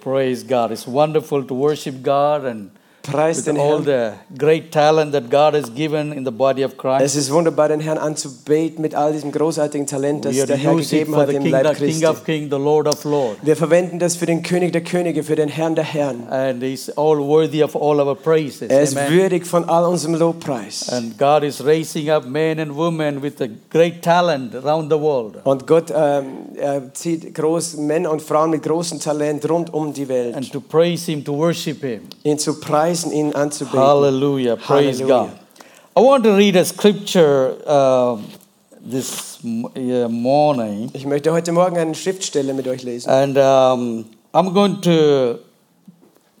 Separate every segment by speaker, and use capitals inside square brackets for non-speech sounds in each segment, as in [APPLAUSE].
Speaker 1: Praise God. It's wonderful to worship God and
Speaker 2: Preis
Speaker 1: with
Speaker 2: den
Speaker 1: all
Speaker 2: Herrn.
Speaker 1: the great talent that God has given in the body of Christ.
Speaker 2: Es ist wunderbar, den Herrn anzubeten mit all diesem großartigen Talent, das
Speaker 1: We are
Speaker 2: der Herr
Speaker 1: using
Speaker 2: gegeben
Speaker 1: for
Speaker 2: hat
Speaker 1: the
Speaker 2: im
Speaker 1: King,
Speaker 2: Leib
Speaker 1: the King
Speaker 2: Christi.
Speaker 1: of Kings, the Lord of Lords.
Speaker 2: Wir verwenden das für den König der Könige, für den Herrn der Herren.
Speaker 1: And He's all worthy of all our praises.
Speaker 2: Er ist
Speaker 1: Amen.
Speaker 2: würdig von all unserem Lobpreis.
Speaker 1: And God is raising up men and women with a great talent around the world.
Speaker 2: Und Gott ähm, er zieht groß Männer und Frauen mit großem Talent rund um die Welt,
Speaker 1: And to praise Him, to worship Him.
Speaker 2: ihn zu preisen, ihn anzubeten.
Speaker 1: Hallelujah. Praise
Speaker 2: Hallelujah.
Speaker 1: God. I want to read a scripture uh, this m- yeah, morning.
Speaker 2: Ich möchte heute Morgen eine Schriftstelle mit euch lesen.
Speaker 1: And um, I'm going to.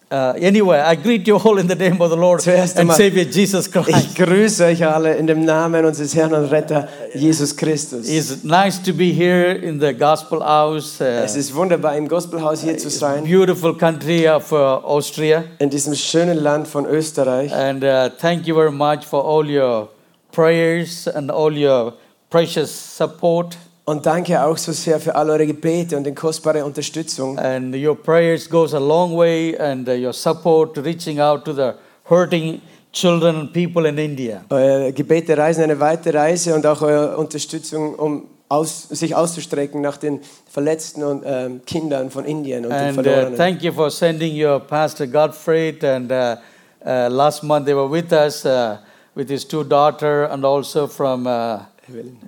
Speaker 1: Uh, anyway, I greet you all in the name of the Lord
Speaker 2: Zuerst
Speaker 1: and
Speaker 2: einmal-
Speaker 1: Savior Jesus Christ.
Speaker 2: Ich grüße euch alle in dem Namen unseres Herrn und Retter Jesus Christus.
Speaker 1: It's nice to be here in the Gospel House, uh,
Speaker 2: Es ist wunderbar, im Gospelhaus
Speaker 1: Äh,
Speaker 2: hier zu sein,
Speaker 1: beautiful country of uh, Austria.
Speaker 2: in diesem schönen Land von Österreich.
Speaker 1: And uh, thank you very much for all your prayers and all your precious support.
Speaker 2: Und danke auch so sehr für all eure Gebete und die kostbare Unterstützung.
Speaker 1: And your prayers goes a long way, and uh, your support reaching out to the hurting children and people in India.
Speaker 2: Eure Gebete reisen eine weite Reise und auch eure Unterstützung, um aus, sich auszustrecken nach den Verletzten und ähm, Kindern von Indien und den
Speaker 1: And uh,
Speaker 2: Verlorenen.
Speaker 1: thank you for sending your pastor Godfrey. And uh, uh, last month they were with us uh, with his two daughter and also from. Uh,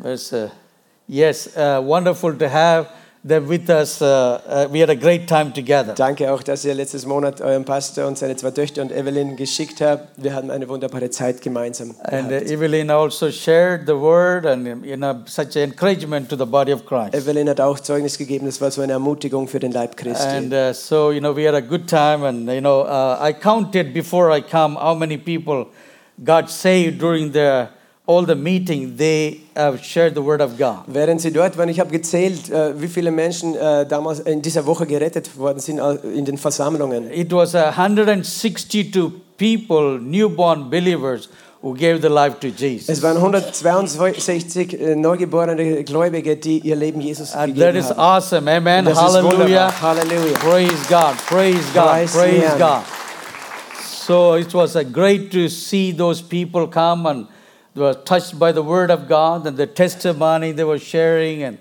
Speaker 1: where's, uh, yes, uh, wonderful to have them with us. Uh, uh, we had a great time together.
Speaker 2: danke auch, dass ihr letztes Monat euren Pastor und seine zwei Töchter und Evelyn geschickt habt. Wir hatten eine wunderbare Zeit gemeinsam.
Speaker 1: And uh,
Speaker 2: gehabt.
Speaker 1: Evelyn also shared the word and you know such encouragement to the body of Christ.
Speaker 2: Evelyn hat auch Zeugnis gegeben, das war so eine Ermutigung für den Leib Christi.
Speaker 1: And uh, so you know we had a good time, and you know uh, I counted before I come how many people got saved during the all the meeting. They have shared the word of God.
Speaker 2: Während sie dort waren, ich habe gezählt, äh, wie viele Menschen äh, damals in dieser Woche gerettet worden sind äh, in den Versammlungen.
Speaker 1: It was 162 people, newborn believers, who gave their life to Jesus.
Speaker 2: Es waren 162 äh, neugeborene Gläubige, die ihr Leben Jesus
Speaker 1: And that
Speaker 2: gegeben
Speaker 1: is
Speaker 2: haben.
Speaker 1: awesome. Amen.
Speaker 2: Das ist
Speaker 1: Hallelujah.
Speaker 2: wunderbar. Halleluja.
Speaker 1: Praise God. Praise God.
Speaker 2: Praise the
Speaker 1: praise
Speaker 2: Lord.
Speaker 1: God. So it was a great to see those people come and they were touched by the word of God and the testimony they were sharing and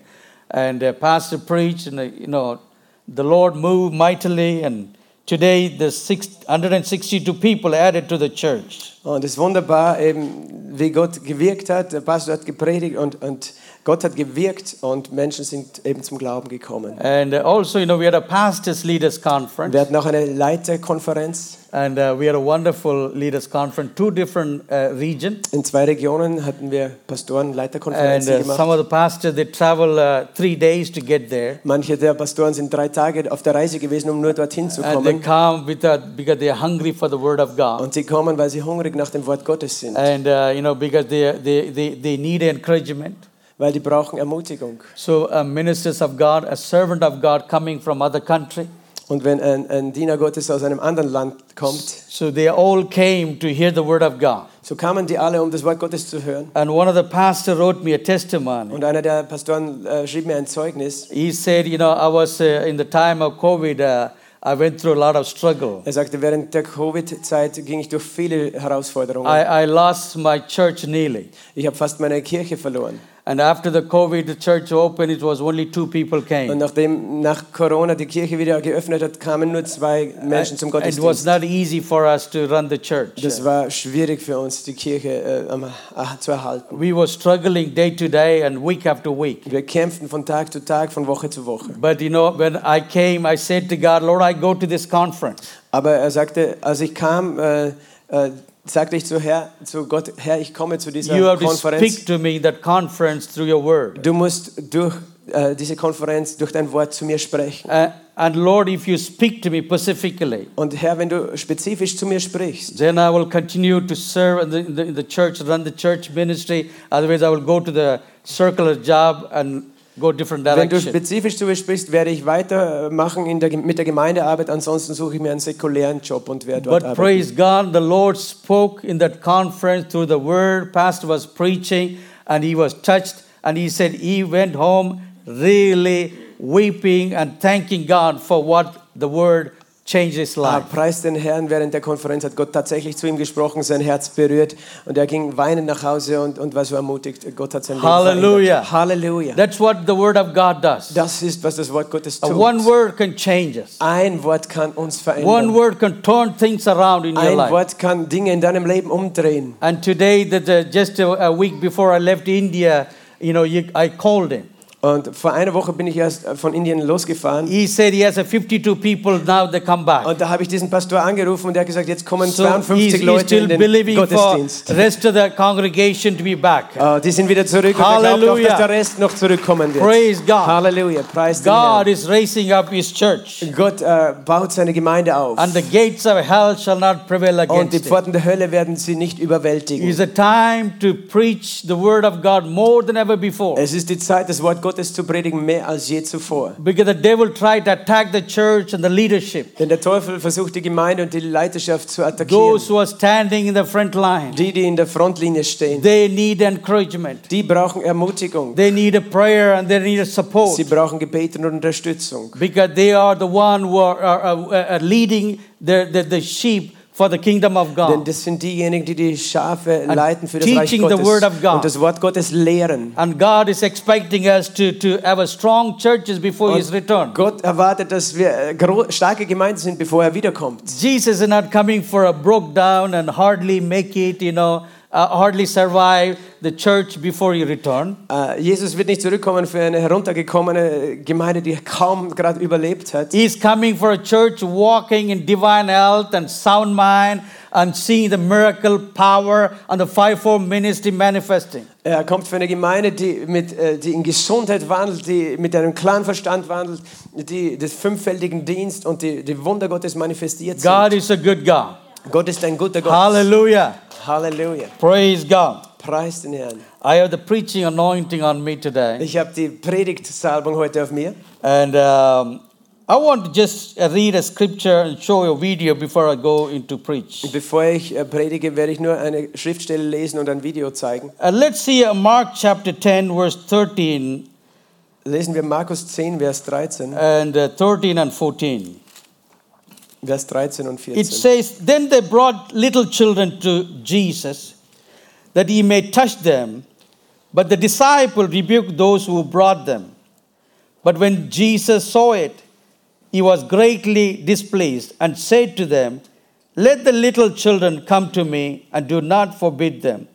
Speaker 1: and uh, pastor preached and uh, you know the Lord moved mightily and today the 662 people added to the church.
Speaker 2: Und es ist wunderbar, eben, wie Gott gewirkt hat. Der Pastor hat gepredigt und, und Gott hat gewirkt und Menschen sind eben zum Glauben gekommen.
Speaker 1: And uh, also you know we had a pastors leaders conference.
Speaker 2: Wir hatten auch eine Leiterkonferenz.
Speaker 1: And uh, we had a wonderful leaders conference, two different uh, regions.
Speaker 2: In zwei Regionen hatten wir Pastoren
Speaker 1: And
Speaker 2: Leiterkonferenzen
Speaker 1: uh,
Speaker 2: gemacht.
Speaker 1: some of the pastors, they travel uh, three days to get there.
Speaker 2: Manche der Pastoren sind drei Tage auf der Reise gewesen, um nur dorthin zu
Speaker 1: And they
Speaker 2: kommen.
Speaker 1: come with a, because they are hungry for the word of God.
Speaker 2: Und sie kommen, weil sie hungrig nach dem Wort Gottes sind,
Speaker 1: And, uh, you know, because they, they, they, they need encouragement.
Speaker 2: weil die brauchen Ermutigung.
Speaker 1: So uh, ministers of God, a servant of God coming from other country.
Speaker 2: Und wenn ein, ein Diener Gottes aus einem anderen Land kommt,
Speaker 1: So they all came to hear the word of God.
Speaker 2: so kamen die alle, um das Wort Gottes zu hören.
Speaker 1: And one of the pastor wrote me a testimony.
Speaker 2: Und einer der Pastoren äh, schrieb mir ein Zeugnis.
Speaker 1: He said, you know, I was uh, in the time of COVID, uh, I went through a lot of struggle.
Speaker 2: Er sagte, während der Covid-Zeit ging ich durch viele Herausforderungen.
Speaker 1: I, I lost my church nearly.
Speaker 2: Ich habe fast meine Kirche verloren.
Speaker 1: And after the COVID, the church opened, it was only two people
Speaker 2: Und
Speaker 1: came.
Speaker 2: nachdem nach Corona die Kirche wieder geöffnet hat, kamen nur zwei Menschen zum
Speaker 1: It was
Speaker 2: Gottesdienst.
Speaker 1: not easy for us to run the church.
Speaker 2: Das war schwierig für uns, die Kirche äh, am- ah, zu erhalten.
Speaker 1: We were struggling day to day and week after week.
Speaker 2: Wir kämpften von Tag zu Tag, von Woche zu Woche.
Speaker 1: But you know, when I came, I said to God, Lord, I go to this conference.
Speaker 2: Aber er sagte, als ich kam, äh, äh, sagte ich zu, Herr, zu Gott, Herr, ich komme zu dieser
Speaker 1: You have to
Speaker 2: Konferenz.
Speaker 1: speak to me in that conference through your word.
Speaker 2: Du musst durch äh, diese Konferenz, durch dein Wort zu mir sprechen.
Speaker 1: Uh, and Lord, if you speak to me specifically,
Speaker 2: Und Herr, wenn du spezifisch zu mir sprichst,
Speaker 1: then I will continue to serve in the, in the, in the church, run the church ministry. Otherwise, I will go to the circular job and go different
Speaker 2: wenn du
Speaker 1: direction.
Speaker 2: spezifisch zu mir sprichst, werde ich weitermachen in der, mit der Gemeindearbeit. Ansonsten suche ich mir einen säkulären Job und werde dort
Speaker 1: But
Speaker 2: arbeiten.
Speaker 1: praise God, the Lord spoke in that conference through the word. Pastor was preaching and he was touched. And he said he went home really weeping and thanking God for what the word changed his
Speaker 2: Ah,
Speaker 1: life.
Speaker 2: preis den Herrn, während der Konferenz hat Gott tatsächlich zu ihm gesprochen, sein Herz berührt und er ging weinend nach Hause und, und war so ermutigt. Gott hat sein Leben
Speaker 1: Halleluja.
Speaker 2: verändert. Halleluja.
Speaker 1: That's what the Word of God does.
Speaker 2: Das ist, was das Wort Gottes tut.
Speaker 1: One word can change us.
Speaker 2: Ein Wort kann uns
Speaker 1: One
Speaker 2: verändern.
Speaker 1: word can turn things around in your
Speaker 2: Ein
Speaker 1: life.
Speaker 2: Wort kann Dinge in deinem Leben umdrehen.
Speaker 1: And today, that uh, just a, a week before I left India, you know, you, I called him.
Speaker 2: Und vor einer Woche bin ich erst äh, von Indien losgefahren
Speaker 1: He said he has a 52 people now. They come back.
Speaker 2: und da habe ich diesen Pastor angerufen und der hat gesagt, jetzt kommen
Speaker 1: So he's,
Speaker 2: 52
Speaker 1: he's
Speaker 2: Leute
Speaker 1: still
Speaker 2: in den
Speaker 1: believing for
Speaker 2: Gottesdienst.
Speaker 1: the rest of the congregation to be back.
Speaker 2: Ah, die sind wieder zurück und er glaubt
Speaker 1: Halleluja.
Speaker 2: auch, dass der Rest noch zurückkommen wird.
Speaker 1: Praise God.
Speaker 2: Halleluja, preis den Herrn.
Speaker 1: God is raising up His church,
Speaker 2: Gott äh, baut seine Gemeinde auf.
Speaker 1: and the gates of hell shall not prevail
Speaker 2: Und die
Speaker 1: against it.
Speaker 2: Pforten der Hölle werden sie nicht überwältigen.
Speaker 1: It's a time to preach the word of God more than ever before.
Speaker 2: Es ist die Zeit, das Wort Gottes zu predigen, mehr als je zuvor.
Speaker 1: Because the devil tried to attack the church and the leadership,
Speaker 2: Denn der Teufel versucht, die Gemeinde und die Leiterschaft zu attackieren.
Speaker 1: those who are standing in the front line.
Speaker 2: Die, die in der Frontlinie stehen,
Speaker 1: They need encouragement.
Speaker 2: die brauchen Ermutigung.
Speaker 1: They need a prayer and they need a support
Speaker 2: Sie brauchen Gebet und Unterstützung.
Speaker 1: because they are the one who are, are, are, are leading the, the, the sheep for the kingdom of
Speaker 2: Denn
Speaker 1: God.
Speaker 2: das sind diejenigen, die die Schafe
Speaker 1: And
Speaker 2: leiten für das Reich
Speaker 1: teaching the word
Speaker 2: Gottes
Speaker 1: of God.
Speaker 2: und das Wort Gottes lehren.
Speaker 1: And God is expecting us to, to have a strong churches before His return.
Speaker 2: Gott erwartet, dass wir äh, gro- starke Gemeinden sind, bevor er wiederkommt.
Speaker 1: Jesus is not coming for a broke down and hardly make it, you know, uh, hardly survive the church before he return.
Speaker 2: Äh, Jesus wird nicht zurückkommen für eine heruntergekommene Gemeinde, die kaum gerade überlebt hat.
Speaker 1: He's coming for a church walking in divine health and sound mind and seeing the miracle power and the fivefold ministry manifesting.
Speaker 2: Er kommt für eine Gemeinde, die, mit, äh, die in Gesundheit wandelt, die mit einem klaren Verstand wandelt, die des fünffältigen Dienst und die, die Wunder Gottes manifestiert sind.
Speaker 1: God is a good God.
Speaker 2: Gott ist ein guter Gott.
Speaker 1: Hallelujah.
Speaker 2: Halleluja.
Speaker 1: Praise God.
Speaker 2: Preis den Herrn.
Speaker 1: I have the preaching anointing on me today.
Speaker 2: Ich habe die Predigtsalbung heute auf mir.
Speaker 1: And um, I want to just uh, read a scripture and show you a video before I go into preach.
Speaker 2: Und Bevor ich äh, predige, werde ich nur eine Schriftstelle lesen und ein Video zeigen.
Speaker 1: Uh, let's see uh, Mark chapter 10, verse 13
Speaker 2: Lesen wir Markus 10, Vers 13,
Speaker 1: and uh, 13 and 14.
Speaker 2: Vers 13 und
Speaker 1: It
Speaker 2: 14.
Speaker 1: says, Then they brought little children to Jesus that he may touch them. But the disciple rebuked those who brought them. But when Jesus saw it, he was greatly displeased and said to them, Let the little children come to me and do not forbid them,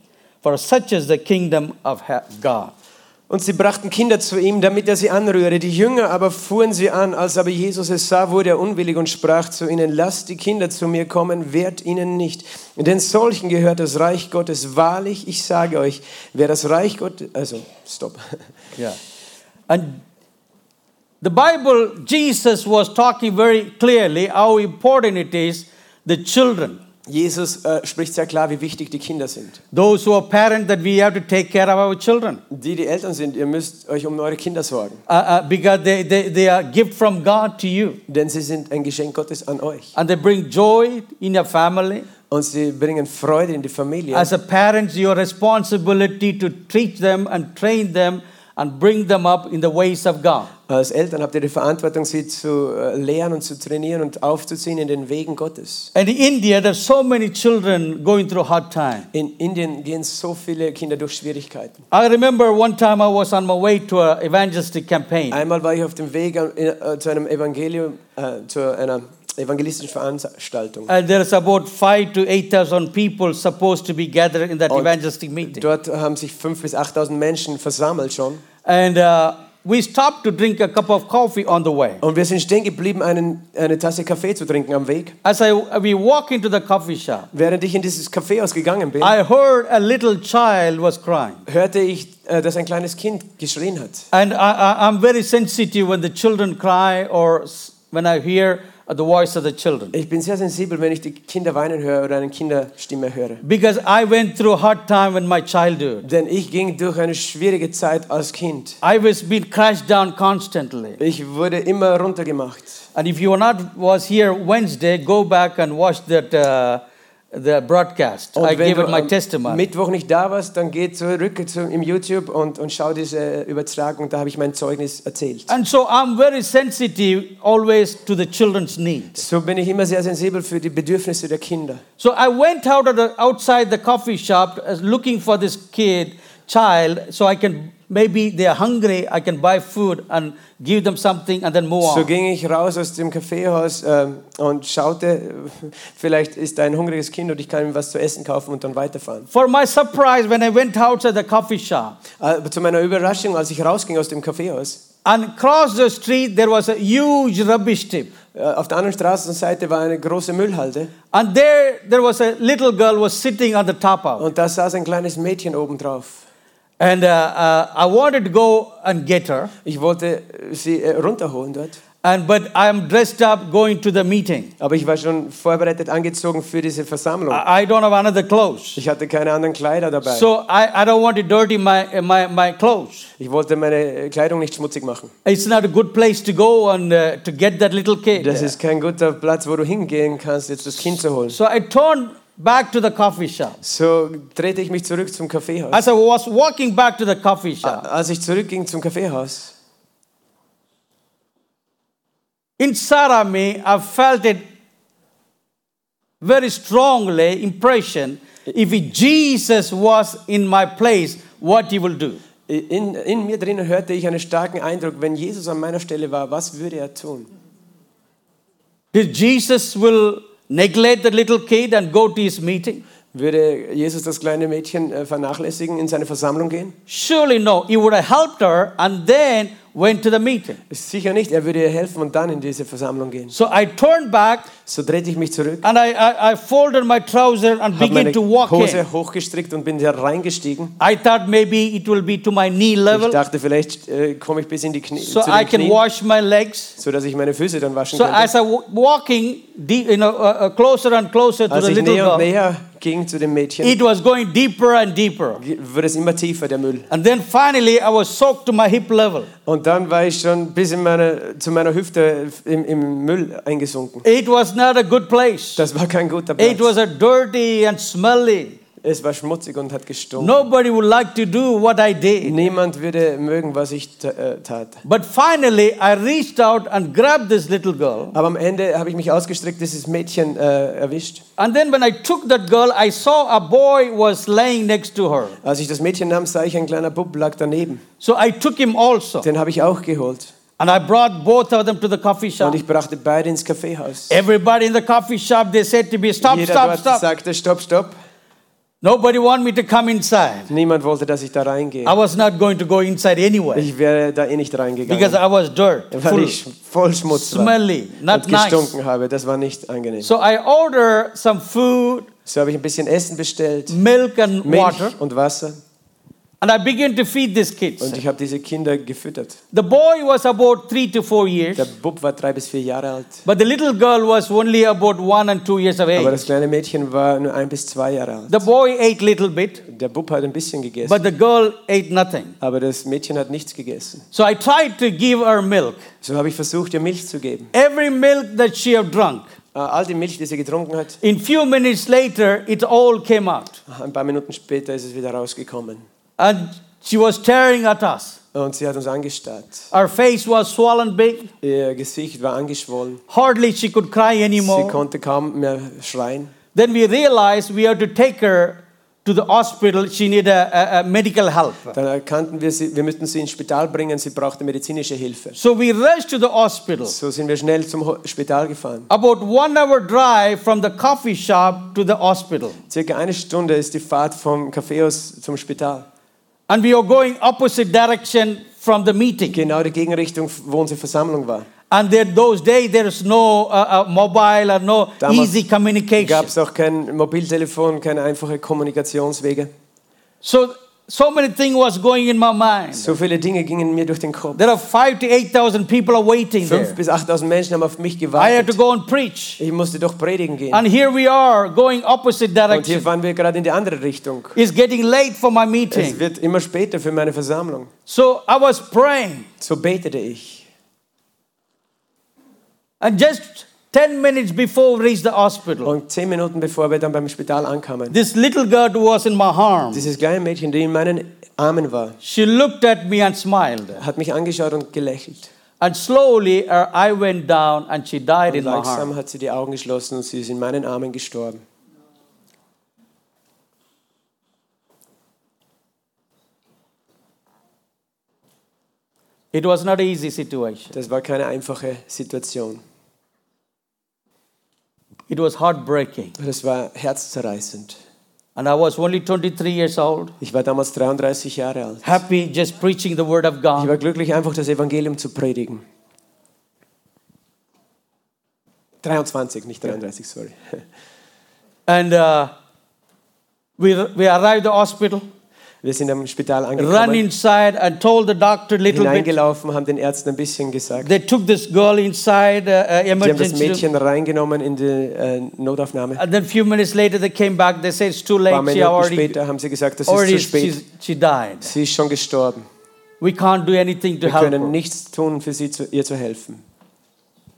Speaker 1: for such is the kingdom of he- God.
Speaker 2: Und sie brachten Kinder zu ihm, damit er sie anrühre. Die Jünger aber fuhren sie an. Als aber Jesus es sah, wurde er unwillig und sprach zu ihnen, lasst die Kinder zu mir kommen, wehrt ihnen nicht. Denn solchen gehört das Reich Gottes. Wahrlich, ich sage euch, wer das Reich Gottes... Also, stopp. [LAUGHS]
Speaker 1: Yeah. And the Bible, Jesus was talking very clearly how important it is the children,
Speaker 2: Jesus äh, spricht sehr klar, wie wichtig die Kinder sind.
Speaker 1: those who are parents, that we have to take care of our children
Speaker 2: Die, die Eltern sind, ihr müsst euch um eure Kinder sorgen.
Speaker 1: uh, uh, because they, they, they are gift from God to you
Speaker 2: Denn sie sind ein Geschenk Gottes an euch.
Speaker 1: and they bring joy in your family.
Speaker 2: Und sie bringen Freude in die Familie.
Speaker 1: As a parent, your responsibility to teach them and train them and bring them up in the ways of God.
Speaker 2: Als Eltern habt ihr die Verantwortung, sie zu äh, lehren und zu trainieren und aufzuziehen in den Wegen Gottes.
Speaker 1: And in India, there's so many children going through hard time.
Speaker 2: In Indien gehen so viele Kinder durch Schwierigkeiten.
Speaker 1: I remember one time I was on my way to an evangelistic campaign,
Speaker 2: Einmal war ich auf dem Weg an- in- äh, zu einem Evangelium, äh, zu einer evangelistischen Veranstaltung.
Speaker 1: and there's about five to eight thousand people supposed to be gathered in that
Speaker 2: Und
Speaker 1: evangelistic meeting.
Speaker 2: Dort haben sich 5.000 bis 8.000 Menschen versammelt schon.
Speaker 1: And uh, we stopped to drink a cup of coffee on the way.
Speaker 2: Und wir sind stehen geblieben, einen, eine Tasse Kaffee zu trinken am Weg.
Speaker 1: As I we walk into the coffee shop,
Speaker 2: Während ich in dieses Kaffeehaus gegangen bin,
Speaker 1: I heard a little child was crying,
Speaker 2: hörte ich, äh, dass ein kleines Kind geschrien hat.
Speaker 1: and I, I, I'm very sensitive when the children cry or s- when I hear the voice of the children
Speaker 2: Ich bin sehr sensibel, wenn ich die Kinder weinen höre oder eine Kinderstimme höre.
Speaker 1: because I went through hard time in my childhood.
Speaker 2: Denn ich ging durch eine schwierige Zeit als Kind.
Speaker 1: I was being crashed down constantly.
Speaker 2: Ich wurde immer runtergemacht.
Speaker 1: And if you were not was here Wednesday, go back and watch that uh, the broadcast.
Speaker 2: Und
Speaker 1: I
Speaker 2: wenn
Speaker 1: gave
Speaker 2: du
Speaker 1: it my
Speaker 2: am
Speaker 1: testimony.
Speaker 2: Mittwoch nicht da warst, dann geh zurück zu, im YouTube und, und schau diese Übertragung, da habe ich mein Zeugnis erzählt.
Speaker 1: And so I'm very sensitive always to the children's needs.
Speaker 2: So bin ich immer sehr sensibel für die Bedürfnisse der Kinder.
Speaker 1: So I went out of the, outside the coffee shop uh, looking for this kid, child, so I can maybe they're hungry, I can buy food and give them something and then move
Speaker 2: So
Speaker 1: on.
Speaker 2: ging ich raus aus dem Kaffeehaus ähm, und schaute, äh, vielleicht ist da ein hungriges Kind und ich kann ihm was zu essen kaufen und dann weiterfahren.
Speaker 1: For my surprise, when I went outside the coffee shop
Speaker 2: Aber zu meiner Überraschung, als ich rausging aus dem Kaffeehaus,
Speaker 1: and crossed the street, there was a huge rubbish tip.
Speaker 2: äh, auf der anderen Straßenseite war eine große Müllhalde
Speaker 1: And there, there was a little girl was sitting on the top of it.
Speaker 2: und da saß ein kleines Mädchen oben drauf.
Speaker 1: And uh, uh, I wanted to go and get her.
Speaker 2: Ich wollte äh, sie äh, runterholen dort,
Speaker 1: And, but I am dressed up going to the meeting.
Speaker 2: aber ich war schon vorbereitet angezogen für diese Versammlung.
Speaker 1: I, I don't have another clothes.
Speaker 2: Ich hatte keine anderen Kleider dabei.
Speaker 1: Ah. So I, I don't want to dirty my, my, my clothes.
Speaker 2: Ich wollte meine äh, Kleidung nicht schmutzig machen.
Speaker 1: It's not a good place to go and uh, to get that little kid.
Speaker 2: Das ist kein guter Platz, wo du hingehen kannst, jetzt das Kind zu holen.
Speaker 1: So I turned back to the coffee shop.
Speaker 2: So drehte ich mich zurück zum Kaffeehaus.
Speaker 1: As I was walking back to the coffee shop,
Speaker 2: Als ich zurückging zum Kaffeehaus,
Speaker 1: inside of me, I felt it very strongly impression. If Jesus was in my place, what he will do.
Speaker 2: in, in mir drinnen hörte ich einen starken Eindruck, wenn Jesus an meiner Stelle war, was würde er tun?
Speaker 1: Did Jesus will neglect the little kid and go to his meeting?
Speaker 2: Würde Jesus das kleine Mädchen äh, vernachlässigen, in seine Versammlung gehen?
Speaker 1: Surely no. He would have helped her and then went to the meeting.
Speaker 2: Sicher nicht, er würde ihr helfen und dann in diese Versammlung gehen.
Speaker 1: So I turned back
Speaker 2: So drehte ich mich zurück,
Speaker 1: and I, I, I folded my trouser and
Speaker 2: habe
Speaker 1: began
Speaker 2: meine
Speaker 1: Ah, to walk in.
Speaker 2: Hose hochgestrickt und bin hereingestiegen.
Speaker 1: I thought maybe it will be to my knee
Speaker 2: Ich
Speaker 1: level
Speaker 2: dachte, vielleicht äh, komme ich bis in die Knie,
Speaker 1: so
Speaker 2: zu
Speaker 1: I
Speaker 2: den
Speaker 1: can
Speaker 2: Knien,
Speaker 1: wash my legs.
Speaker 2: so dass ich meine Füße dann waschen
Speaker 1: So
Speaker 2: könnte.
Speaker 1: as I wa- walking deep, you know, uh, uh, closer and closer to
Speaker 2: Als
Speaker 1: the
Speaker 2: ich
Speaker 1: little
Speaker 2: näher und
Speaker 1: girl,
Speaker 2: näher ging zu dem Mädchen,
Speaker 1: it was going deeper and deeper.
Speaker 2: wurde es immer tiefer, der Müll.
Speaker 1: And then finally, I was soaked to my hip level.
Speaker 2: Und dann war ich schon bis in meine, zu meiner Hüfte im, im Müll eingesunken.
Speaker 1: It was not a good place.
Speaker 2: Das war kein guter
Speaker 1: It was
Speaker 2: Platz.
Speaker 1: a dirty and smelly.
Speaker 2: Es war schmutzig und hat gestunken.
Speaker 1: Nobody would like to do what I did.
Speaker 2: Niemand würde mögen, was ich ta- äh, tat.
Speaker 1: But finally, I reached out and grabbed this little girl.
Speaker 2: Aber am Ende habe ich mich ausgestreckt, dieses Mädchen äh, erwischt.
Speaker 1: And then when I took that girl, I saw a boy was laying next to her.
Speaker 2: Als ich das Mädchen nahm, sah ich, ein kleiner Bub lag daneben.
Speaker 1: So I took him also.
Speaker 2: Den habe ich auch geholt.
Speaker 1: And I brought both of them to the coffee
Speaker 2: Und
Speaker 1: shop.
Speaker 2: ich brachte beide ins Kaffeehaus.
Speaker 1: Everybody in the coffee shop, they said to me, stop,
Speaker 2: Jeder
Speaker 1: stop,
Speaker 2: dort
Speaker 1: stop.
Speaker 2: sagte, stopp, stopp.
Speaker 1: Nobody wanted me to come inside.
Speaker 2: Niemand wollte, dass ich da reingehe.
Speaker 1: I was not going to go inside anyway
Speaker 2: Ich wäre da eh nicht
Speaker 1: because
Speaker 2: reingegangen,
Speaker 1: I was dirt,
Speaker 2: weil
Speaker 1: full,
Speaker 2: ich voll Schmutz war
Speaker 1: smelly,
Speaker 2: und
Speaker 1: not nice.
Speaker 2: gestunken habe. Das war nicht angenehm.
Speaker 1: So I ordered some food,
Speaker 2: So habe ich ein bisschen Essen bestellt,
Speaker 1: milk and
Speaker 2: Milch
Speaker 1: water.
Speaker 2: und Wasser
Speaker 1: And I began to feed these kids.
Speaker 2: und ich habe diese Kinder gefüttert.
Speaker 1: The boy was about three to four years,
Speaker 2: Der Bub war drei bis vier Jahre alt,
Speaker 1: but the little girl was only about one and two years of
Speaker 2: aber
Speaker 1: age.
Speaker 2: das kleine Mädchen war nur ein bis zwei Jahre alt.
Speaker 1: The boy ate little bit,
Speaker 2: Der Bub hat ein bisschen gegessen,
Speaker 1: but the girl ate nothing.
Speaker 2: aber das Mädchen hat nichts gegessen.
Speaker 1: So I tried to give her milk.
Speaker 2: So habe ich versucht, ihr Milch zu geben.
Speaker 1: Every milk that she had drunk,
Speaker 2: Äh, All die Milch, die sie getrunken hat, ah,
Speaker 1: in few minutes later, it all came out.
Speaker 2: ein paar Minuten später ist es wieder rausgekommen.
Speaker 1: And she was staring at us.
Speaker 2: Und sie hat uns angestarrt.
Speaker 1: Her face was swollen big.
Speaker 2: Ihr Gesicht war angeschwollen.
Speaker 1: Hardly she could cry
Speaker 2: Sie
Speaker 1: anymore.
Speaker 2: konnte kaum mehr schreien.
Speaker 1: Then we realized we had to take her to the hospital. She needed a, a- a medical help.
Speaker 2: Dann erkannten wir, sie, wir müssten sie ins Spital bringen. Sie brauchte medizinische Hilfe.
Speaker 1: So we rushed to the hospital.
Speaker 2: So sind wir schnell zum Ho- Spital gefahren.
Speaker 1: About one hour drive from the coffee shop to the hospital.
Speaker 2: Circa eine Stunde ist die Fahrt vom Kaffeehaus zum Spital.
Speaker 1: And we were going opposite direction from the meeting.
Speaker 2: Genau die Gegenrichtung, wo unsere Versammlung war.
Speaker 1: And then those days there is no uh, uh, mobile or no
Speaker 2: Damals
Speaker 1: easy communication.
Speaker 2: Gab es auch kein Mobiltelefon, keine einfachen Kommunikationswege.
Speaker 1: So so many things was going in my mind.
Speaker 2: So viele Dinge gingen mir durch den Kopf.
Speaker 1: There are five to eight thousand people are waiting
Speaker 2: Fünf
Speaker 1: there.
Speaker 2: bis 8.000 Menschen haben auf mich
Speaker 1: I had to
Speaker 2: gewartet.
Speaker 1: Ah go and preach.
Speaker 2: Ich musste doch predigen gehen.
Speaker 1: And here we are going opposite
Speaker 2: Und hier
Speaker 1: direction.
Speaker 2: fahren wir gerade in die andere Richtung.
Speaker 1: It's getting late for my
Speaker 2: Es
Speaker 1: meeting.
Speaker 2: wird immer später für meine Versammlung.
Speaker 1: So I was praying.
Speaker 2: So betete ich.
Speaker 1: And just 10 minutes before we reached the hospital,
Speaker 2: Und zehn Minuten bevor wir dann beim Spital ankamen,
Speaker 1: this little girl who was in my arms,
Speaker 2: dieses kleine Mädchen, die in meinen Armen war,
Speaker 1: she looked at me and smiled.
Speaker 2: hat mich angeschaut und gelächelt.
Speaker 1: And slowly her eye went down and she died
Speaker 2: Und
Speaker 1: in my arms.
Speaker 2: langsam hat sie die Augen geschlossen und sie ist in meinen Armen gestorben.
Speaker 1: It was not an easy situation.
Speaker 2: Das war keine einfache Situation.
Speaker 1: It was heartbreaking.
Speaker 2: Das war herzzerreißend.
Speaker 1: And I was only 23 years old,
Speaker 2: Ich war damals 33 Jahre alt.
Speaker 1: happy just preaching the word of
Speaker 2: Ich
Speaker 1: God.
Speaker 2: war glücklich, einfach das Evangelium zu predigen. 23, nicht 33, sorry.
Speaker 1: And uh, we, we arrived at the hospital,
Speaker 2: Wir sind am Spital
Speaker 1: run
Speaker 2: angekommen,
Speaker 1: inside and told the doctor little bit.
Speaker 2: hineingelaufen, haben den Ärzten ein bisschen gesagt.
Speaker 1: They took this girl inside uh, uh,
Speaker 2: Sie haben das
Speaker 1: emergency room.
Speaker 2: Mädchen reingenommen in die äh, Notaufnahme. Ein
Speaker 1: And then few minutes later they came back. They said it's too late.
Speaker 2: paar
Speaker 1: She
Speaker 2: Minuten
Speaker 1: already,
Speaker 2: später haben sie gesagt, das ist
Speaker 1: already
Speaker 2: zu spät.
Speaker 1: she's, she died.
Speaker 2: Sie ist schon gestorben.
Speaker 1: We can't do anything to
Speaker 2: Wir
Speaker 1: help
Speaker 2: können
Speaker 1: her.
Speaker 2: nichts tun, für sie zu, ihr zu helfen.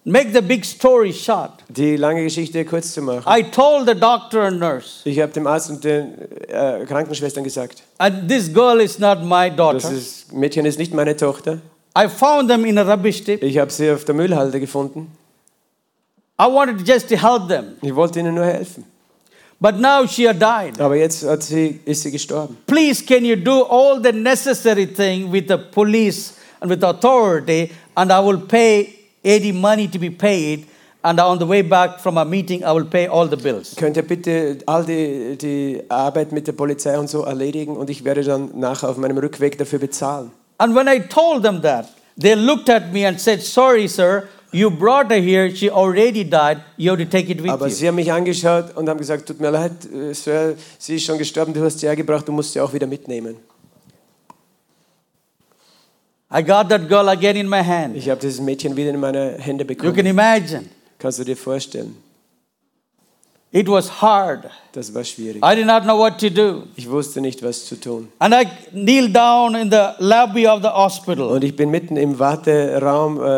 Speaker 1: Make the big story short.
Speaker 2: Die lange Geschichte kurz zu machen.
Speaker 1: I told the doctor and nurse,
Speaker 2: Ich habe dem Arzt und den äh, Krankenschwestern gesagt,
Speaker 1: and this girl is not my
Speaker 2: das
Speaker 1: daughter.
Speaker 2: ist, Mädchen ist nicht meine Tochter.
Speaker 1: I found them in a rubbish tip.
Speaker 2: Ich habe sie auf der Müllhalde gefunden.
Speaker 1: I wanted just to help them,
Speaker 2: Ich wollte ihnen nur helfen.
Speaker 1: but now she had died.
Speaker 2: Aber jetzt hat sie, ist sie gestorben.
Speaker 1: Please, can you do all the necessary thing with the police and with authority, and I will pay any money to be paid, and on the way back from a meeting, I will pay all the bills.
Speaker 2: Könnt ihr bitte all die, die Arbeit mit der Polizei und so erledigen und ich werde dann nachher auf meinem Rückweg dafür bezahlen.
Speaker 1: And when I told them that, they looked at me and said, Sorry, sir, you brought her here. She already died. You have to take it with
Speaker 2: Aber
Speaker 1: you.
Speaker 2: sie haben mich angeschaut und haben gesagt, tut mir leid, äh, Sir, sie ist schon gestorben, du hast sie hergebracht, du musst sie auch wieder mitnehmen.
Speaker 1: I got that girl again in my hand.
Speaker 2: Ich habe dieses Mädchen wieder in meine Hände
Speaker 1: You can
Speaker 2: bekommen.
Speaker 1: imagine.
Speaker 2: Kannst du dir vorstellen?
Speaker 1: It was hard.
Speaker 2: Das war schwierig.
Speaker 1: I did not know what to do.
Speaker 2: Ich wusste nicht, was zu tun.
Speaker 1: And I kneeled down in the lobby of the hospital.
Speaker 2: Und ich bin mitten im Warteraum, äh,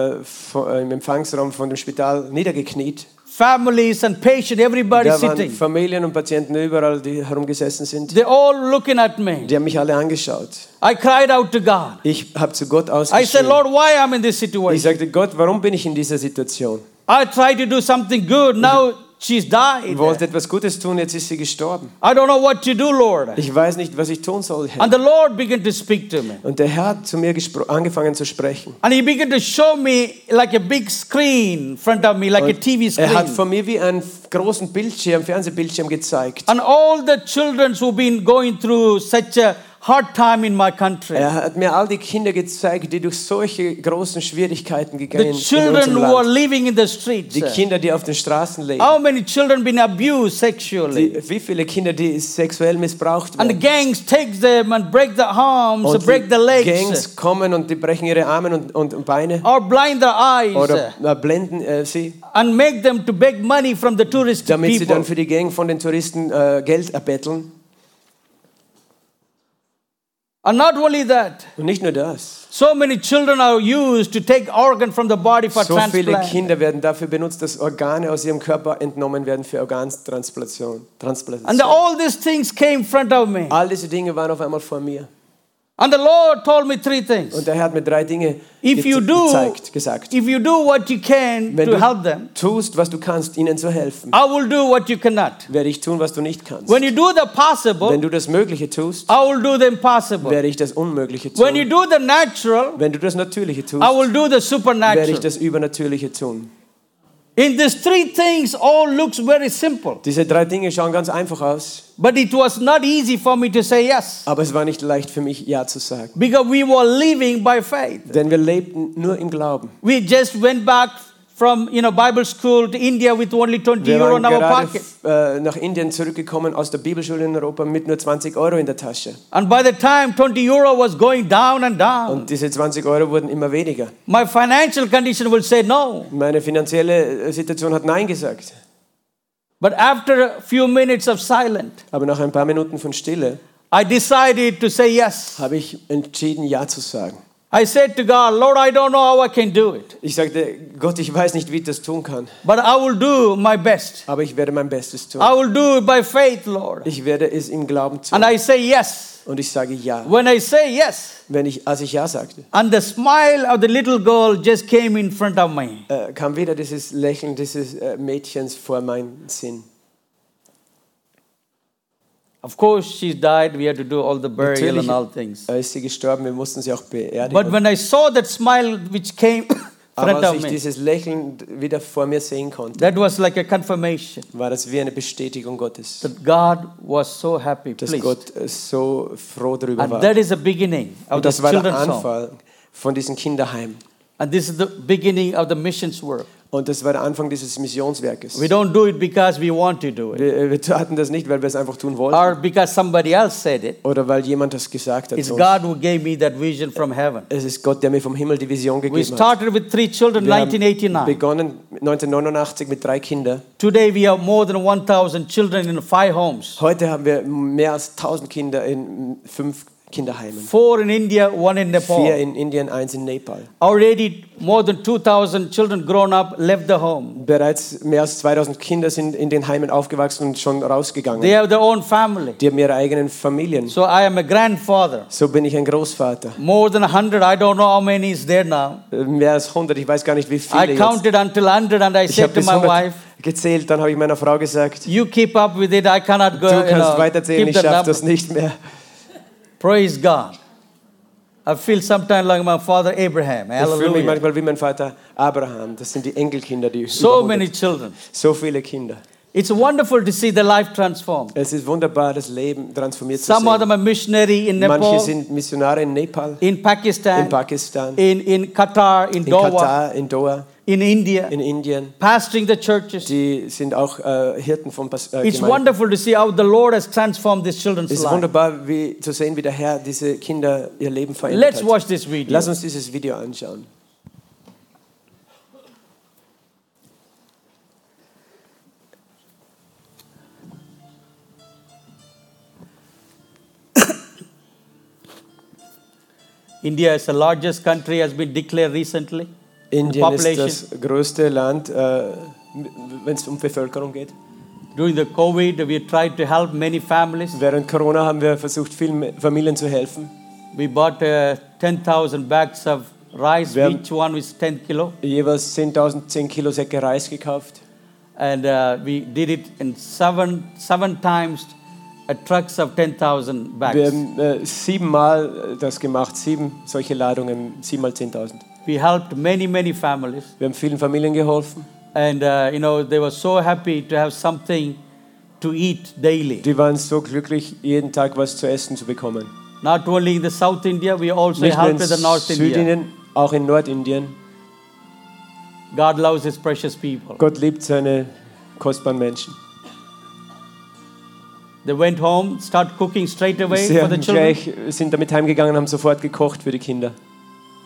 Speaker 2: vo- äh, im Empfangsraum von dem Spital niedergekniet.
Speaker 1: Families and patients, everybody
Speaker 2: Da waren
Speaker 1: sitting.
Speaker 2: Familien und Patienten überall, die herumgesessen sind.
Speaker 1: They all looking at me.
Speaker 2: Die haben mich alle angeschaut.
Speaker 1: I cried out to God.
Speaker 2: Ich habe zu Gott
Speaker 1: I said,
Speaker 2: ausgeschrien.
Speaker 1: Lord, why I'm in this
Speaker 2: Ich
Speaker 1: situation?
Speaker 2: sagte, Gott, warum bin ich in dieser Situation?
Speaker 1: I tried to do something good. Now she's
Speaker 2: Ich
Speaker 1: died.
Speaker 2: wollte etwas Gutes tun, jetzt ist sie gestorben.
Speaker 1: I don't know what to do, Lord.
Speaker 2: Ich weiß nicht, was ich tun soll. Herr.
Speaker 1: And the Lord began to speak to me.
Speaker 2: Und der Herr hat zu mir gespro- angefangen zu sprechen.
Speaker 1: And he began to show me like a big screen in front of me, like a
Speaker 2: Und
Speaker 1: TV
Speaker 2: er hat
Speaker 1: screen.
Speaker 2: vor mir wie einen großen Bildschirm, Fernsehbildschirm gezeigt.
Speaker 1: And all the children who've been going through such a hard time in my country.
Speaker 2: Er hat mir all die Kinder gezeigt, die durch solche großen Schwierigkeiten
Speaker 1: The
Speaker 2: gegangen sind. In
Speaker 1: children
Speaker 2: unserem
Speaker 1: who are
Speaker 2: Land.
Speaker 1: living in the streets.
Speaker 2: Die Kinder, die auf den Straßen leben.
Speaker 1: How many children been abused sexually?
Speaker 2: Die, wie viele Kinder, die sexuell missbraucht
Speaker 1: And the
Speaker 2: werden.
Speaker 1: gangs take them and break their arms,
Speaker 2: Und
Speaker 1: break their
Speaker 2: die
Speaker 1: legs,
Speaker 2: Gangs kommen und die brechen ihre Arme und, und Beine
Speaker 1: or blind their eyes,
Speaker 2: oder äh, blenden äh, sie,
Speaker 1: and make them to beg money from the tourist
Speaker 2: damit sie dann
Speaker 1: people.
Speaker 2: für die Gang von den Touristen äh, Geld erbetteln.
Speaker 1: And not only that,
Speaker 2: Und nicht nur das.
Speaker 1: So many children are used to take organ from the body for
Speaker 2: So viele
Speaker 1: transplant.
Speaker 2: Kinder werden dafür benutzt, dass Organe aus ihrem Körper entnommen werden für Organtransplantation.
Speaker 1: And the,
Speaker 2: Transplantation.
Speaker 1: all these things came in front of me.
Speaker 2: All diese Dinge waren auf einmal vor mir.
Speaker 1: And the Lord told me three
Speaker 2: Und
Speaker 1: things.
Speaker 2: der Herr hat mir drei Dinge
Speaker 1: If
Speaker 2: geze-
Speaker 1: you do-
Speaker 2: gezeigt, gesagt.
Speaker 1: If you do what you can
Speaker 2: Wenn
Speaker 1: to
Speaker 2: du
Speaker 1: help them,
Speaker 2: tust, was du kannst, ihnen zu helfen,
Speaker 1: I will do what you cannot.
Speaker 2: werde ich tun, was du nicht kannst.
Speaker 1: When you do the
Speaker 2: Wenn
Speaker 1: possible,
Speaker 2: du das Mögliche tust,
Speaker 1: I will do the impossible.
Speaker 2: werde ich das Unmögliche
Speaker 1: When you
Speaker 2: tun.
Speaker 1: do the natural,
Speaker 2: Wenn du das Natürliche tust,
Speaker 1: I will do the
Speaker 2: werde ich
Speaker 1: supernatural.
Speaker 2: das Übernatürliche tun.
Speaker 1: In these three things, all looks very simple.
Speaker 2: Diese drei Dinge schauen ganz einfach aus,
Speaker 1: But it was not easy for me to say yes.
Speaker 2: aber es war nicht leicht für mich, Ja zu sagen.
Speaker 1: Because we were living by faith.
Speaker 2: Denn wir lebten nur im Glauben.
Speaker 1: We just went back from you know Bible school to India with only 20
Speaker 2: Wir
Speaker 1: euro
Speaker 2: waren
Speaker 1: in our
Speaker 2: gerade
Speaker 1: pocket.
Speaker 2: äh, nach Indien zurückgekommen aus der Bibelschule in Europa mit nur 20 Euro in der Tasche.
Speaker 1: And by the time 20 euro was going down and down,
Speaker 2: Und diese 20 Euro wurden immer weniger.
Speaker 1: my financial condition will say no.
Speaker 2: Meine finanzielle äh, Situation hat Nein gesagt.
Speaker 1: But after a few minutes of silence,
Speaker 2: Aber nach ein paar Minuten von Stille
Speaker 1: I decided to say yes.
Speaker 2: habe ich entschieden, Ja zu sagen.
Speaker 1: I said to God, Lord, I don't know how I can do it,
Speaker 2: Ich sagte, Gott, ich weiß nicht, wie ich das tun kann,
Speaker 1: but I will do my best.
Speaker 2: aber ich werde mein Bestes tun.
Speaker 1: I will do it by faith, Lord.
Speaker 2: Ich werde es im Glauben tun.
Speaker 1: And I say yes.
Speaker 2: Und ich sage ja.
Speaker 1: When I say yes,
Speaker 2: Wenn ich, als ich ja sagte,
Speaker 1: and the smile of the little girl just came in front of me.
Speaker 2: äh, kam wieder dieses Lächeln dieses äh, Mädchens vor meinen Sinn.
Speaker 1: Of course, she died. We had to do all the burial and
Speaker 2: Natürlich.
Speaker 1: all things.
Speaker 2: Als Äh, sie gestorben, wir mussten sie auch beerdigen.
Speaker 1: But when I saw that smile which came [COUGHS] in front
Speaker 2: aber als
Speaker 1: of
Speaker 2: ich
Speaker 1: me,
Speaker 2: dieses Lächeln wieder vor mir sehen konnte,
Speaker 1: that was like a confirmation
Speaker 2: war das wie eine Bestätigung Gottes,
Speaker 1: that God was so happy,
Speaker 2: dass
Speaker 1: pleased.
Speaker 2: Gott äh, so froh darüber
Speaker 1: And
Speaker 2: war.
Speaker 1: that is the beginning of the
Speaker 2: Und das war der
Speaker 1: children's song.
Speaker 2: Anfang von diesem Kinderheim.
Speaker 1: And this is the beginning of the missions work.
Speaker 2: Und das war der Anfang dieses Missionswerkes.
Speaker 1: We don't do it because we want to do it
Speaker 2: Wir, äh, wir taten das nicht, weil wir es einfach tun wollten
Speaker 1: or because somebody else said it.
Speaker 2: oder weil jemand das gesagt hat.
Speaker 1: It's
Speaker 2: zu uns.
Speaker 1: God who gave me that vision from heaven.
Speaker 2: Es ist Gott, der mir vom Himmel die Vision
Speaker 1: We
Speaker 2: gegeben hat.
Speaker 1: started with three children in
Speaker 2: Wir haben
Speaker 1: 1989.
Speaker 2: begonnen 1989 mit drei Kindern.
Speaker 1: Today we have more than 1,000 children in five homes.
Speaker 2: Heute haben wir mehr als 1000 Kinder in fünf Kinderheimen.
Speaker 1: Four in India, one in
Speaker 2: Vier
Speaker 1: Nepal.
Speaker 2: in Indien, eins in Nepal.
Speaker 1: Already more than 2,000 children grown up left the home.
Speaker 2: Bereits mehr als 2000 Kinder sind in den Heimen aufgewachsen und schon
Speaker 1: They
Speaker 2: rausgegangen.
Speaker 1: have their own family.
Speaker 2: Die haben ihre eigenen Familien.
Speaker 1: So I am a grandfather.
Speaker 2: So bin ich ein Großvater.
Speaker 1: More than 100, I don't know how many is there now.
Speaker 2: Mehr als 100, ich weiß gar nicht, wie
Speaker 1: I
Speaker 2: viele jetzt.
Speaker 1: counted until 100 and I
Speaker 2: Ich habe
Speaker 1: said to
Speaker 2: bis
Speaker 1: my
Speaker 2: 100
Speaker 1: wife,
Speaker 2: gezählt, dann habe ich meiner Frau gesagt,
Speaker 1: You keep up with it, I cannot go.
Speaker 2: du
Speaker 1: you know,
Speaker 2: kannst weiterzählen,
Speaker 1: keep
Speaker 2: ich
Speaker 1: the
Speaker 2: schaffe
Speaker 1: number."
Speaker 2: das nicht mehr.
Speaker 1: Praise God. I feel sometimes like my father Abraham.
Speaker 2: Ich fühle mich
Speaker 1: Hallelujah.
Speaker 2: manchmal wie mein Vater Abraham. Das sind die Enkelkinder, die über
Speaker 1: So
Speaker 2: 100
Speaker 1: many children.
Speaker 2: so viele Kinder.
Speaker 1: It's wonderful to see the life transformed.
Speaker 2: Es ist wunderbar, das Leben transformiert zu
Speaker 1: Some of
Speaker 2: sehen.
Speaker 1: them are missionary in
Speaker 2: Manche
Speaker 1: Nepal,
Speaker 2: sind Missionare in Nepal,
Speaker 1: in
Speaker 2: in
Speaker 1: Pakistan,
Speaker 2: Pakistan, in
Speaker 1: in, in Qatar, in Doha,
Speaker 2: Katar, in Doha,
Speaker 1: in India,
Speaker 2: in Indien.
Speaker 1: pastoring the churches.
Speaker 2: Die sind auch äh, Hirten von Pas äh,
Speaker 1: It's
Speaker 2: Gemeinden.
Speaker 1: wonderful to see how the Lord has transformed these
Speaker 2: Es
Speaker 1: children's
Speaker 2: ist
Speaker 1: lives.
Speaker 2: wunderbar, wie, zu sehen, wie der Herr diese Kinder ihr Leben verändert
Speaker 1: Let's
Speaker 2: hat.
Speaker 1: watch this video.
Speaker 2: Lass uns dieses Video anschauen.
Speaker 1: India is the largest country, has been declared recently.
Speaker 2: Indien ist
Speaker 1: population.
Speaker 2: das größte Land, äh, wenn es um Bevölkerung geht.
Speaker 1: During the COVID, we tried to help many families.
Speaker 2: Während Corona haben wir versucht, vielen Familien zu helfen.
Speaker 1: We bought uh, 10,000 bags of rice,
Speaker 2: Wer-
Speaker 1: each one was 10 kilo.
Speaker 2: Jeweils 10.000, 10 Kilo Säcke Reis gekauft.
Speaker 1: And uh, we did it in seven, seven times uh, trucks of 10,000 bags.
Speaker 2: Wir haben äh, siebenmal äh, das gemacht, sieben solche Ladungen, siebenmal 10.000.
Speaker 1: we helped many, many families.
Speaker 2: Wir haben vielen Familien geholfen.
Speaker 1: And, uh, you know, they were so happy to have something to eat daily.
Speaker 2: Die waren so glücklich, jeden Tag was zu essen zu bekommen.
Speaker 1: Not only in the South India, we also
Speaker 2: Nicht nur in
Speaker 1: helped the North India.
Speaker 2: Südindien, auch in Nordindien.
Speaker 1: God loves his precious people.
Speaker 2: Gott liebt seine kostbaren Menschen.
Speaker 1: They went home, start cooking straight away
Speaker 2: Sie
Speaker 1: for the
Speaker 2: haben
Speaker 1: children.
Speaker 2: gleich, sind damit heimgegangen und haben sofort gekocht für die Kinder.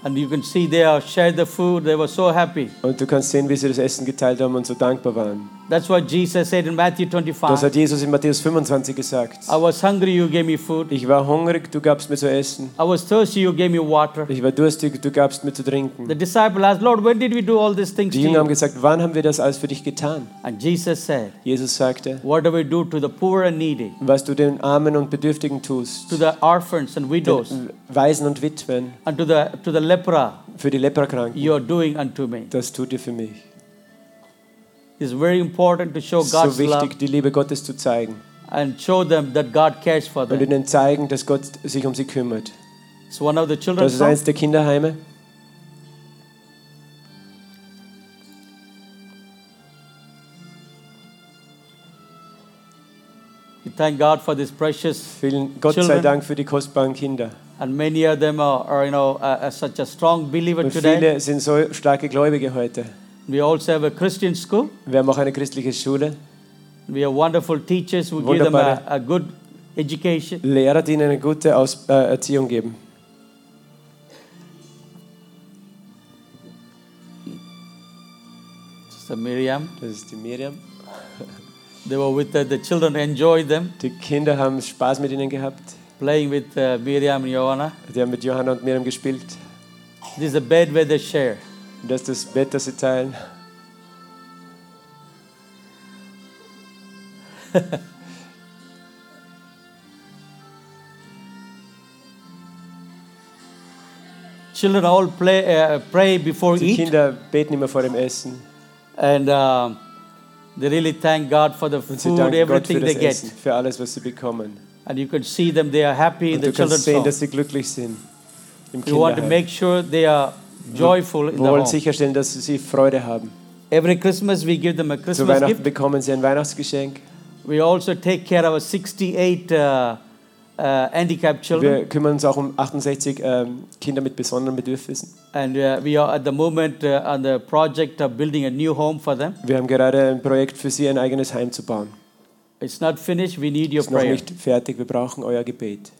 Speaker 1: And you can see they are shared the food. They were so happy.
Speaker 2: Und du kannst sehen, wie sie das Essen geteilt haben und so dankbar waren.
Speaker 1: That's what Jesus said in Matthew
Speaker 2: Das
Speaker 1: 25.
Speaker 2: hat Jesus in Matthäus 25 gesagt.
Speaker 1: I was hungry, you gave me food.
Speaker 2: Ich war hungrig, du gabst mir zu essen.
Speaker 1: I was thirsty, you gave me water.
Speaker 2: Ich war durstig, du gabst mir zu
Speaker 1: The
Speaker 2: trinken.
Speaker 1: disciple asked, Lord, when did we do all these things to
Speaker 2: Die Jünger haben
Speaker 1: you?
Speaker 2: gesagt, wann haben wir das alles für dich getan?
Speaker 1: And Jesus said,
Speaker 2: Jesus sagte,
Speaker 1: What do we do to the poor and needy,
Speaker 2: was du den Armen und Bedürftigen tust,
Speaker 1: to the orphans and widows,
Speaker 2: den Waisen und Witwen,
Speaker 1: and to the to the lepra,
Speaker 2: für die Leprakranken,
Speaker 1: you are doing unto me.
Speaker 2: das tut ihr für mich.
Speaker 1: It's very important to show
Speaker 2: Es ist so
Speaker 1: Oh, God's love
Speaker 2: wichtig, die Liebe Gottes zu zeigen
Speaker 1: and show them that God cares for
Speaker 2: und
Speaker 1: them.
Speaker 2: ihnen zeigen, dass Gott sich um sie kümmert.
Speaker 1: It's one of the
Speaker 2: Das
Speaker 1: children's
Speaker 2: ist eins
Speaker 1: songs.
Speaker 2: der Kinderheime.
Speaker 1: We thank God for this precious
Speaker 2: Vielen Gott sei
Speaker 1: Children.
Speaker 2: Dank für die kostbaren Kinder.
Speaker 1: And many of them are, are you know, uh, uh, such a strong believer
Speaker 2: Und
Speaker 1: today.
Speaker 2: viele sind so starke Gläubige heute.
Speaker 1: We also have a Christian school.
Speaker 2: Wir haben auch eine christliche Schule.
Speaker 1: We have wonderful teachers who give them a,
Speaker 2: Wunderbare.
Speaker 1: a good education.
Speaker 2: Lehrer, die ihnen eine gute Aus äh, Erziehung geben.
Speaker 1: Sister Miriam,
Speaker 2: Das ist die Miriam.
Speaker 1: they were with her. The children enjoyed them,
Speaker 2: Die Kinder haben Spaß mit ihnen gehabt.
Speaker 1: playing with uh, Miriam and Joanna.
Speaker 2: Die haben mit Johanna und Miriam gespielt.
Speaker 1: This is the bed where they share.
Speaker 2: Das ist das Bett, das sie teilen.
Speaker 1: Children all play, uh, pray before
Speaker 2: Die
Speaker 1: eat,
Speaker 2: Kinder beten immer vor dem Essen.
Speaker 1: and um, they really thank God for the
Speaker 2: Und sie
Speaker 1: food,
Speaker 2: danken Gott für
Speaker 1: everything
Speaker 2: das
Speaker 1: they get.
Speaker 2: Essen, für alles, was sie bekommen.
Speaker 1: And you can see them; they are happy.
Speaker 2: Und
Speaker 1: the
Speaker 2: du kannst
Speaker 1: children
Speaker 2: sehen,
Speaker 1: song.
Speaker 2: dass sie glücklich sind im
Speaker 1: You want to
Speaker 2: Kinderheim.
Speaker 1: make sure they are joyful in
Speaker 2: Wir
Speaker 1: the
Speaker 2: wollen
Speaker 1: home.
Speaker 2: sicherstellen, dass sie Freude haben.
Speaker 1: Every Christmas we give them a
Speaker 2: Zu
Speaker 1: Christmas
Speaker 2: Weihnachten
Speaker 1: gift.
Speaker 2: bekommen sie ein Weihnachtsgeschenk.
Speaker 1: We also take care of our 68 uh, uh, handicapped children,
Speaker 2: Wir kümmern uns auch um 68 ähm, Kinder mit besonderen Bedürfnissen.
Speaker 1: and uh, we are at the moment uh, on the project of building a new home for them.
Speaker 2: Wir haben gerade ein Projekt für sie, ein eigenes Heim zu bauen.
Speaker 1: It's not finished. We need your
Speaker 2: Ist noch
Speaker 1: prayer.
Speaker 2: nicht fertig, wir brauchen euer Gebet.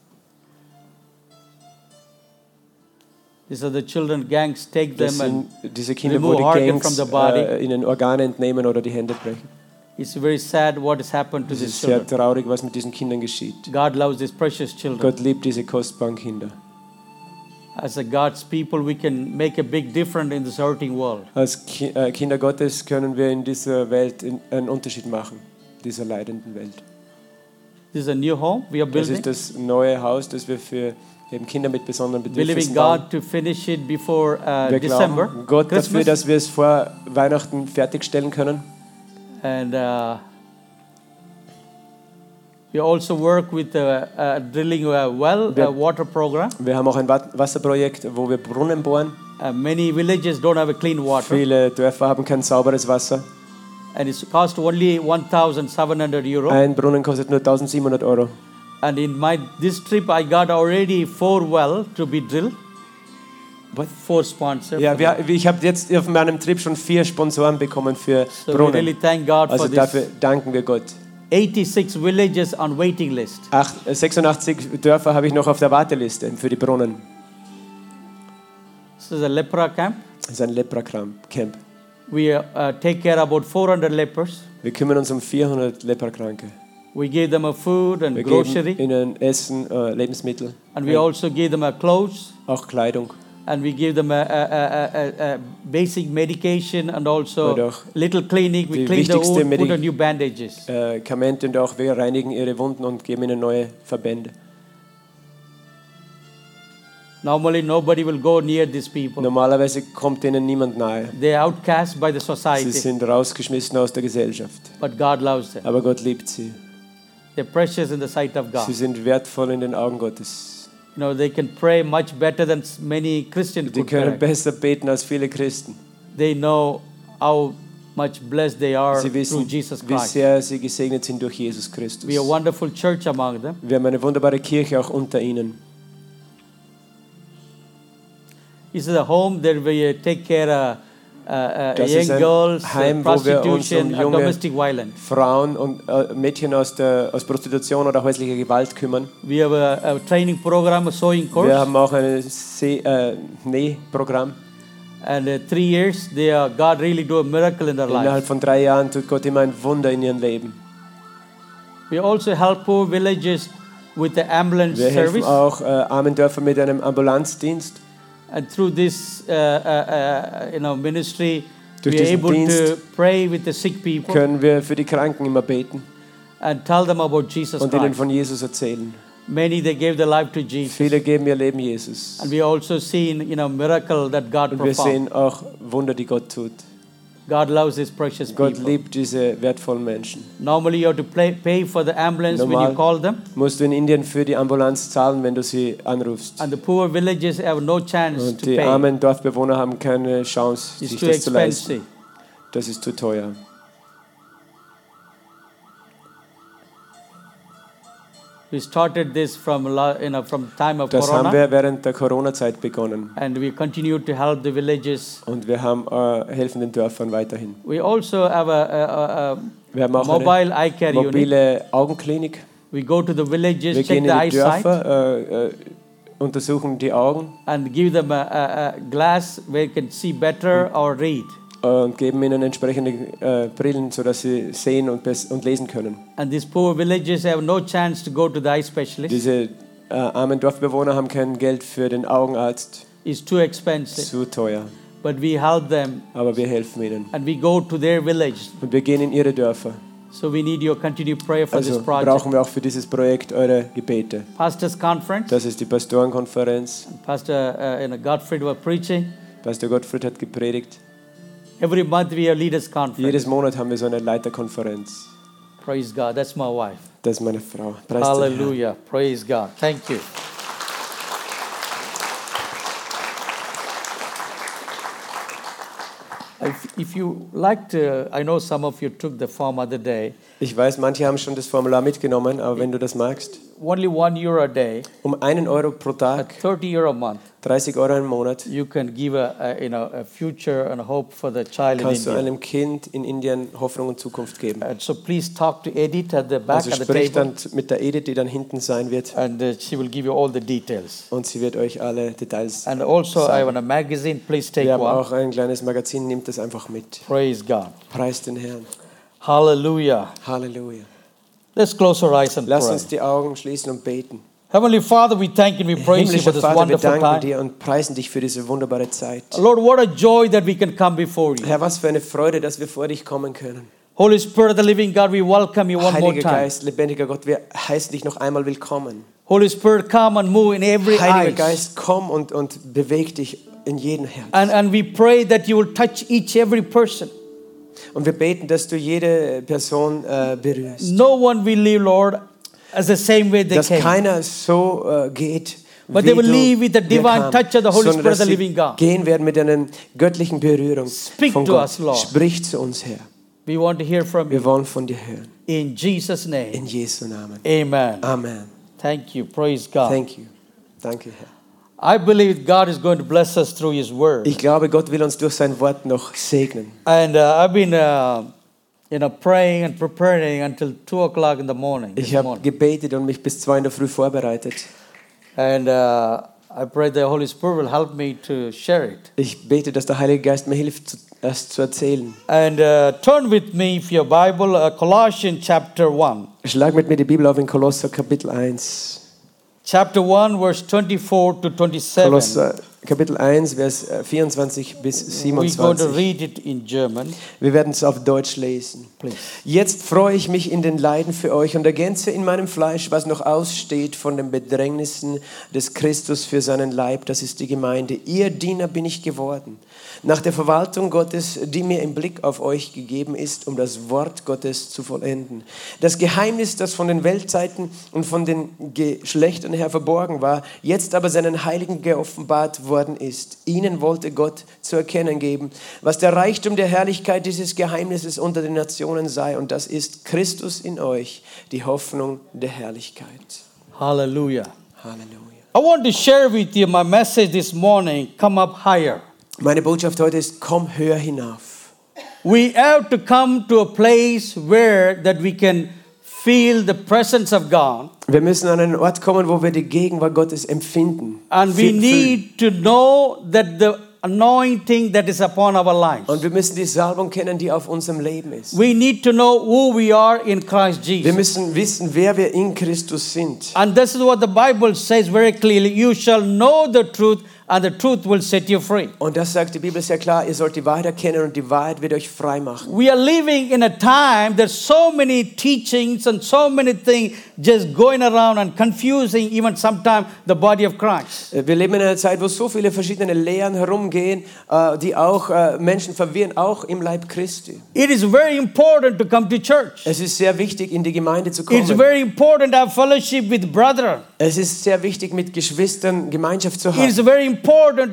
Speaker 1: These are the children. Gangs take
Speaker 2: Das
Speaker 1: them, and
Speaker 2: sind diese Kinder, wo
Speaker 1: remove
Speaker 2: die
Speaker 1: organ
Speaker 2: Gangs
Speaker 1: from the body.
Speaker 2: äh, ihnen Organe entnehmen oder die Hände brechen.
Speaker 1: it's very sad what has happened to
Speaker 2: Es ist
Speaker 1: these
Speaker 2: sehr
Speaker 1: children.
Speaker 2: traurig, was mit diesen Kindern geschieht.
Speaker 1: God loves these precious children.
Speaker 2: Gott liebt diese kostbaren Kinder.
Speaker 1: As a God's people, we can make a big difference in this hurting world.
Speaker 2: Als Ki äh, Kinder Gottes können wir in dieser Welt in, einen Unterschied machen, dieser leidenden Welt.
Speaker 1: This is a new home we are
Speaker 2: Das
Speaker 1: building.
Speaker 2: ist das neue Haus, das wir für eben Kinder mit besonderen
Speaker 1: Believing
Speaker 2: Bedürfnissen bauen.
Speaker 1: God to finish it before uh,
Speaker 2: Wir
Speaker 1: December,
Speaker 2: glauben Gott dafür,
Speaker 1: Christmas,
Speaker 2: dass wir es vor Weihnachten fertigstellen können.
Speaker 1: and uh, we also work with uh, uh, drilling a well,
Speaker 2: Wir-
Speaker 1: a water program.
Speaker 2: Wir haben auch ein Wat- Wasserprojekt, wo wir Brunnen bohren.
Speaker 1: Uh, many villages don't have a clean water,
Speaker 2: Viele Dörfer haben kein sauberes Wasser.
Speaker 1: and it's cost only 1,700 euro.
Speaker 2: Ein Brunnen kostet nur 1700 Euro.
Speaker 1: And in my this trip, I got already four well to be drilled. But four sponsors.
Speaker 2: Ja, wir, ich habe jetzt auf meinem Trip schon vier Sponsoren bekommen für
Speaker 1: so we really
Speaker 2: Brunnen.
Speaker 1: thank God
Speaker 2: Also
Speaker 1: for this.
Speaker 2: dafür danken wir Gott.
Speaker 1: 86 villages on waiting list.
Speaker 2: Acht, äh, 86 Dörfer habe ich noch auf der Warteliste für die Brunnen.
Speaker 1: This is a lepra camp.
Speaker 2: Das ist ein Lepra-Camp.
Speaker 1: We uh, uh, take care about 400 lepers.
Speaker 2: Wir kümmern uns um 400 Leprakranke.
Speaker 1: We give them a food and
Speaker 2: Wir
Speaker 1: grocery,
Speaker 2: geben ihnen Essen, äh, Lebensmittel,
Speaker 1: and we also give them a clothes,
Speaker 2: auch Kleidung.
Speaker 1: and we give them a, a, a, a, a- a basic medication and also
Speaker 2: Oder auch
Speaker 1: little cleaning.
Speaker 2: die
Speaker 1: We clean the
Speaker 2: wichtigste
Speaker 1: wound, put
Speaker 2: Medi-
Speaker 1: on new bandages.
Speaker 2: Äh, Kamente und auch wir reinigen ihre Wunden und geben ihnen neue Verbände.
Speaker 1: Normally, nobody will go near these people.
Speaker 2: Normalerweise kommt ihnen niemand nahe.
Speaker 1: They're outcast by the
Speaker 2: Sie
Speaker 1: society,
Speaker 2: sind rausgeschmissen aus der Gesellschaft.
Speaker 1: but God loves them.
Speaker 2: Aber Gott liebt sie.
Speaker 1: They're precious in the sight of God.
Speaker 2: Sie
Speaker 1: You
Speaker 2: sind wertvoll in den Augen Gottes.
Speaker 1: know, they can pray much better than s- many Christians
Speaker 2: Die
Speaker 1: could.
Speaker 2: können
Speaker 1: pray.
Speaker 2: besser beten als viele Christen.
Speaker 1: They know how much blessed they are
Speaker 2: Sie
Speaker 1: through
Speaker 2: wissen,
Speaker 1: Jesus
Speaker 2: wie
Speaker 1: Christ.
Speaker 2: sehr sie gesegnet sind durch Jesus Christus.
Speaker 1: We are a wonderful church among them.
Speaker 2: Wir haben eine wunderbare Kirche auch unter ihnen.
Speaker 1: This is a home that we uh, take care of uh, uh,
Speaker 2: Das
Speaker 1: young
Speaker 2: ist ein
Speaker 1: girls,
Speaker 2: Heim,
Speaker 1: uh,
Speaker 2: wo wir uns um
Speaker 1: prostitution, and
Speaker 2: junge-
Speaker 1: domestic violence.
Speaker 2: Frauen und äh, Mädchen aus, der, aus Prostitution oder häuslicher Gewalt kümmern.
Speaker 1: We have a, a training program, a sewing course,
Speaker 2: Wir haben auch ein See, äh, Nähprogramm.
Speaker 1: and uh, three years, they are, God really do a miracle in their
Speaker 2: Innerhalb
Speaker 1: life.
Speaker 2: von drei Jahren tut Gott immer ein Wunder in ihrem Leben.
Speaker 1: We also help poor villages with the ambulance
Speaker 2: Wir helfen
Speaker 1: service,
Speaker 2: auch äh, armen Dörfern mit einem Ambulanzdienst.
Speaker 1: and through this, uh, uh, uh, you know, ministry,
Speaker 2: Durch
Speaker 1: we are
Speaker 2: diesen
Speaker 1: able to
Speaker 2: Dienst
Speaker 1: pray with the sick people
Speaker 2: Können wir für die Kranken immer beten
Speaker 1: and tell them about Jesus
Speaker 2: und ihnen
Speaker 1: Christ.
Speaker 2: von Jesus erzählen.
Speaker 1: Many they gave their life to Jesus,
Speaker 2: Viele geben ihr Leben Jesus.
Speaker 1: and we also seen you know miracle that God
Speaker 2: Und wir
Speaker 1: performed.
Speaker 2: sehen auch Wunder, die Gott tut.
Speaker 1: God loves His precious
Speaker 2: Gott
Speaker 1: people.
Speaker 2: liebt diese wertvollen Menschen.
Speaker 1: Normally, you have to play, pay for the ambulance when
Speaker 2: Normal.
Speaker 1: you call them,
Speaker 2: Musst du in Indien für die Ambulanz zahlen, wenn du sie anrufst.
Speaker 1: and the poor villages have no chance
Speaker 2: Und
Speaker 1: to
Speaker 2: die
Speaker 1: pay.
Speaker 2: armen Dorfbewohner haben keine Chance,
Speaker 1: It's
Speaker 2: sich
Speaker 1: too
Speaker 2: das zu leisten.
Speaker 1: expensive.
Speaker 2: Das ist zu teuer.
Speaker 1: We started this from la- you know from time of
Speaker 2: Das haben
Speaker 1: Corona,
Speaker 2: wir während der Corona-Zeit begonnen.
Speaker 1: and we continue to help the villages.
Speaker 2: Und wir haben, äh, helfen den Dörfern weiterhin.
Speaker 1: We also have a, a-
Speaker 2: Wir haben
Speaker 1: a, a
Speaker 2: auch
Speaker 1: mobile eye care
Speaker 2: eine
Speaker 1: unit.
Speaker 2: mobile Augenklinik.
Speaker 1: We go to the villages,
Speaker 2: Wir
Speaker 1: check
Speaker 2: gehen
Speaker 1: the
Speaker 2: in die
Speaker 1: eyesight,
Speaker 2: Dörfer, äh, äh, untersuchen die Augen
Speaker 1: and give them a, a, a glass where they can see better or read.
Speaker 2: äh, und geben ihnen entsprechende äh, Brillen, sodass sie sehen und, bes- und lesen können.
Speaker 1: And these poor villages have no chance to go to the eye specialist.
Speaker 2: Diese äh, armen Dorfbewohner haben kein Geld für den Augenarzt.
Speaker 1: is too expensive.
Speaker 2: Zu teuer.
Speaker 1: But we help them
Speaker 2: Aber wir helfen ihnen.
Speaker 1: and we go to their village.
Speaker 2: Und wir gehen in ihre Dörfer.
Speaker 1: So we need your continued prayer for
Speaker 2: Also
Speaker 1: this project.
Speaker 2: brauchen wir auch für dieses Projekt eure Gebete.
Speaker 1: Pastors Conference.
Speaker 2: Das ist die Pastorenkonferenz.
Speaker 1: Pastor uh, you know, Gottfried was preaching.
Speaker 2: Pastor Gottfried hat gepredigt.
Speaker 1: Every month we have leaders conference.
Speaker 2: Jedes Monat haben wir so eine Leiterkonferenz.
Speaker 1: Praise God. That's my wife.
Speaker 2: Das ist meine Frau. Preis den Herrn.
Speaker 1: Hallelujah. Praise God. Thank you. If, if you like to, I know some of you took the form other day.
Speaker 2: Ich weiß, manche haben schon das Formular mitgenommen, aber wenn du das magst,
Speaker 1: Only one euro a day,
Speaker 2: um einen Euro pro Tag,
Speaker 1: 30 euro a month,
Speaker 2: 30 Euro im Monat,
Speaker 1: you can give a, a you know a future and hope for the child in
Speaker 2: kannst du
Speaker 1: India.
Speaker 2: einem Kind in Indien Hoffnung und Zukunft geben.
Speaker 1: And so please talk to Edith at the Äh, back
Speaker 2: Also
Speaker 1: of the
Speaker 2: sprich
Speaker 1: table,
Speaker 2: dann mit der Edith, die dann hinten sein wird,
Speaker 1: and uh, she will give you all the details.
Speaker 2: und sie wird euch alle Details.
Speaker 1: And also, I want a magazine. Please take
Speaker 2: Wir haben
Speaker 1: one.
Speaker 2: auch ein kleines Magazin, nimmt das einfach mit.
Speaker 1: Praise God.
Speaker 2: Preis den Herrn.
Speaker 1: Hallelujah.
Speaker 2: Halleluja.
Speaker 1: Let's close our eyes and
Speaker 2: Lass
Speaker 1: pray.
Speaker 2: uns die Augen schließen und beten.
Speaker 1: Heavenly Father, we thank and we praise you for
Speaker 2: Himmlischer
Speaker 1: this
Speaker 2: Vater, wir
Speaker 1: wonderful time.
Speaker 2: danken dir und preisen dich für diese wunderbare Zeit.
Speaker 1: Lord, what a joy that we can come before you.
Speaker 2: Herr, was für eine Freude, dass wir vor dich kommen können.
Speaker 1: Holy Spirit of the living God, we welcome you one more
Speaker 2: Heiliger
Speaker 1: time.
Speaker 2: Geist, lebendiger Gott, wir heißen dich noch einmal willkommen.
Speaker 1: Holy Spirit, come and move in every
Speaker 2: Heiliger
Speaker 1: eye.
Speaker 2: Geist, komm und, und beweg dich in jedem Herzen.
Speaker 1: And, and we pray that you will touch each every person.
Speaker 2: Und wir beten, dass du jede Person äh, berührst.
Speaker 1: No one will leave, Lord, as the same way they
Speaker 2: Dass
Speaker 1: came.
Speaker 2: keiner so äh, geht,
Speaker 1: But
Speaker 2: wie
Speaker 1: they will
Speaker 2: du
Speaker 1: leave with the
Speaker 2: wir
Speaker 1: divine
Speaker 2: kamen,
Speaker 1: touch of the Holy
Speaker 2: sondern
Speaker 1: Spirit of
Speaker 2: dass
Speaker 1: the
Speaker 2: sie
Speaker 1: living God.
Speaker 2: gehen werden mit einer göttlichen Berührung
Speaker 1: Speak
Speaker 2: von
Speaker 1: to
Speaker 2: Gott.
Speaker 1: us, Lord.
Speaker 2: Sprich zu uns, Herr.
Speaker 1: We want to hear from you.
Speaker 2: Wir wollen von dir hören.
Speaker 1: In Jesus' name.
Speaker 2: In Jesu Namen.
Speaker 1: Amen.
Speaker 2: Amen.
Speaker 1: Thank you. Praise God.
Speaker 2: Thank you. Danke, Herr.
Speaker 1: I believe God is going to bless us through His Word.
Speaker 2: Ich glaube, Gott will uns durch sein Wort noch segnen.
Speaker 1: And uh, I've been, uh, you know, praying and preparing until two o'clock in the morning. This
Speaker 2: Ich habe
Speaker 1: morning.
Speaker 2: gebetet und mich bis zwei in der Früh vorbereitet.
Speaker 1: And uh, I pray the Holy Spirit will help me to share it.
Speaker 2: Ich bete, dass der Heilige Geist mir hilft, zu- das zu erzählen.
Speaker 1: And uh, turn with me, if your Bible, uh, Colossians chapter one,
Speaker 2: Schlag mit mir die Bibel auf in Kolosser Kapitel 1.
Speaker 1: chapter one, verse twenty-four to twenty-seven.
Speaker 2: Kolosser Kapitel 1, Vers äh, 24 bis
Speaker 1: We're going to
Speaker 2: 27.
Speaker 1: read it in German.
Speaker 2: Wir werden es auf Deutsch lesen.
Speaker 1: Please.
Speaker 2: Jetzt freue ich mich in den Leiden für euch und ergänze in meinem Fleisch, was noch aussteht von den Bedrängnissen des Christus für seinen Leib, das ist die Gemeinde. Ihr Diener bin ich geworden, nach der Verwaltung Gottes, die mir im Blick auf euch gegeben ist, um das Wort Gottes zu vollenden. Das Geheimnis, das von den Weltzeiten und von den Geschlechtern her verborgen war, jetzt aber seinen Heiligen geoffenbart worden ist. Ihnen wollte Gott zu erkennen geben, was der Reichtum der Herrlichkeit dieses Geheimnisses unter den Nationen sei. Und das ist Christus in euch, die Hoffnung der Herrlichkeit.
Speaker 1: Hallelujah.
Speaker 2: Halleluja.
Speaker 1: I want to share with you my message this morning. Come up higher.
Speaker 2: Meine Botschaft heute ist, komm höher hinauf.
Speaker 1: We have to come to a place where that we can feel the presence of God.
Speaker 2: Wir müssen an einen Ort kommen, wo wir die Gegenwart Gottes empfinden.
Speaker 1: And we
Speaker 2: Fühlen.
Speaker 1: need to know that the anointing that is upon our lives.
Speaker 2: Und wir müssen die Salbung kennen, die auf unserem Leben ist.
Speaker 1: We need to know who we are in Christ
Speaker 2: Wir
Speaker 1: Jesus.
Speaker 2: müssen wissen, wer wir in Christus sind.
Speaker 1: And this is what the Bible says very clearly you shall know the truth, and the truth will set you free.
Speaker 2: Und das sagt die Bibel sehr klar, ihr sollt die Wahrheit erkennen und die Wahrheit wird euch frei machen.
Speaker 1: We are living in a time there's so many teachings and so many things just going around and confusing even sometimes the body of Christ.
Speaker 2: Äh, Wir leben in einer Zeit, wo so viele verschiedene Lehren herumgehen, äh, die auch äh, Menschen verwirren, auch im Leib Christi.
Speaker 1: It is very important to come to church.
Speaker 2: Es ist sehr wichtig, in die Gemeinde zu
Speaker 1: It's
Speaker 2: kommen.
Speaker 1: very important to have fellowship with brethren.
Speaker 2: Es ist sehr wichtig, mit Geschwistern Gemeinschaft zu
Speaker 1: It is
Speaker 2: haben.
Speaker 1: very important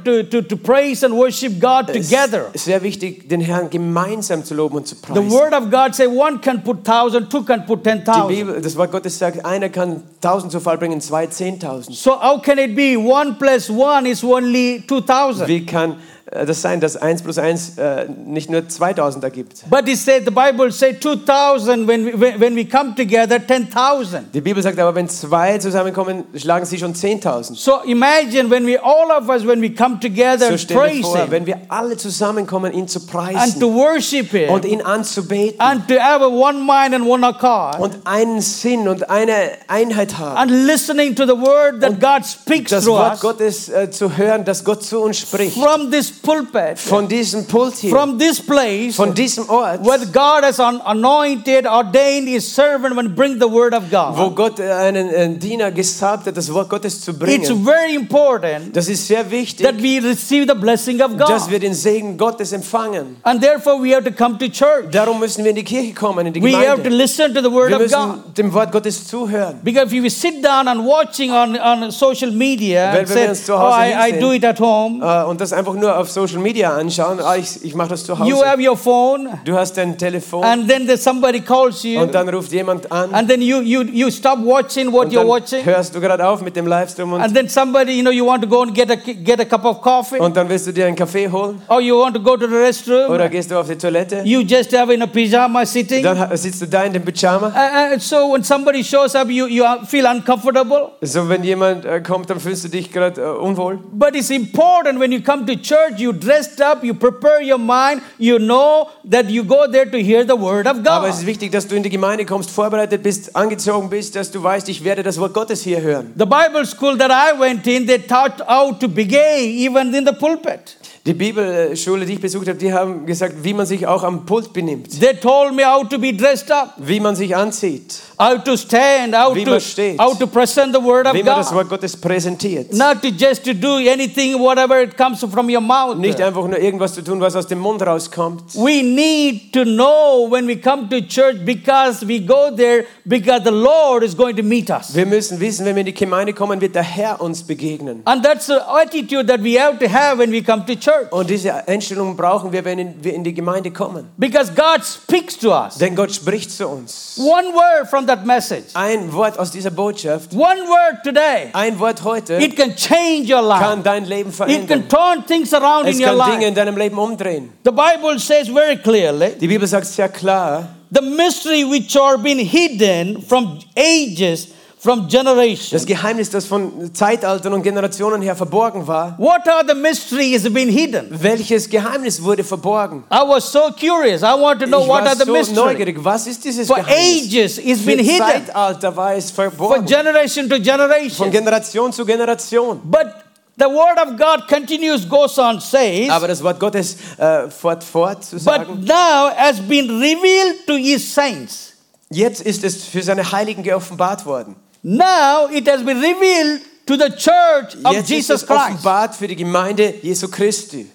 Speaker 1: to, to, to praise and worship God
Speaker 2: Es
Speaker 1: together.
Speaker 2: ist sehr wichtig, den Herrn gemeinsam zu loben und zu
Speaker 1: The
Speaker 2: preisen.
Speaker 1: word of God says one can put thousand, two can put ten
Speaker 2: Die
Speaker 1: thousand.
Speaker 2: Bibel, das Wort Gottes sagt, einer kann tausend zu Fall bringen, zwei zehntausend.
Speaker 1: So how can it be one plus one is only two thousand?
Speaker 2: Wie kann äh, äh, das sein, dass 1 plus 1 äh, nicht nur 2000 ergibt.
Speaker 1: But it said the Bible said 2,000 when we, when when we come together, 10,000.
Speaker 2: Die Bibel sagt aber, wenn zwei zusammenkommen, schlagen sie schon 10.000.
Speaker 1: So imagine when we all of us when we come together
Speaker 2: So
Speaker 1: and
Speaker 2: stell dir
Speaker 1: praise
Speaker 2: vor,
Speaker 1: Him
Speaker 2: wenn wir alle zusammenkommen, ihn zu
Speaker 1: and
Speaker 2: preisen
Speaker 1: to worship Him
Speaker 2: und ihn anzubeten
Speaker 1: and to have a one mind and one accord
Speaker 2: und einen Sinn und eine Einheit haben.
Speaker 1: and listening to the word that God speaks
Speaker 2: Das
Speaker 1: to
Speaker 2: Wort
Speaker 1: us
Speaker 2: Gottes äh, zu hören, das Gott zu uns spricht.
Speaker 1: from this pulpit,
Speaker 2: Von diesem Pult hier,
Speaker 1: from this place.
Speaker 2: von diesem Ort,
Speaker 1: Where God has an- anointed, ordained His servant when bring the word of
Speaker 2: wo
Speaker 1: God.
Speaker 2: Gott äh, einen äh, Diener gesagt hat, das Wort Gottes zu
Speaker 1: It's
Speaker 2: bringen.
Speaker 1: very important
Speaker 2: Das ist sehr
Speaker 1: that
Speaker 2: wichtig,
Speaker 1: we receive the blessing of
Speaker 2: dass wir
Speaker 1: God.
Speaker 2: den Segen Gottes empfangen.
Speaker 1: And therefore we have to come to church.
Speaker 2: Darum müssen wir in die Kirche kommen, in die
Speaker 1: We have to
Speaker 2: Gemeinde.
Speaker 1: listen to the word
Speaker 2: Wir
Speaker 1: of God.
Speaker 2: müssen dem Wort Gottes zuhören.
Speaker 1: Because if we sit down and watching on, on social media
Speaker 2: Wenn
Speaker 1: and
Speaker 2: wir
Speaker 1: say,
Speaker 2: uns zu
Speaker 1: oh,
Speaker 2: Hause
Speaker 1: I, I
Speaker 2: hinsehen."
Speaker 1: do it at home,
Speaker 2: äh, und das einfach nur auf Social Media anschauen. Ah, ich ich mache das zu
Speaker 1: you
Speaker 2: Hause.
Speaker 1: have your phone
Speaker 2: Du hast dein Telefon
Speaker 1: and then there's somebody calls you
Speaker 2: und dann ruft jemand an
Speaker 1: and then you, you, you stop watching what
Speaker 2: und
Speaker 1: you're
Speaker 2: dann
Speaker 1: watching
Speaker 2: hörst du gerade auf mit dem Livestream und,
Speaker 1: and then somebody, you know, you want to go and get a, get a cup of coffee
Speaker 2: und dann willst du dir einen Kaffee holen
Speaker 1: or you want to go to the restroom
Speaker 2: oder gehst du auf die Toilette.
Speaker 1: You just have in a pajama sitting.
Speaker 2: Dann ha- sitzt du da in dem Pyjama.
Speaker 1: Uh, uh, so when somebody shows up, you, you are- feel uncomfortable.
Speaker 2: So, wenn jemand äh, kommt, dann fühlst du dich gerade äh, unwohl.
Speaker 1: But it's important when you come to church, you dressed up, you prepare your mind, you know that you go there to hear the word of
Speaker 2: Aber es
Speaker 1: God.
Speaker 2: ist wichtig, dass du in die Gemeinde kommst, vorbereitet bist, angezogen bist, dass du weißt, ich werde das Wort Gottes hier hören.
Speaker 1: The Bible school that I went in, they taught how to be gay even in the pulpit.
Speaker 2: Die Bibelschule, die ich besucht habe, die haben gesagt, wie man sich auch am Pult benimmt,
Speaker 1: They told me how to be dressed up,
Speaker 2: wie man sich anzieht,
Speaker 1: how to stand, how
Speaker 2: Wie man
Speaker 1: to,
Speaker 2: steht.
Speaker 1: how to present the word
Speaker 2: wie
Speaker 1: of
Speaker 2: man das
Speaker 1: God.
Speaker 2: Wort Gottes präsentiert.
Speaker 1: Not to just to do anything, whatever it comes from your mouth.
Speaker 2: Nicht einfach nur irgendwas zu tun, was aus dem Mund rauskommt.
Speaker 1: We need to know when we come to church because we go there because the Lord is going to meet us.
Speaker 2: Wir müssen wissen, wenn wir in die Gemeinde kommen, wird der Herr uns begegnen.
Speaker 1: And that's the attitude that we have to have when we come to church
Speaker 2: Und diese Einstellung brauchen wir, wenn wir in die Gemeinde kommen.
Speaker 1: because God speaks to us.
Speaker 2: Denn Gott spricht zu uns.
Speaker 1: One word from that message,
Speaker 2: Ein Wort aus dieser Botschaft,
Speaker 1: one word today,
Speaker 2: ein Wort heute
Speaker 1: it can change your life,
Speaker 2: kann dein Leben
Speaker 1: it
Speaker 2: verändern.
Speaker 1: can turn things around in
Speaker 2: Es
Speaker 1: your
Speaker 2: kann Dinge
Speaker 1: life.
Speaker 2: in deinem Leben umdrehen.
Speaker 1: The Bible says very clearly
Speaker 2: Die Bibel sagt sehr klar,
Speaker 1: the mystery which are been hidden from ages, from generations.
Speaker 2: das Geheimnis, das von Zeitaltern und Generationen her verborgen war.
Speaker 1: What are the mysteries been hidden?
Speaker 2: Welches Geheimnis wurde verborgen?
Speaker 1: I was so curious. I want to
Speaker 2: Ich
Speaker 1: know what
Speaker 2: war
Speaker 1: are the
Speaker 2: so
Speaker 1: mysteries.
Speaker 2: neugierig. Was ist dieses
Speaker 1: For
Speaker 2: Geheimnis?
Speaker 1: ages, it's
Speaker 2: Für
Speaker 1: been hidden
Speaker 2: Zeitalter war es
Speaker 1: for
Speaker 2: verborgen.
Speaker 1: generation to
Speaker 2: Von
Speaker 1: generation.
Speaker 2: Generation zu Generation.
Speaker 1: But the word of God continues, goes on, says,
Speaker 2: Aber das Wort Gottes äh, fort fort zu
Speaker 1: but
Speaker 2: sagen.
Speaker 1: now has been revealed to his saints.
Speaker 2: Jetzt ist es für seine Heiligen geoffenbart worden.
Speaker 1: Now it has been revealed to the church of
Speaker 2: Jetzt ist
Speaker 1: Jesus
Speaker 2: es
Speaker 1: Christ.
Speaker 2: offenbart für die Gemeinde Jesu Christi.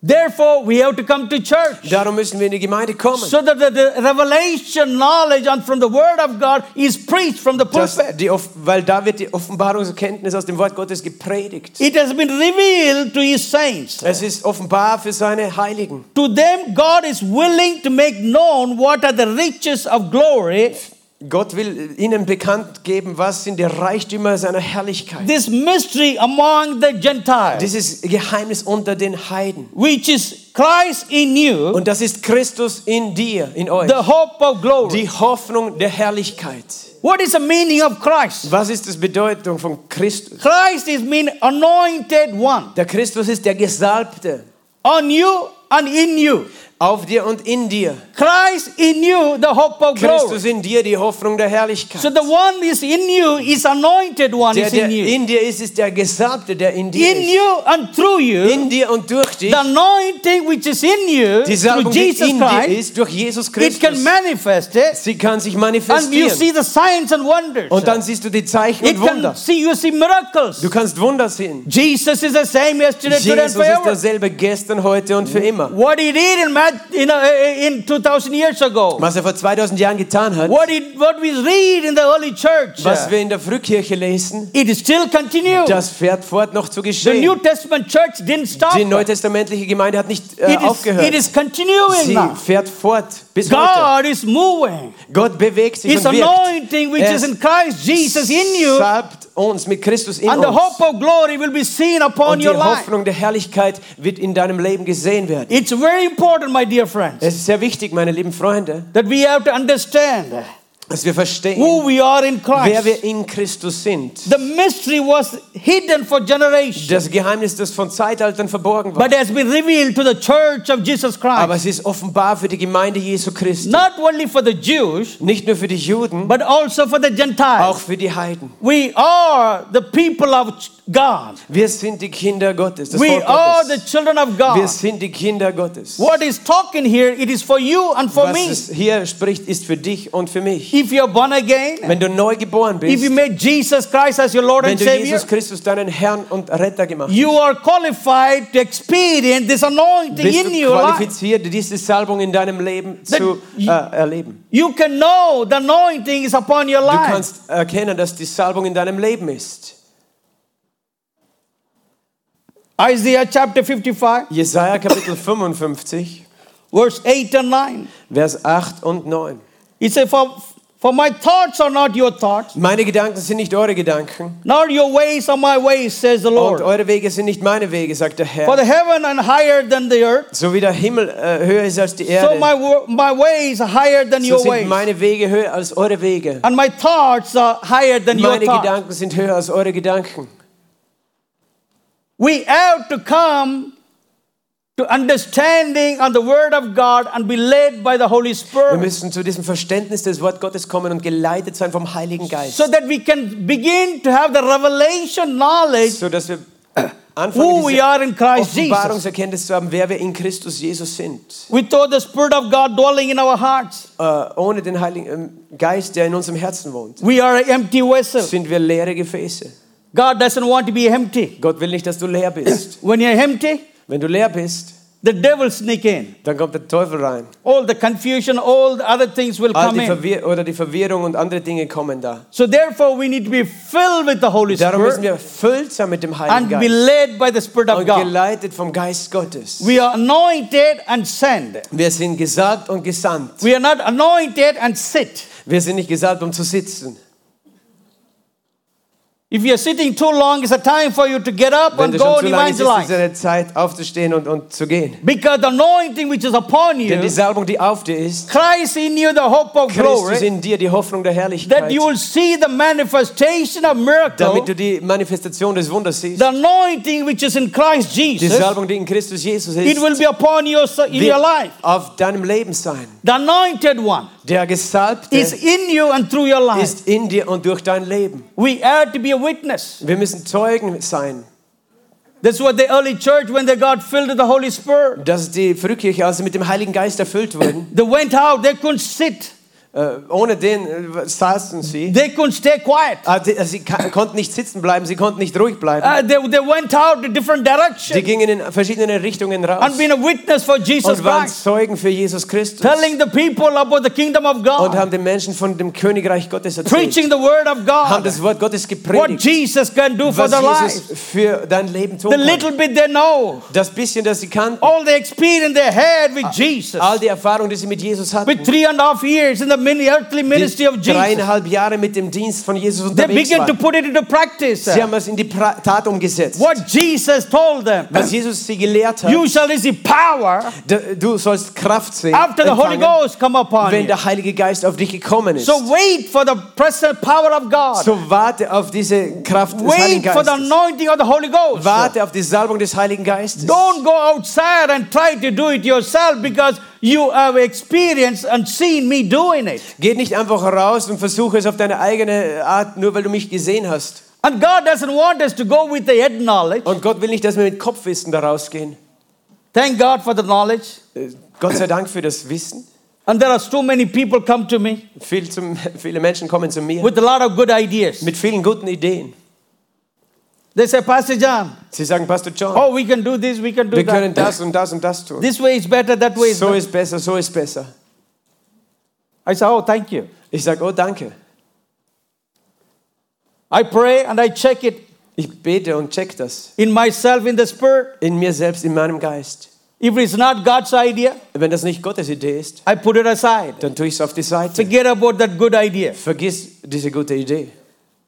Speaker 1: Therefore, we have to come to church
Speaker 2: Darum müssen wir in die Gemeinde kommen,
Speaker 1: so that the, the revelation knowledge and from the word of God is preached from the
Speaker 2: dass
Speaker 1: pulpit.
Speaker 2: die, Off- weil da wird die Offenbarungserkenntnis aus dem Wort Gottes gepredigt.
Speaker 1: It has been revealed to his saints.
Speaker 2: Es ist offenbar für seine Heiligen.
Speaker 1: To them, God is willing to make known what are the riches of glory,
Speaker 2: Gott will ihnen bekannt geben, was sind die Reichtümer seiner Herrlichkeit.
Speaker 1: this mystery among the Gentiles,
Speaker 2: Dieses Geheimnis unter den Heiden.
Speaker 1: which is Christ in you,
Speaker 2: Und das ist Christus in dir, in euch.
Speaker 1: the hope of glory.
Speaker 2: Die Hoffnung der Herrlichkeit.
Speaker 1: What is the meaning of Christ?
Speaker 2: Was ist die Bedeutung von Christus?
Speaker 1: Christ is mean anointed one,
Speaker 2: Der Christus ist der Gesalbte.
Speaker 1: on you and in you.
Speaker 2: Auf dir und in dir.
Speaker 1: Christ in you, the hope of glory.
Speaker 2: Christus in dir, die Hoffnung der Herrlichkeit.
Speaker 1: So the one is in you is anointed one
Speaker 2: Der,
Speaker 1: is
Speaker 2: der
Speaker 1: in you.
Speaker 2: in dir ist, ist der Gesalbte, der in dir
Speaker 1: In you and through
Speaker 2: ist.
Speaker 1: you,
Speaker 2: In dir und durch dich.
Speaker 1: the anointing which is in you
Speaker 2: Die
Speaker 1: through
Speaker 2: Salbung, die
Speaker 1: Jesus
Speaker 2: in dir
Speaker 1: Christ.
Speaker 2: ist, durch Jesus
Speaker 1: It can
Speaker 2: Christus.
Speaker 1: manifest it,
Speaker 2: Sie kann sich
Speaker 1: and you see
Speaker 2: manifestieren.
Speaker 1: the signs and wonders.
Speaker 2: Und dann siehst du die Zeichen
Speaker 1: it
Speaker 2: und Wunder.
Speaker 1: can see you see miracles.
Speaker 2: Du kannst Wunder sehen.
Speaker 1: Jesus is the same yesterday, today, and
Speaker 2: Jesus ist
Speaker 1: forever. Mm.
Speaker 2: derselbe gestern, heute und für immer.
Speaker 1: What he did in Matt, in, uh, in 2,000 years ago.
Speaker 2: Was er vor 2000 Jahren getan hat,
Speaker 1: What it what we read in the early church.
Speaker 2: was wir in der Frühkirche lesen,
Speaker 1: it is still continued.
Speaker 2: das fährt fort noch zu
Speaker 1: the
Speaker 2: geschehen.
Speaker 1: New Testament church didn't uh, stop.
Speaker 2: Die neutestamentliche Gemeinde hat nicht äh,
Speaker 1: it, is, it
Speaker 2: aufgehört.
Speaker 1: is continuing
Speaker 2: Sie
Speaker 1: now.
Speaker 2: fährt fort bis heute.
Speaker 1: God is moving.
Speaker 2: Gott bewegt sich
Speaker 1: His
Speaker 2: und wirkt.
Speaker 1: anointing which
Speaker 2: Er
Speaker 1: is in Christ Jesus in you
Speaker 2: salbt uns, mit Christus in
Speaker 1: And the
Speaker 2: uns.
Speaker 1: hope of glory will be seen upon
Speaker 2: Und die
Speaker 1: your life.
Speaker 2: Hoffnung der Herrlichkeit wird in deinem Leben gesehen werden.
Speaker 1: It's very important, my dear friends,
Speaker 2: Es ist sehr wichtig, meine lieben Freunde,
Speaker 1: that we have to understand
Speaker 2: dass wir verstehen,
Speaker 1: who we are in
Speaker 2: wer wir
Speaker 1: Christ.
Speaker 2: in Christus sind.
Speaker 1: The mystery was hidden for generations,
Speaker 2: Das Geheimnis, das von Zeitaltern verborgen war.
Speaker 1: but has been revealed to the church of Jesus
Speaker 2: Aber
Speaker 1: Christ.
Speaker 2: es ist offenbar für die Gemeinde Jesu Christi.
Speaker 1: Not only for the Jews,
Speaker 2: Nicht nur für die Juden,
Speaker 1: but also for the
Speaker 2: auch
Speaker 1: Gentiles.
Speaker 2: für die Heiden.
Speaker 1: We are the people of God.
Speaker 2: Wir sind die Kinder Gottes, das
Speaker 1: We
Speaker 2: Volk
Speaker 1: are the
Speaker 2: Gottes.
Speaker 1: children of
Speaker 2: Wir
Speaker 1: God.
Speaker 2: sind die Kinder Gottes.
Speaker 1: What is talking here, it is for you and for
Speaker 2: Was
Speaker 1: me.
Speaker 2: es hier spricht, ist für dich und für mich.
Speaker 1: If you are born again,
Speaker 2: Wenn du neu geboren
Speaker 1: if you
Speaker 2: bist,
Speaker 1: made Jesus Christ as your Lord
Speaker 2: wenn
Speaker 1: and
Speaker 2: du
Speaker 1: Savior,
Speaker 2: Jesus Christus deinen Herrn und Retter gemacht hast,
Speaker 1: you are qualified to experience this anointing
Speaker 2: bist
Speaker 1: in
Speaker 2: du
Speaker 1: your life.
Speaker 2: qualifiziert, diese Salbung in deinem Leben
Speaker 1: Then
Speaker 2: zu äh,
Speaker 1: you-
Speaker 2: erleben.
Speaker 1: You can know the anointing is upon your
Speaker 2: Du
Speaker 1: life.
Speaker 2: kannst erkennen, dass die Salbung in deinem Leben ist.
Speaker 1: Isaiah chapter 55,
Speaker 2: Jesaja Kapitel 55,
Speaker 1: verse 8 and 9.
Speaker 2: Vers 8 und 9.
Speaker 1: It says, for, for my thoughts are not your thoughts,
Speaker 2: Meine Gedanken sind nicht eure Gedanken
Speaker 1: nor your ways are my ways, says the
Speaker 2: und
Speaker 1: Lord.
Speaker 2: eure Wege sind nicht meine Wege, sagt der
Speaker 1: For
Speaker 2: Herr.
Speaker 1: the heaven and higher than the earth,
Speaker 2: So wie der Himmel äh, höher ist als die
Speaker 1: so my,
Speaker 2: Erde,
Speaker 1: wo- my ways are higher than
Speaker 2: so
Speaker 1: your
Speaker 2: sind
Speaker 1: ways.
Speaker 2: meine Wege höher als eure Wege.
Speaker 1: And my thoughts are higher than your
Speaker 2: Meine
Speaker 1: thoughts.
Speaker 2: Gedanken sind höher als eure Gedanken.
Speaker 1: We have to come to understanding on the Word of God and be led by the Holy
Speaker 2: Wir
Speaker 1: Spirit
Speaker 2: müssen zu diesem Verständnis des Wort Gottes kommen und geleitet sein vom Heiligen Geist,
Speaker 1: so that we can begin to have the revelation knowledge [COUGHS]
Speaker 2: so dass wir anfangen,
Speaker 1: who we
Speaker 2: diese
Speaker 1: are in Christ Jesus.
Speaker 2: Offenbarungserkenntnis zu haben, wer wir in Christus Jesus sind.
Speaker 1: Without the Spirit of God dwelling in our hearts,
Speaker 2: Äh, ohne den Heiligen ähm, Geist, der in unserem Herzen wohnt,
Speaker 1: we are an empty vessel.
Speaker 2: sind wir leere Gefäße.
Speaker 1: God doesn't want to be empty.
Speaker 2: Gott will nicht, dass du leer bist.
Speaker 1: When you're empty,
Speaker 2: Wenn du leer bist,
Speaker 1: the devil sneak in.
Speaker 2: dann kommt der Teufel rein.
Speaker 1: All the confusion, all the other things will
Speaker 2: All
Speaker 1: come
Speaker 2: die
Speaker 1: in.
Speaker 2: Verwir oder die Verwirrung und andere Dinge kommen da.
Speaker 1: So therefore, we need to be filled with the Holy
Speaker 2: Darum müssen
Speaker 1: Spirit.
Speaker 2: wir erfüllt sein mit dem Heiligen
Speaker 1: and be
Speaker 2: Geist
Speaker 1: led by the Spirit of
Speaker 2: und
Speaker 1: God.
Speaker 2: geleitet vom Geist Gottes.
Speaker 1: We are anointed and sent.
Speaker 2: Wir sind gesalbt und gesandt.
Speaker 1: We are not anointed and sit.
Speaker 2: Wir sind nicht gesalbt, um zu sitzen.
Speaker 1: If you are sitting too long, it's a time for you to get up
Speaker 2: Wenn
Speaker 1: and
Speaker 2: du schon
Speaker 1: go
Speaker 2: zu lange sitzt, ist es
Speaker 1: Oh evangelize.
Speaker 2: eine Zeit, aufzustehen und, und zu gehen.
Speaker 1: Because the anointing which is upon
Speaker 2: Denn die
Speaker 1: you,
Speaker 2: Salbung, die auf dir ist,
Speaker 1: Christ in you, the hope of
Speaker 2: Christus
Speaker 1: glory,
Speaker 2: in dir, die Hoffnung der
Speaker 1: that
Speaker 2: Herrlichkeit.
Speaker 1: you will see the manifestation of miracle,
Speaker 2: Damit du die Manifestation des Wunders siehst.
Speaker 1: the anointing which is in Christ
Speaker 2: Die
Speaker 1: Jesus,
Speaker 2: Salbung, die in Christus Jesus
Speaker 1: it
Speaker 2: ist,
Speaker 1: will be upon you in your
Speaker 2: wird
Speaker 1: life.
Speaker 2: auf deinem Leben sein.
Speaker 1: The anointed one
Speaker 2: Der Gesalbte
Speaker 1: is in you and through your life.
Speaker 2: ist in dir und durch dein Leben.
Speaker 1: We are to be a witness.
Speaker 2: Wir müssen Zeugen sein.
Speaker 1: That's what the early church, when they got filled with the Holy Spirit,
Speaker 2: Das ist die Frühkirche, als sie mit dem Heiligen Geist erfüllt
Speaker 1: [LAUGHS]
Speaker 2: wurden.
Speaker 1: they went out, they couldn't sit,
Speaker 2: Äh, ohne den äh, saßen sie.
Speaker 1: they couldn't stay quiet.
Speaker 2: Ah, Sie, sie ka- konnten nicht sitzen bleiben, sie konnten nicht ruhig bleiben.
Speaker 1: Uh, they, they went out in different
Speaker 2: Sie
Speaker 1: directions
Speaker 2: gingen in verschiedene Richtungen raus
Speaker 1: and been a witness for Jesus
Speaker 2: und waren
Speaker 1: Christ,
Speaker 2: Zeugen für Jesus Christus
Speaker 1: telling the people about the kingdom of
Speaker 2: und
Speaker 1: God,
Speaker 2: haben den Menschen von dem Königreich Gottes erzählt,
Speaker 1: preaching the word of
Speaker 2: haben
Speaker 1: God,
Speaker 2: das Wort Gottes
Speaker 1: what
Speaker 2: gepredigt,
Speaker 1: Jesus can do for
Speaker 2: was
Speaker 1: their life.
Speaker 2: Jesus für dein Leben tun
Speaker 1: The
Speaker 2: kann.
Speaker 1: little Oh. bit they know,
Speaker 2: Das bisschen, das sie kannten,
Speaker 1: all the experience they had with Jesus,
Speaker 2: all die Erfahrung, die sie mit Jesus hatten,
Speaker 1: with three and a half years in the mini- earthly ministry of
Speaker 2: die
Speaker 1: Jesus,
Speaker 2: dreieinhalb Jahre mit dem Dienst von Jesus
Speaker 1: they
Speaker 2: unterwegs
Speaker 1: began to
Speaker 2: waren.
Speaker 1: put it into practice.
Speaker 2: Sie haben es in die pra Tat umgesetzt.
Speaker 1: What Jesus told them,
Speaker 2: Was Jesus sie gelehrt hat,
Speaker 1: you shall receive power
Speaker 2: d- du sollst Kraft sehen,
Speaker 1: after the Holy
Speaker 2: empfangen,
Speaker 1: Ghost come upon
Speaker 2: wenn
Speaker 1: you.
Speaker 2: der Heilige Geist auf dich gekommen ist.
Speaker 1: So wait for the present power of God.
Speaker 2: So warte auf diese Kraft des Heiligen
Speaker 1: Wait for the
Speaker 2: Geistes.
Speaker 1: anointing of the Holy Ghost.
Speaker 2: Warte auf die Salbung des Heiligen Geistes.
Speaker 1: Don't go outside and try to do it yourself because you have experienced and seen me doing it.
Speaker 2: Geh nicht einfach raus und versuche es auf deine eigene Art, nur weil du mich gesehen hast.
Speaker 1: And God doesn't want us to go with the head knowledge.
Speaker 2: Und Gott will nicht, dass wir mit Kopfwissen da rausgehen.
Speaker 1: Thank God for the knowledge.
Speaker 2: Äh, Gott sei Dank für das Wissen.
Speaker 1: And there are so many people come to me
Speaker 2: Viel zum, [LAUGHS] viele Menschen kommen zu mir
Speaker 1: with a lot of good ideas.
Speaker 2: mit vielen guten Ideen.
Speaker 1: They say, Pastor John,
Speaker 2: Sie sagen, Pastor John,
Speaker 1: oh, we can do this, we can do
Speaker 2: wir können
Speaker 1: that.
Speaker 2: das und das und das tun.
Speaker 1: This way is better, that way is
Speaker 2: So
Speaker 1: better.
Speaker 2: ist besser, so ist besser.
Speaker 1: I say, oh, thank you.
Speaker 2: Ich sage, oh danke.
Speaker 1: I pray and I check it
Speaker 2: Ich bete und check das.
Speaker 1: in myself, in the spirit.
Speaker 2: In mir selbst, in meinem Geist.
Speaker 1: If it's not God's idea,
Speaker 2: Wenn das nicht Gottes Idee ist,
Speaker 1: I put it aside.
Speaker 2: dann tue ich es auf die Seite.
Speaker 1: Forget about that good idea.
Speaker 2: Vergiss diese gute Idee.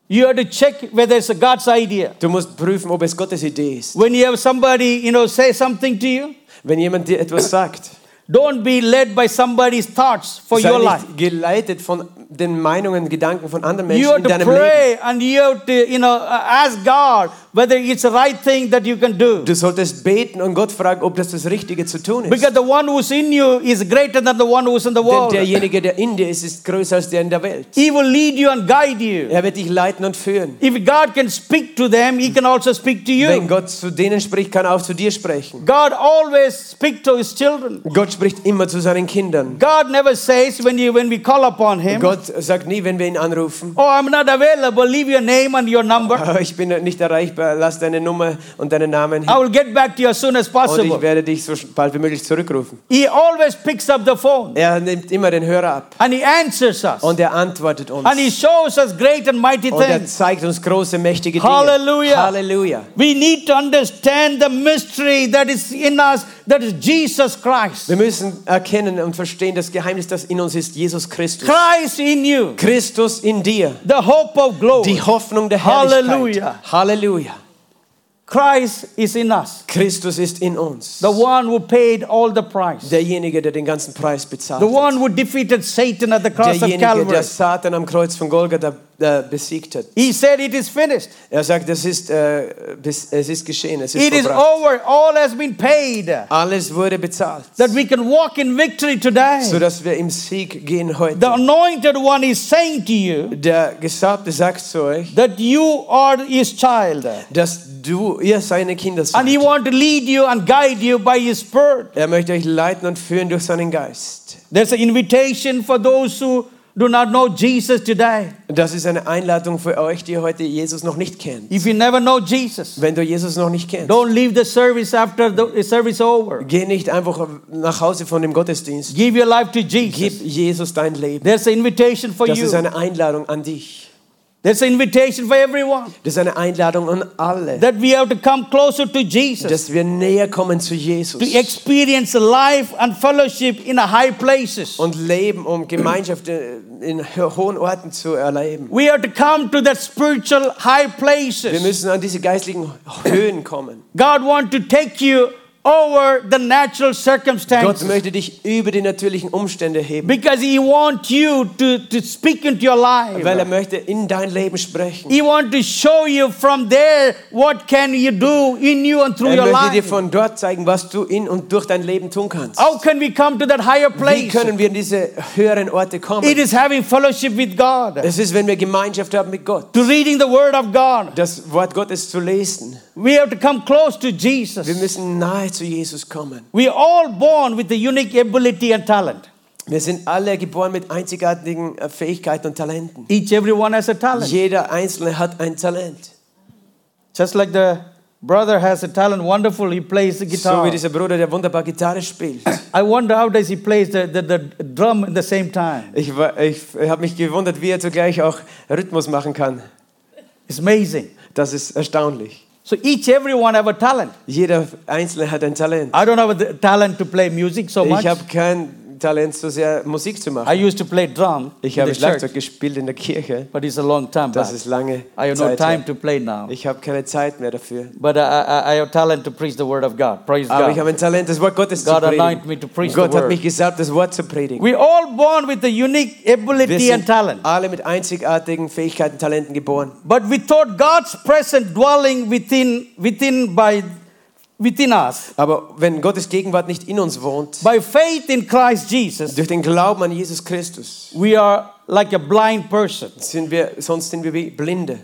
Speaker 1: You have to check whether it's God's idea.
Speaker 2: Du musst prüfen, ob es Gottes Idee ist.
Speaker 1: When you have somebody, you know, say something to you,
Speaker 2: Wenn jemand dir etwas sagt,
Speaker 1: don't be led by somebody's thoughts for
Speaker 2: sei
Speaker 1: your life.
Speaker 2: nicht geleitet von den Meinungen, Gedanken von anderen
Speaker 1: You
Speaker 2: Menschen
Speaker 1: have
Speaker 2: in
Speaker 1: to
Speaker 2: deinem Leben.
Speaker 1: pray and you have to, you know, uh, ask God whether it's the right thing that you can do.
Speaker 2: Du solltest beten und Gott fragen, ob das das Richtige zu tun ist.
Speaker 1: Because the one who's in you is greater than the one who's in the
Speaker 2: Denn
Speaker 1: world.
Speaker 2: derjenige, der in dir ist, ist größer als der in der Welt.
Speaker 1: He will lead you and guide you.
Speaker 2: Er wird dich leiten und führen.
Speaker 1: If God can speak to them, He can also speak to
Speaker 2: Wenn
Speaker 1: you.
Speaker 2: Gott zu denen spricht, kann er auch zu dir sprechen.
Speaker 1: God always speaks to His children.
Speaker 2: Gott spricht immer zu seinen Kindern.
Speaker 1: God never says when, you, when we call upon Him,
Speaker 2: Gott sagt nie, wenn wir ihn anrufen, [LAUGHS]
Speaker 1: Oh, I'm not available. Leave your name and your number.
Speaker 2: "Ah, ich bin nicht erreichbar, lass deine Nummer und deinen Namen
Speaker 1: I
Speaker 2: hin
Speaker 1: will get back to you as soon as
Speaker 2: und ich
Speaker 1: possible.
Speaker 2: werde dich so bald wie möglich zurückrufen.
Speaker 1: He always picks up the phone
Speaker 2: Er nimmt immer den Hörer ab
Speaker 1: and He answers us
Speaker 2: und er antwortet uns.
Speaker 1: and He shows us great and mighty
Speaker 2: Und er
Speaker 1: things.
Speaker 2: zeigt uns große, mächtige Dinge.
Speaker 1: Halleluja.
Speaker 2: Halleluja.
Speaker 1: We need to understand the mystery that is in us, that is Jesus Christ.
Speaker 2: Wir müssen erkennen und verstehen das Geheimnis, das in uns ist, Jesus Christus.
Speaker 1: Christ in you,
Speaker 2: Christus in dir,
Speaker 1: the hope of glory.
Speaker 2: die Hoffnung der Herrlichkeit.
Speaker 1: Halleluja.
Speaker 2: Halleluja.
Speaker 1: Christ is in us,
Speaker 2: Christus ist in uns.
Speaker 1: the one who paid all the price,
Speaker 2: Derjenige, der den ganzen Preis bezahlt
Speaker 1: the one
Speaker 2: hat.
Speaker 1: who defeated Satan at the cross of
Speaker 2: Derjenige,
Speaker 1: Calvary.
Speaker 2: der Satan am Kreuz von Golgatha äh, besiegt hat.
Speaker 1: He said, It is finished.
Speaker 2: Er sagt, es ist, äh, bis- es ist geschehen, es ist
Speaker 1: It is
Speaker 2: vollbracht.
Speaker 1: over. All has been paid. That
Speaker 2: Alles wurde bezahlt,
Speaker 1: we can walk in victory today.
Speaker 2: sodass wir im Sieg gehen
Speaker 1: The
Speaker 2: heute.
Speaker 1: anointed one is saying to you
Speaker 2: Der Gesalbte sagt zu euch,
Speaker 1: that you are his child.
Speaker 2: dass du, ihr seine Kinder
Speaker 1: And he
Speaker 2: seid.
Speaker 1: wants to lead you and guide you by his spirit.
Speaker 2: Er möchte euch leiten und führen durch seinen Geist.
Speaker 1: There's an invitation for those who do not know Jesus today.
Speaker 2: Das ist eine Einladung für euch, die heute Jesus noch nicht kennt.
Speaker 1: If you never know Jesus,
Speaker 2: Wenn du Jesus noch nicht kennst,
Speaker 1: don't leave the service after the service over.
Speaker 2: geh nicht einfach nach Hause von dem Gottesdienst.
Speaker 1: Give your life to
Speaker 2: Gib
Speaker 1: Jesus.
Speaker 2: Jesus dein Leben.
Speaker 1: There's an invitation for
Speaker 2: Das ist
Speaker 1: you.
Speaker 2: eine Einladung an dich.
Speaker 1: There's an invitation for everyone
Speaker 2: Das ist eine Einladung an alle,
Speaker 1: that we have to come closer to Jesus
Speaker 2: dass wir näher kommen zu Jesus
Speaker 1: to experience life and fellowship in a high places.
Speaker 2: und leben, um Gemeinschaft äh, in ho- hohen Orten zu erleben.
Speaker 1: We have to come to that spiritual high
Speaker 2: Wir
Speaker 1: places.
Speaker 2: müssen an diese geistlichen Höhen kommen.
Speaker 1: God wants to take you over the natural
Speaker 2: Gott
Speaker 1: circumstances.
Speaker 2: möchte dich über die natürlichen Umstände heben,
Speaker 1: Because he wants you to, to speak into your
Speaker 2: weil er
Speaker 1: life.
Speaker 2: möchte in dein Leben sprechen.
Speaker 1: He wants to show you from there what can you do in you and through
Speaker 2: Er
Speaker 1: your
Speaker 2: möchte dir
Speaker 1: life.
Speaker 2: von dort zeigen, was du in und durch dein Leben tun kannst.
Speaker 1: How can we come to that higher
Speaker 2: Wie
Speaker 1: place?
Speaker 2: können wir in diese höheren Orte
Speaker 1: It
Speaker 2: kommen?
Speaker 1: is having fellowship with God,
Speaker 2: Es ist, wenn wir Gemeinschaft haben mit Gott.
Speaker 1: to reading the Word of God.
Speaker 2: Das Wort Gottes zu lesen.
Speaker 1: We have to come close to
Speaker 2: Wir
Speaker 1: Jesus.
Speaker 2: müssen nahe zu Jesus kommen.
Speaker 1: We are all born with a unique ability and talent.
Speaker 2: Wir sind alle geboren mit einzigartigen äh, Fähigkeiten und Talenten.
Speaker 1: Each everyone has a talent.
Speaker 2: Jeder Einzelne hat ein Talent.
Speaker 1: Just like the brother has a talent, wonderful, he plays the
Speaker 2: So wie
Speaker 1: guitar.
Speaker 2: dieser Bruder, der wunderbar Gitarre spielt.
Speaker 1: I wonder how does he play the, the, the drum at the same time.
Speaker 2: Ich, war- ich habe mich gewundert, wie er zugleich auch Rhythmus machen kann.
Speaker 1: It's amazing.
Speaker 2: Das ist erstaunlich.
Speaker 1: So each everyone have a talent.
Speaker 2: Jeder Einzelne hat ein Talent.
Speaker 1: I don't have the talent to play music so much.
Speaker 2: Ich habe kein Talent, so sehr Musik zu machen.
Speaker 1: I used to play drum
Speaker 2: Ich
Speaker 1: in
Speaker 2: habe
Speaker 1: the church,
Speaker 2: Schlagzeug gespielt in der Kirche.
Speaker 1: but it's a long time back.
Speaker 2: Das ist lange
Speaker 1: I have no
Speaker 2: Zeit
Speaker 1: time
Speaker 2: her.
Speaker 1: to play now.
Speaker 2: Ich habe keine Zeit mehr dafür.
Speaker 1: But I, I, I have talent to preach the word of God. Praise
Speaker 2: Aber ich
Speaker 1: God.
Speaker 2: habe ein Talent, das Wort Gottes
Speaker 1: Ah. God
Speaker 2: zu
Speaker 1: anoint me to preach
Speaker 2: predigen. Gott
Speaker 1: the
Speaker 2: hat
Speaker 1: word.
Speaker 2: mich gesagt, das Wort zu predigen.
Speaker 1: We're all born with a unique
Speaker 2: Wir
Speaker 1: ability and
Speaker 2: sind
Speaker 1: talent.
Speaker 2: alle mit einzigartigen Fähigkeiten, Talenten geboren.
Speaker 1: But without God's presence dwelling within, within, by, within us,
Speaker 2: Aber wenn Gottes Gegenwart nicht in uns wohnt,
Speaker 1: by faith in Christ Jesus,
Speaker 2: durch den Glauben an Jesus Christus,
Speaker 1: we are like a blind person.
Speaker 2: sind wir, sonst sind wir wie Blinde.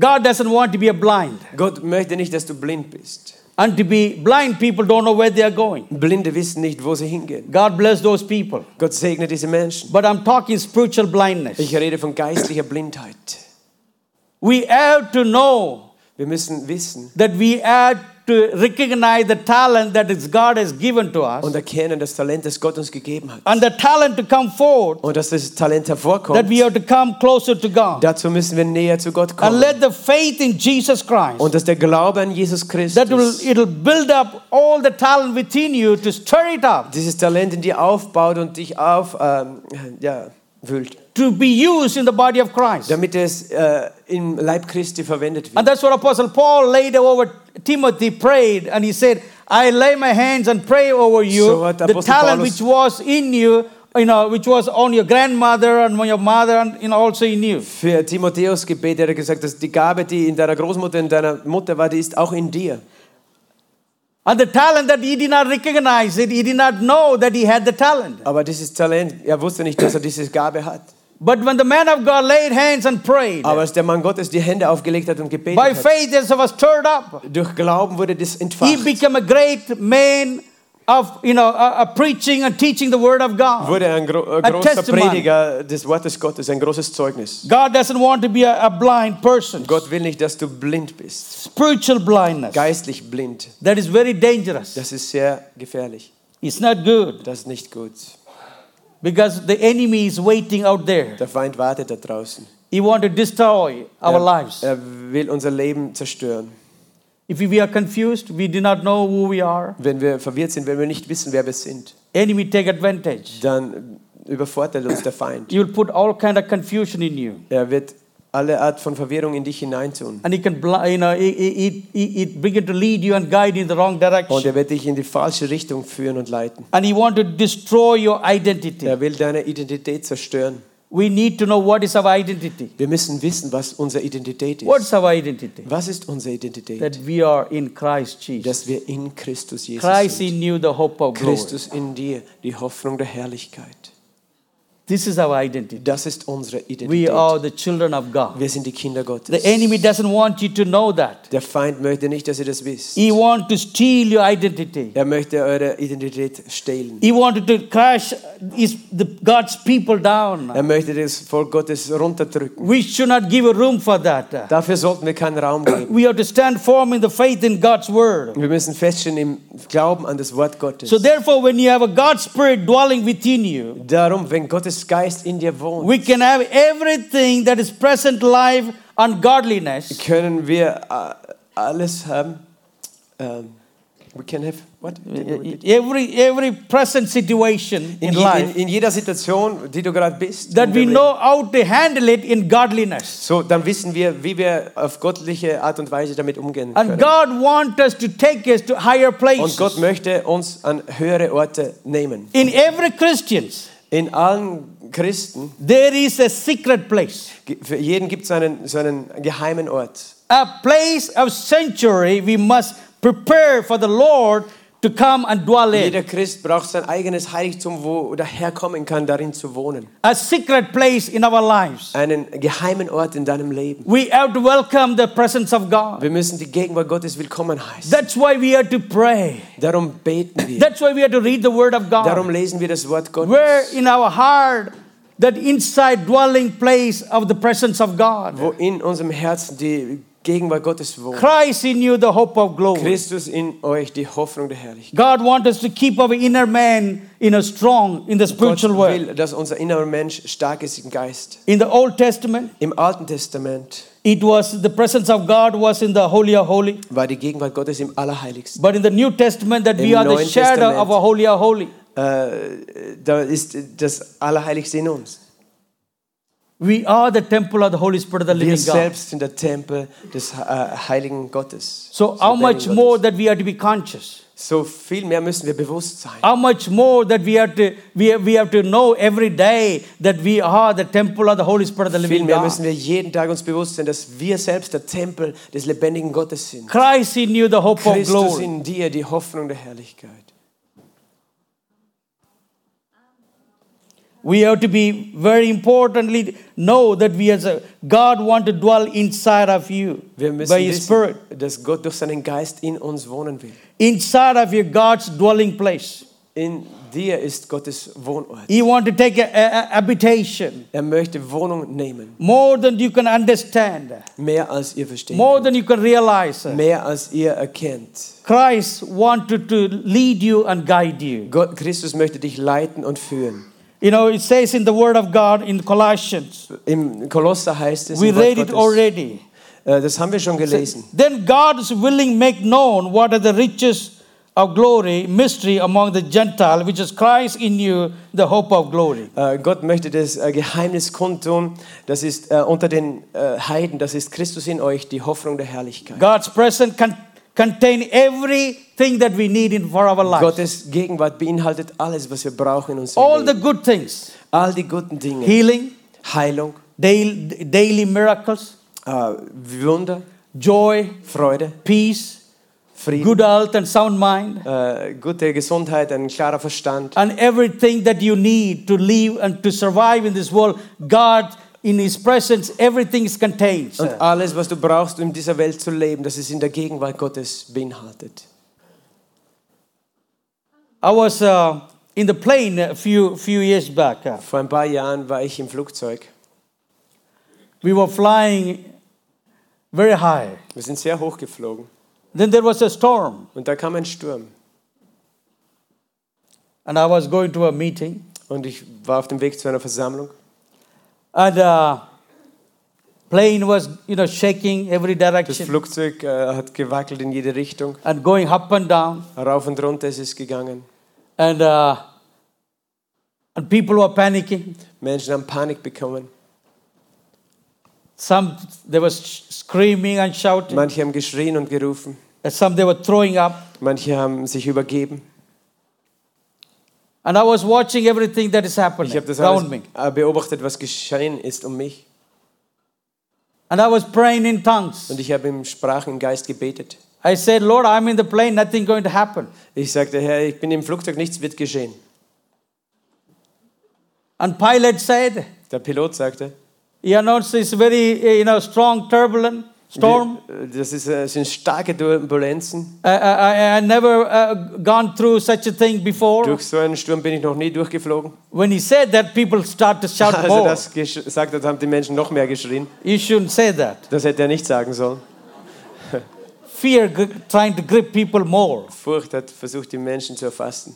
Speaker 1: God doesn't want to be a blind.
Speaker 2: Gott möchte nicht, dass du blind bist.
Speaker 1: And to be blind people don't know where they are going.
Speaker 2: Blinde wissen nicht, wo sie hingehen.
Speaker 1: God bless those people.
Speaker 2: Gott segne diese Menschen.
Speaker 1: But I'm talking spiritual blindness.
Speaker 2: Ich rede von geistlicher Blindheit.
Speaker 1: We have to know
Speaker 2: Wir müssen wissen,
Speaker 1: that we have to recognize the talent that is God has given to us
Speaker 2: und erkennen das Talent, das Gott uns gegeben hat.
Speaker 1: and the talent to come forward
Speaker 2: Und dass das Talent
Speaker 1: that
Speaker 2: hervorkommt,
Speaker 1: we have to come closer to God.
Speaker 2: dazu müssen wir näher zu Gott
Speaker 1: And
Speaker 2: kommen.
Speaker 1: let the faith in Jesus Christ
Speaker 2: Und dass der Glaube an Jesus
Speaker 1: that will
Speaker 2: Christus
Speaker 1: it'll build up all the talent within you to stir it up
Speaker 2: dieses Talent in dir aufbaut und dich auf, ähm, ja, wühlt,
Speaker 1: to be used in the body of Christ.
Speaker 2: damit es äh, im Leib Christi verwendet wird.
Speaker 1: And that's what Apostle Paul laid over Timothy prayed, and he said, I lay my hands and pray over you.
Speaker 2: So what
Speaker 1: the
Speaker 2: Apostle
Speaker 1: talent
Speaker 2: Paulus-
Speaker 1: which was in you, you know, which was on your grandmother and on your mother and you know, also in you.
Speaker 2: Für Timotheus Gebet hat er gesagt, dass die Gabe, die in deiner Großmutter, in deiner Mutter war, die ist auch in dir.
Speaker 1: And the talent that he did not recognize it, he did not know that he had the talent.
Speaker 2: Aber dieses Talent, er wusste nicht, dass er diese Gabe hat.
Speaker 1: But when the man of God laid hands and prayed,
Speaker 2: Aber als der Mann Gottes die Hände aufgelegt hat und gebetet
Speaker 1: by
Speaker 2: hat,
Speaker 1: faith as was stirred up,
Speaker 2: durch Glauben wurde das
Speaker 1: he
Speaker 2: entfacht,
Speaker 1: became a great man of you know uh, uh, preaching and teaching the word of God.
Speaker 2: wurde ein gro äh,
Speaker 1: A
Speaker 2: großer
Speaker 1: testimony.
Speaker 2: Prediger des Wortes Gottes, ein großes Zeugnis.
Speaker 1: God doesn't want to be a, a blind person.
Speaker 2: Gott will nicht, dass du blind bist,
Speaker 1: Spiritual blindness.
Speaker 2: geistlich blind.
Speaker 1: That is very dangerous.
Speaker 2: Das ist sehr gefährlich.
Speaker 1: It's not good
Speaker 2: Das ist nicht gut.
Speaker 1: because the enemy is waiting out there.
Speaker 2: Der Feind wartet da draußen.
Speaker 1: He wants to destroy our lives.
Speaker 2: Er will unser Leben zerstören.
Speaker 1: If we are confused, we do not know who we are.
Speaker 2: Wenn wir verwirrt sind, wenn wir nicht wissen, wer wir sind,
Speaker 1: Enemy take advantage.
Speaker 2: dann übervorteilt uns der Feind.
Speaker 1: He will put all kind of confusion in you,
Speaker 2: Er wird alle Art von Verwirrung in dich hineintun.
Speaker 1: and he can, bl- you know, it, it, it, it begin to lead you and guide you in the wrong
Speaker 2: Und
Speaker 1: direction.
Speaker 2: er wird dich in die falsche Richtung führen und leiten.
Speaker 1: And he want to destroy your identity.
Speaker 2: Er will deine Identität zerstören.
Speaker 1: We need to know what is our identity.
Speaker 2: Wir müssen wissen, was unsere Identität ist.
Speaker 1: What's our identity?
Speaker 2: Was ist unsere
Speaker 1: That
Speaker 2: Identität?
Speaker 1: we are in Christ Jesus.
Speaker 2: Dass wir in Christus Jesus
Speaker 1: Christ
Speaker 2: sind.
Speaker 1: in you, the hope of glory.
Speaker 2: Christus in dir, die Hoffnung der Herrlichkeit.
Speaker 1: This is our identity.
Speaker 2: Das ist unsere
Speaker 1: We
Speaker 2: Identität.
Speaker 1: are the children of God.
Speaker 2: Wir sind die Kinder Gottes.
Speaker 1: The enemy doesn't want you to know that.
Speaker 2: Der Feind möchte nicht, dass ihr das wisst.
Speaker 1: He want to steal your identity.
Speaker 2: Er möchte eure Identität stehlen.
Speaker 1: He wanted to crash his, the, God's people down.
Speaker 2: Er möchte das Volk Gottes runterdrücken.
Speaker 1: We should not give a room for that.
Speaker 2: Dafür sollten wir keinen Raum geben.
Speaker 1: We have to stand firm in the faith in God's word.
Speaker 2: Wir müssen feststehen im Glauben an das Wort Gottes.
Speaker 1: So therefore, when you have a God's spirit dwelling within you,
Speaker 2: Darum, wenn Gottes Geist in dir wohnt,
Speaker 1: we can have everything that is present life and godliness.
Speaker 2: können wir äh, alles haben. Ähm, we can have what? In,
Speaker 1: Every every present situation in
Speaker 2: je- in,
Speaker 1: life
Speaker 2: in jeder Situation, die du gerade bist,
Speaker 1: that
Speaker 2: in
Speaker 1: we
Speaker 2: deinem
Speaker 1: know how to handle it in godliness.
Speaker 2: Leben. so dann wissen wir, wie wir auf gottliche Art und Weise damit umgehen
Speaker 1: And
Speaker 2: können.
Speaker 1: God wants us to take us to higher
Speaker 2: Und Gott
Speaker 1: places.
Speaker 2: möchte uns an höhere Orte nehmen.
Speaker 1: In every Christians,
Speaker 2: In allen Christen,
Speaker 1: there is a secret place,
Speaker 2: ge- für jeden gibt es einen, so einen geheimen Ort.
Speaker 1: a place of sanctuary we must prepare for the Lord to come and dwell in.
Speaker 2: Jeder Christ braucht sein eigenes Heiligtum, wo er herkommen kann, darin zu wohnen.
Speaker 1: A secret place in our lives.
Speaker 2: Einen geheimen Ort in deinem Leben.
Speaker 1: We have to welcome the presence of God.
Speaker 2: Wir müssen die Gegenwart Gottes willkommen heißen.
Speaker 1: That's why we have to pray.
Speaker 2: Darum beten wir.
Speaker 1: That's why we have to read the Word of God.
Speaker 2: Darum lesen wir das Wort Gottes,
Speaker 1: Where in our heart, that inside dwelling place of the presence of God.
Speaker 2: wo in unserem Herzen die Gegenwart Gottes wohnt.
Speaker 1: Christ in you, the hope of glory.
Speaker 2: Christus in euch, die Hoffnung der Herrlichkeit.
Speaker 1: God wants us to keep our inner man in a strong in the
Speaker 2: Gott
Speaker 1: spiritual world.
Speaker 2: will, dass unser innerer Mensch stark ist im Geist.
Speaker 1: In the Old Testament,
Speaker 2: Im Alten Testament
Speaker 1: it was the presence of God was in the holy of holy.
Speaker 2: war die Gegenwart Gottes im Allerheiligsten.
Speaker 1: But in the New Testament, that we
Speaker 2: Im
Speaker 1: are the
Speaker 2: Neuen
Speaker 1: shadow
Speaker 2: Testament.
Speaker 1: of a holy of holy.
Speaker 2: Äh, da ist das Allerheiligste in uns.
Speaker 1: We are the temple of the Holy Spirit of the
Speaker 2: Wir
Speaker 1: living God.
Speaker 2: selbst sind der Tempel des äh, Heiligen Gottes.
Speaker 1: So
Speaker 2: des
Speaker 1: how
Speaker 2: lebendigen
Speaker 1: much
Speaker 2: Gottes.
Speaker 1: more that we are to be conscious?
Speaker 2: So viel mehr müssen wir bewusst sein.
Speaker 1: How much more that we have to we have, we have to know every day that we are the temple of the Holy Spirit of the
Speaker 2: Viel
Speaker 1: living
Speaker 2: mehr
Speaker 1: God.
Speaker 2: müssen wir jeden Tag uns bewusst sein, dass wir selbst der Tempel des lebendigen Gottes sind.
Speaker 1: Christ in you, the hope of
Speaker 2: Christus
Speaker 1: glory.
Speaker 2: in dir, die Hoffnung der Herrlichkeit.
Speaker 1: We have to be very importantly know that we as a God want to dwell inside of you
Speaker 2: Wir müssen
Speaker 1: by His Spirit,
Speaker 2: wissen, dass Gott durch seinen Geist in uns wohnen will.
Speaker 1: inside of you, God's dwelling place.
Speaker 2: In dir ist Gottes Wohnort.
Speaker 1: He want to take a, a- a habitation
Speaker 2: Er möchte Wohnung nehmen,
Speaker 1: more than you can understand,
Speaker 2: mehr als ihr versteht,
Speaker 1: more than you can realize.
Speaker 2: mehr als ihr erkennt.
Speaker 1: Christ wanted to lead you and guide you.
Speaker 2: Gott, Christus möchte dich leiten und führen.
Speaker 1: You know, it says in the Word of God in Colossians.
Speaker 2: Im Kolosser heißt es,
Speaker 1: We
Speaker 2: im Wort
Speaker 1: read it
Speaker 2: Gottes,
Speaker 1: already.
Speaker 2: äh, das haben wir schon gelesen.
Speaker 1: Then God's willing make known what are the riches of glory, mystery among the Gentile, which is Christ in you, the hope of glory.
Speaker 2: Äh, Gott möchte das äh, Geheimnis kundtun. Das ist äh, unter den äh, Heiden, das ist Christus in euch, die Hoffnung der Herrlichkeit.
Speaker 1: God's presence can contain everything that we need in, for our lives.
Speaker 2: Gottes Gegenwart beinhaltet alles, was wir brauchen in unserem
Speaker 1: All the
Speaker 2: Leben.
Speaker 1: good things,
Speaker 2: All die guten Dinge.
Speaker 1: healing,
Speaker 2: Heilung,
Speaker 1: daily, daily miracles,
Speaker 2: äh, Wunder,
Speaker 1: joy,
Speaker 2: Freude,
Speaker 1: peace,
Speaker 2: Frieden,
Speaker 1: good health and sound mind,
Speaker 2: äh, gute Gesundheit, ein klarer Verstand.
Speaker 1: and everything that you need to live and to survive in this world, God in His presence, everything is contained.
Speaker 2: Und alles, was du brauchst, um in dieser Welt zu leben, das ist in der Gegenwart Gottes beinhaltet.
Speaker 1: I was uh, in the plane a few few years back. Uh,
Speaker 2: Vor ein paar Jahren war ich im Flugzeug.
Speaker 1: we were flying very high.
Speaker 2: Wir sind sehr hoch geflogen.
Speaker 1: Then there was a storm,
Speaker 2: Und da kam ein Sturm.
Speaker 1: and I was going to a meeting,
Speaker 2: Und ich war auf dem Weg zu einer Versammlung.
Speaker 1: and uh, plane was you know shaking every
Speaker 2: Das
Speaker 1: direction
Speaker 2: Flugzeug äh, hat gewackelt in jede Richtung.
Speaker 1: and going up and down,
Speaker 2: Rauf und runter ist es gegangen.
Speaker 1: and uh, and people were panicking.
Speaker 2: Menschen haben Panik bekommen.
Speaker 1: Some they were sh- screaming and shouting,
Speaker 2: Manche haben geschrien und gerufen.
Speaker 1: and some they were throwing up.
Speaker 2: Manche haben sich übergeben.
Speaker 1: And I was watching everything that is happening
Speaker 2: Ich habe das
Speaker 1: around me,
Speaker 2: alles äh, beobachtet, was geschehen ist um mich.
Speaker 1: and I was praying in tongues.
Speaker 2: Und ich habe im Sprachen, im Geist gebetet.
Speaker 1: I said, Lord, I'm in the plane, nothing going to happen.
Speaker 2: Ich sagte, Herr, ich bin im Flugzeug, nichts wird geschehen.
Speaker 1: And pilot said,
Speaker 2: Der Pilot sagte,
Speaker 1: he announced this very, eh, you know, strong turbulent storm.
Speaker 2: wir- äh, das ist, äh, sind starke Turbulenzen.
Speaker 1: I, I, I- I never uh, gone through such a thing before.
Speaker 2: Durch so einen Sturm bin ich noch nie durchgeflogen.
Speaker 1: When he said that, people start to
Speaker 2: [LAUGHS]
Speaker 1: shout
Speaker 2: Als er
Speaker 1: more.
Speaker 2: das gesch- gesagt hat, haben die Menschen noch mehr geschrien.
Speaker 1: You shouldn't say that.
Speaker 2: Das hätte er nicht sagen sollen.
Speaker 1: Fear gri- trying to grip people more.
Speaker 2: Furcht hat versucht, die Menschen zu erfassen.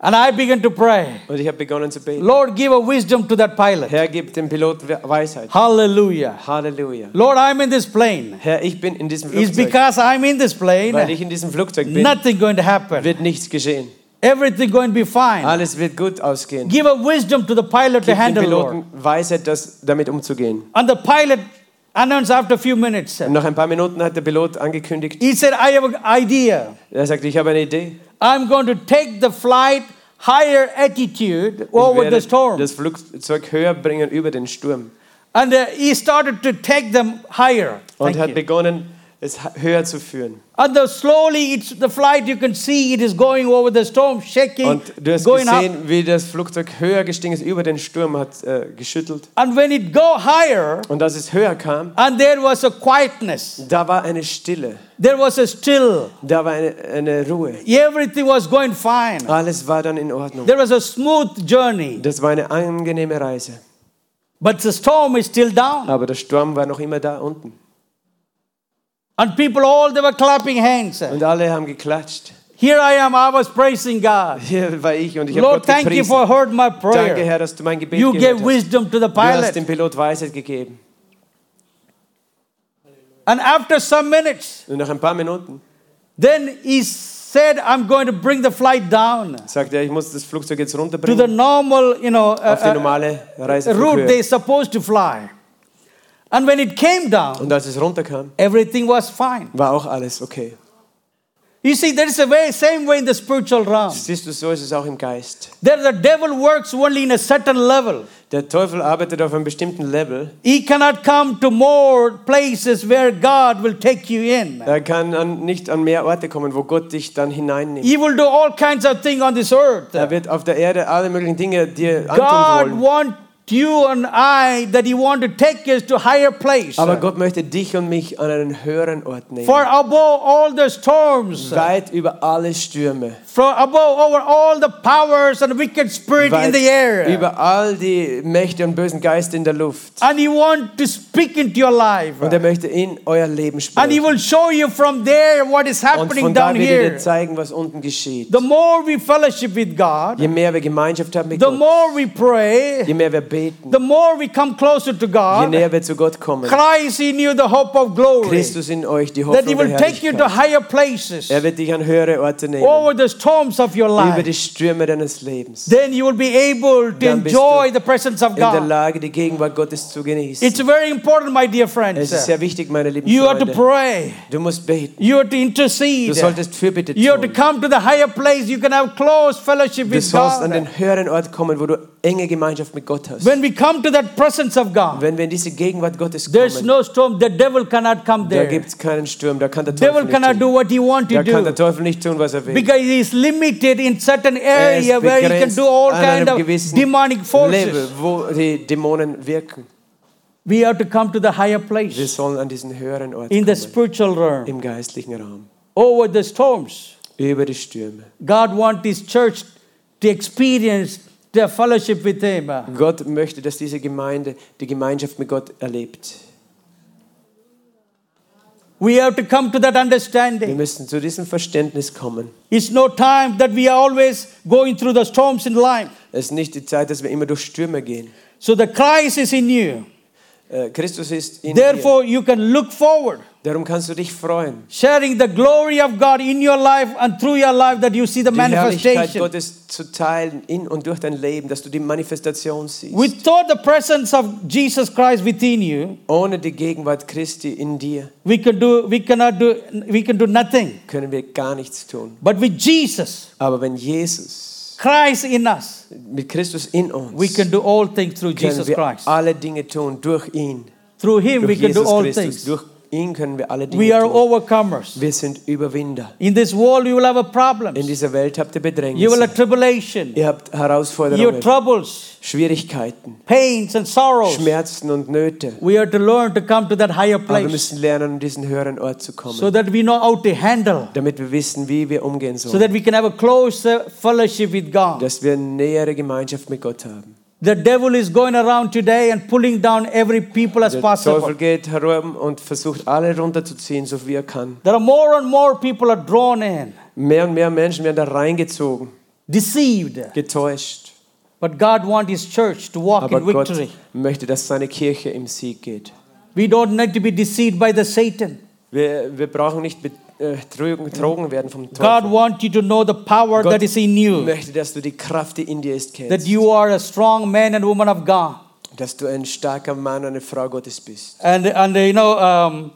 Speaker 1: And I began to pray,
Speaker 2: Und ich habe begonnen zu beten.
Speaker 1: Lord, give a wisdom to that pilot.
Speaker 2: Herr, gib dem Pilot We- Weisheit.
Speaker 1: Hallelujah.
Speaker 2: Halleluja.
Speaker 1: Lord, I'm in this plane.
Speaker 2: Herr, ich bin in diesem
Speaker 1: It's
Speaker 2: Flugzeug.
Speaker 1: because I'm in this
Speaker 2: Weil
Speaker 1: plane.
Speaker 2: ich in diesem Flugzeug bin,
Speaker 1: Nothing going to happen.
Speaker 2: wird nichts geschehen.
Speaker 1: Everything going to be fine.
Speaker 2: Alles wird gut ausgehen.
Speaker 1: Give a wisdom to the pilot to
Speaker 2: Gib dem
Speaker 1: handle, Lord.
Speaker 2: Piloten Weisheit, das, damit umzugehen.
Speaker 1: And the pilot announced after a few minutes.
Speaker 2: Und nach ein paar Minuten hat der Pilot angekündigt,
Speaker 1: He said, I have an idea.
Speaker 2: er sagte, ich habe eine Idee.
Speaker 1: I'm going to take the flight higher altitude
Speaker 2: Ich
Speaker 1: over the
Speaker 2: werde
Speaker 1: storm.
Speaker 2: das Flugzeug höher bringen über den Sturm.
Speaker 1: And uh, he started to take them higher.
Speaker 2: Und
Speaker 1: Thank
Speaker 2: hat
Speaker 1: you.
Speaker 2: begonnen, es h- höher zu führen.
Speaker 1: And the slowly, it's the flight. You can see it is going over the storm, shaking,
Speaker 2: Und du hast
Speaker 1: going up.
Speaker 2: gesehen, wie das Flugzeug höher gestiegen ist, über den Sturm hat äh, geschüttelt.
Speaker 1: And when it go higher,
Speaker 2: Und als es höher kam,
Speaker 1: and there was a quietness,
Speaker 2: da war eine Stille,
Speaker 1: there was a still.
Speaker 2: da war eine, eine Ruhe.
Speaker 1: Everything was going fine.
Speaker 2: Alles war dann in Ordnung.
Speaker 1: There was a smooth journey,
Speaker 2: Das war eine angenehme Reise.
Speaker 1: but the storm is still down.
Speaker 2: Aber der Sturm war noch immer da unten.
Speaker 1: And people all they were clapping hands.
Speaker 2: Und alle haben geklatscht. [LAUGHS]
Speaker 1: Here I am, I was praising God.
Speaker 2: Hier war ich und ich habe
Speaker 1: Lord,
Speaker 2: Gott
Speaker 1: thank you
Speaker 2: gepriesen.
Speaker 1: for heard my
Speaker 2: Danke,
Speaker 1: prayer.
Speaker 2: Herr, dass du mein Gebet
Speaker 1: You gave
Speaker 2: gehört hast.
Speaker 1: wisdom to the
Speaker 2: Du hast dem
Speaker 1: pilot.
Speaker 2: Pilot Weisheit gegeben.
Speaker 1: And after some minutes,
Speaker 2: Und nach ein paar Minuten
Speaker 1: then he said, I'm going to bring the flight down
Speaker 2: sagt er, ich muss das Flugzeug jetzt
Speaker 1: to
Speaker 2: runterbringen
Speaker 1: the normal, you know,
Speaker 2: auf die
Speaker 1: uh,
Speaker 2: normale
Speaker 1: uh, route
Speaker 2: Reiseflughöhe.
Speaker 1: they're supposed to fly. And when it came down,
Speaker 2: Und als es runterkam,
Speaker 1: everything was fine.
Speaker 2: war auch alles okay.
Speaker 1: You see, there is a way, same way in the spiritual realm.
Speaker 2: Siehst du, so ist es auch im Geist.
Speaker 1: There the devil works only in a certain level.
Speaker 2: Der Teufel arbeitet auf einem bestimmten Level.
Speaker 1: He cannot come to more places where God will take you in.
Speaker 2: Er kann an, nicht an mehr Orte kommen, wo Gott dich dann hineinnimmt.
Speaker 1: He will do all kinds of things on this earth.
Speaker 2: Er wird auf der Erde alle möglichen Dinge dir
Speaker 1: God
Speaker 2: antun wollen.
Speaker 1: want you and I that He want to take us to higher place.
Speaker 2: Aber Gott möchte dich und mich an einen höheren Ort
Speaker 1: For
Speaker 2: nehmen.
Speaker 1: above all the storms,
Speaker 2: Weit über alle Stürme.
Speaker 1: for above over all the powers and wicked spirit in
Speaker 2: Weit
Speaker 1: the air.
Speaker 2: über all die Mächte und bösen Geister in der Luft.
Speaker 1: And He want to speak into your life.
Speaker 2: Und er möchte in euer Leben
Speaker 1: And He
Speaker 2: sprechen.
Speaker 1: will show you from there what is
Speaker 2: Und
Speaker 1: happening
Speaker 2: von da
Speaker 1: down
Speaker 2: wird er dir
Speaker 1: here.
Speaker 2: zeigen, was unten geschieht.
Speaker 1: The more we fellowship with God,
Speaker 2: Je mehr wir Gemeinschaft haben mit
Speaker 1: the
Speaker 2: Gott,
Speaker 1: more we pray,
Speaker 2: je mehr wir beten.
Speaker 1: The more we come closer to
Speaker 2: Je
Speaker 1: God,
Speaker 2: näher wir zu Gott kommen,
Speaker 1: Christ in you, the hope of glory,
Speaker 2: Christus in euch, die
Speaker 1: that He
Speaker 2: Hoffnung der
Speaker 1: will take you to
Speaker 2: Herrlichkeit.
Speaker 1: higher places
Speaker 2: Er wird dich an höhere Orte nehmen,
Speaker 1: over the storms of your
Speaker 2: über
Speaker 1: life.
Speaker 2: die Stürme deines Lebens,
Speaker 1: Then you will be able to
Speaker 2: Dann bist
Speaker 1: enjoy the presence of
Speaker 2: in der
Speaker 1: God.
Speaker 2: Lage, die Gegenwart Gottes zu
Speaker 1: It's
Speaker 2: genießen.
Speaker 1: very important, my dear
Speaker 2: Es
Speaker 1: friends.
Speaker 2: ist sehr wichtig, meine lieben
Speaker 1: You have to
Speaker 2: Freunde.
Speaker 1: pray.
Speaker 2: Du musst beten.
Speaker 1: You have to
Speaker 2: Du
Speaker 1: intercede.
Speaker 2: solltest Fürbitte
Speaker 1: You have to
Speaker 2: tun.
Speaker 1: come to the higher place. You can have close fellowship
Speaker 2: Du
Speaker 1: with
Speaker 2: sollst an
Speaker 1: God.
Speaker 2: den höheren Ort kommen, wo du enge Gemeinschaft mit Gott hast.
Speaker 1: When we come to that presence of God,
Speaker 2: Wenn wir in diese Gegenwart Gottes
Speaker 1: there's
Speaker 2: kommen,
Speaker 1: no storm. The devil cannot come
Speaker 2: da
Speaker 1: there.
Speaker 2: gibt es keinen Sturm, da kann der
Speaker 1: Devil
Speaker 2: Teufel
Speaker 1: cannot
Speaker 2: nicht
Speaker 1: do
Speaker 2: tun.
Speaker 1: what he wants to
Speaker 2: Da kann
Speaker 1: do
Speaker 2: der Teufel nicht tun, was er will.
Speaker 1: because he is limited in certain
Speaker 2: Er ist
Speaker 1: area where he can
Speaker 2: begrenzt
Speaker 1: do all
Speaker 2: an
Speaker 1: kind
Speaker 2: einem
Speaker 1: of
Speaker 2: gewissen
Speaker 1: demonic
Speaker 2: Level,
Speaker 1: forces.
Speaker 2: wo die Dämonen wirken.
Speaker 1: We have to come to the higher
Speaker 2: Wir
Speaker 1: place
Speaker 2: sollen an diesen höheren Ort
Speaker 1: in the
Speaker 2: kommen,
Speaker 1: spiritual realm
Speaker 2: im geistlichen Raum,
Speaker 1: over the storms.
Speaker 2: über die Stürme.
Speaker 1: God wants His church to experience their fellowship with Him.
Speaker 2: Gott möchte, dass diese Gemeinde die Gemeinschaft mit Gott erlebt.
Speaker 1: We have to come to that
Speaker 2: Wir
Speaker 1: understanding.
Speaker 2: müssen zu diesem Verständnis kommen.
Speaker 1: It's no time that we are always going through the storms in life.
Speaker 2: Es ist nicht die Zeit, dass wir immer durch Stürme gehen.
Speaker 1: So the Christ is in you.
Speaker 2: Äh, Christus ist in dir.
Speaker 1: Therefore, you can look forward,
Speaker 2: Darum kannst du dich freuen.
Speaker 1: sharing the glory of God in your life and through your life that you see the
Speaker 2: Die Herrlichkeit
Speaker 1: manifestation.
Speaker 2: Gottes zu teilen in und durch dein Leben, dass du die Manifestation siehst.
Speaker 1: Without the presence of Jesus Christ within you,
Speaker 2: Ohne die Gegenwart Christi in dir
Speaker 1: we can do we cannot do we can do nothing.
Speaker 2: können wir gar nichts tun.
Speaker 1: But with Jesus,
Speaker 2: Aber wenn Jesus,
Speaker 1: Christ in us,
Speaker 2: mit Christus in uns,
Speaker 1: we can do all things through
Speaker 2: können
Speaker 1: Jesus
Speaker 2: wir
Speaker 1: Christ.
Speaker 2: alle Dinge tun durch ihn.
Speaker 1: Through him we
Speaker 2: Durch
Speaker 1: can do
Speaker 2: Jesus
Speaker 1: all
Speaker 2: Christus.
Speaker 1: things.
Speaker 2: Durch ihn können wir alle Dinge
Speaker 1: We are
Speaker 2: tun.
Speaker 1: overcomers.
Speaker 2: Wir sind Überwinder.
Speaker 1: In this world you will have a
Speaker 2: In
Speaker 1: problem.
Speaker 2: dieser Welt habt ihr
Speaker 1: You will have
Speaker 2: Bedrängnisse.
Speaker 1: tribulation,
Speaker 2: Ihr habt
Speaker 1: your
Speaker 2: Herausforderungen,
Speaker 1: troubles,
Speaker 2: Schwierigkeiten,
Speaker 1: pains and sorrows.
Speaker 2: Schmerzen und Nöte.
Speaker 1: We have to learn to come to that higher
Speaker 2: Aber wir
Speaker 1: place
Speaker 2: müssen lernen, an diesen höheren Ort zu kommen,
Speaker 1: so that we know how to handle,
Speaker 2: damit wir wissen, wie wir umgehen
Speaker 1: so
Speaker 2: sollen,
Speaker 1: that we can have a closer fellowship with God.
Speaker 2: dass wir eine nähere Gemeinschaft mit Gott haben.
Speaker 1: The devil is going around today and pulling down every people as
Speaker 2: Der Teufel
Speaker 1: possible.
Speaker 2: geht herum und versucht, alle runterzuziehen, so wie er kann.
Speaker 1: There are more and more people are drawn in,
Speaker 2: Mehr und mehr Menschen werden da reingezogen,
Speaker 1: deceived.
Speaker 2: getäuscht.
Speaker 1: But God wants His church to walk
Speaker 2: Aber
Speaker 1: in
Speaker 2: Gott
Speaker 1: victory.
Speaker 2: möchte, dass seine Kirche im Sieg geht.
Speaker 1: We don't need to be deceived by the Satan.
Speaker 2: Wir, wir brauchen nicht betrogen werden vom
Speaker 1: God
Speaker 2: Teufel.
Speaker 1: wants you to know the power
Speaker 2: Gott
Speaker 1: that is in you,
Speaker 2: möchte, dass du die Kraft, die in dir ist,
Speaker 1: that
Speaker 2: kennst.
Speaker 1: you are a strong man and woman of God.
Speaker 2: Dass du ein starker Mann und eine Frau Gottes bist.
Speaker 1: And and you know, um,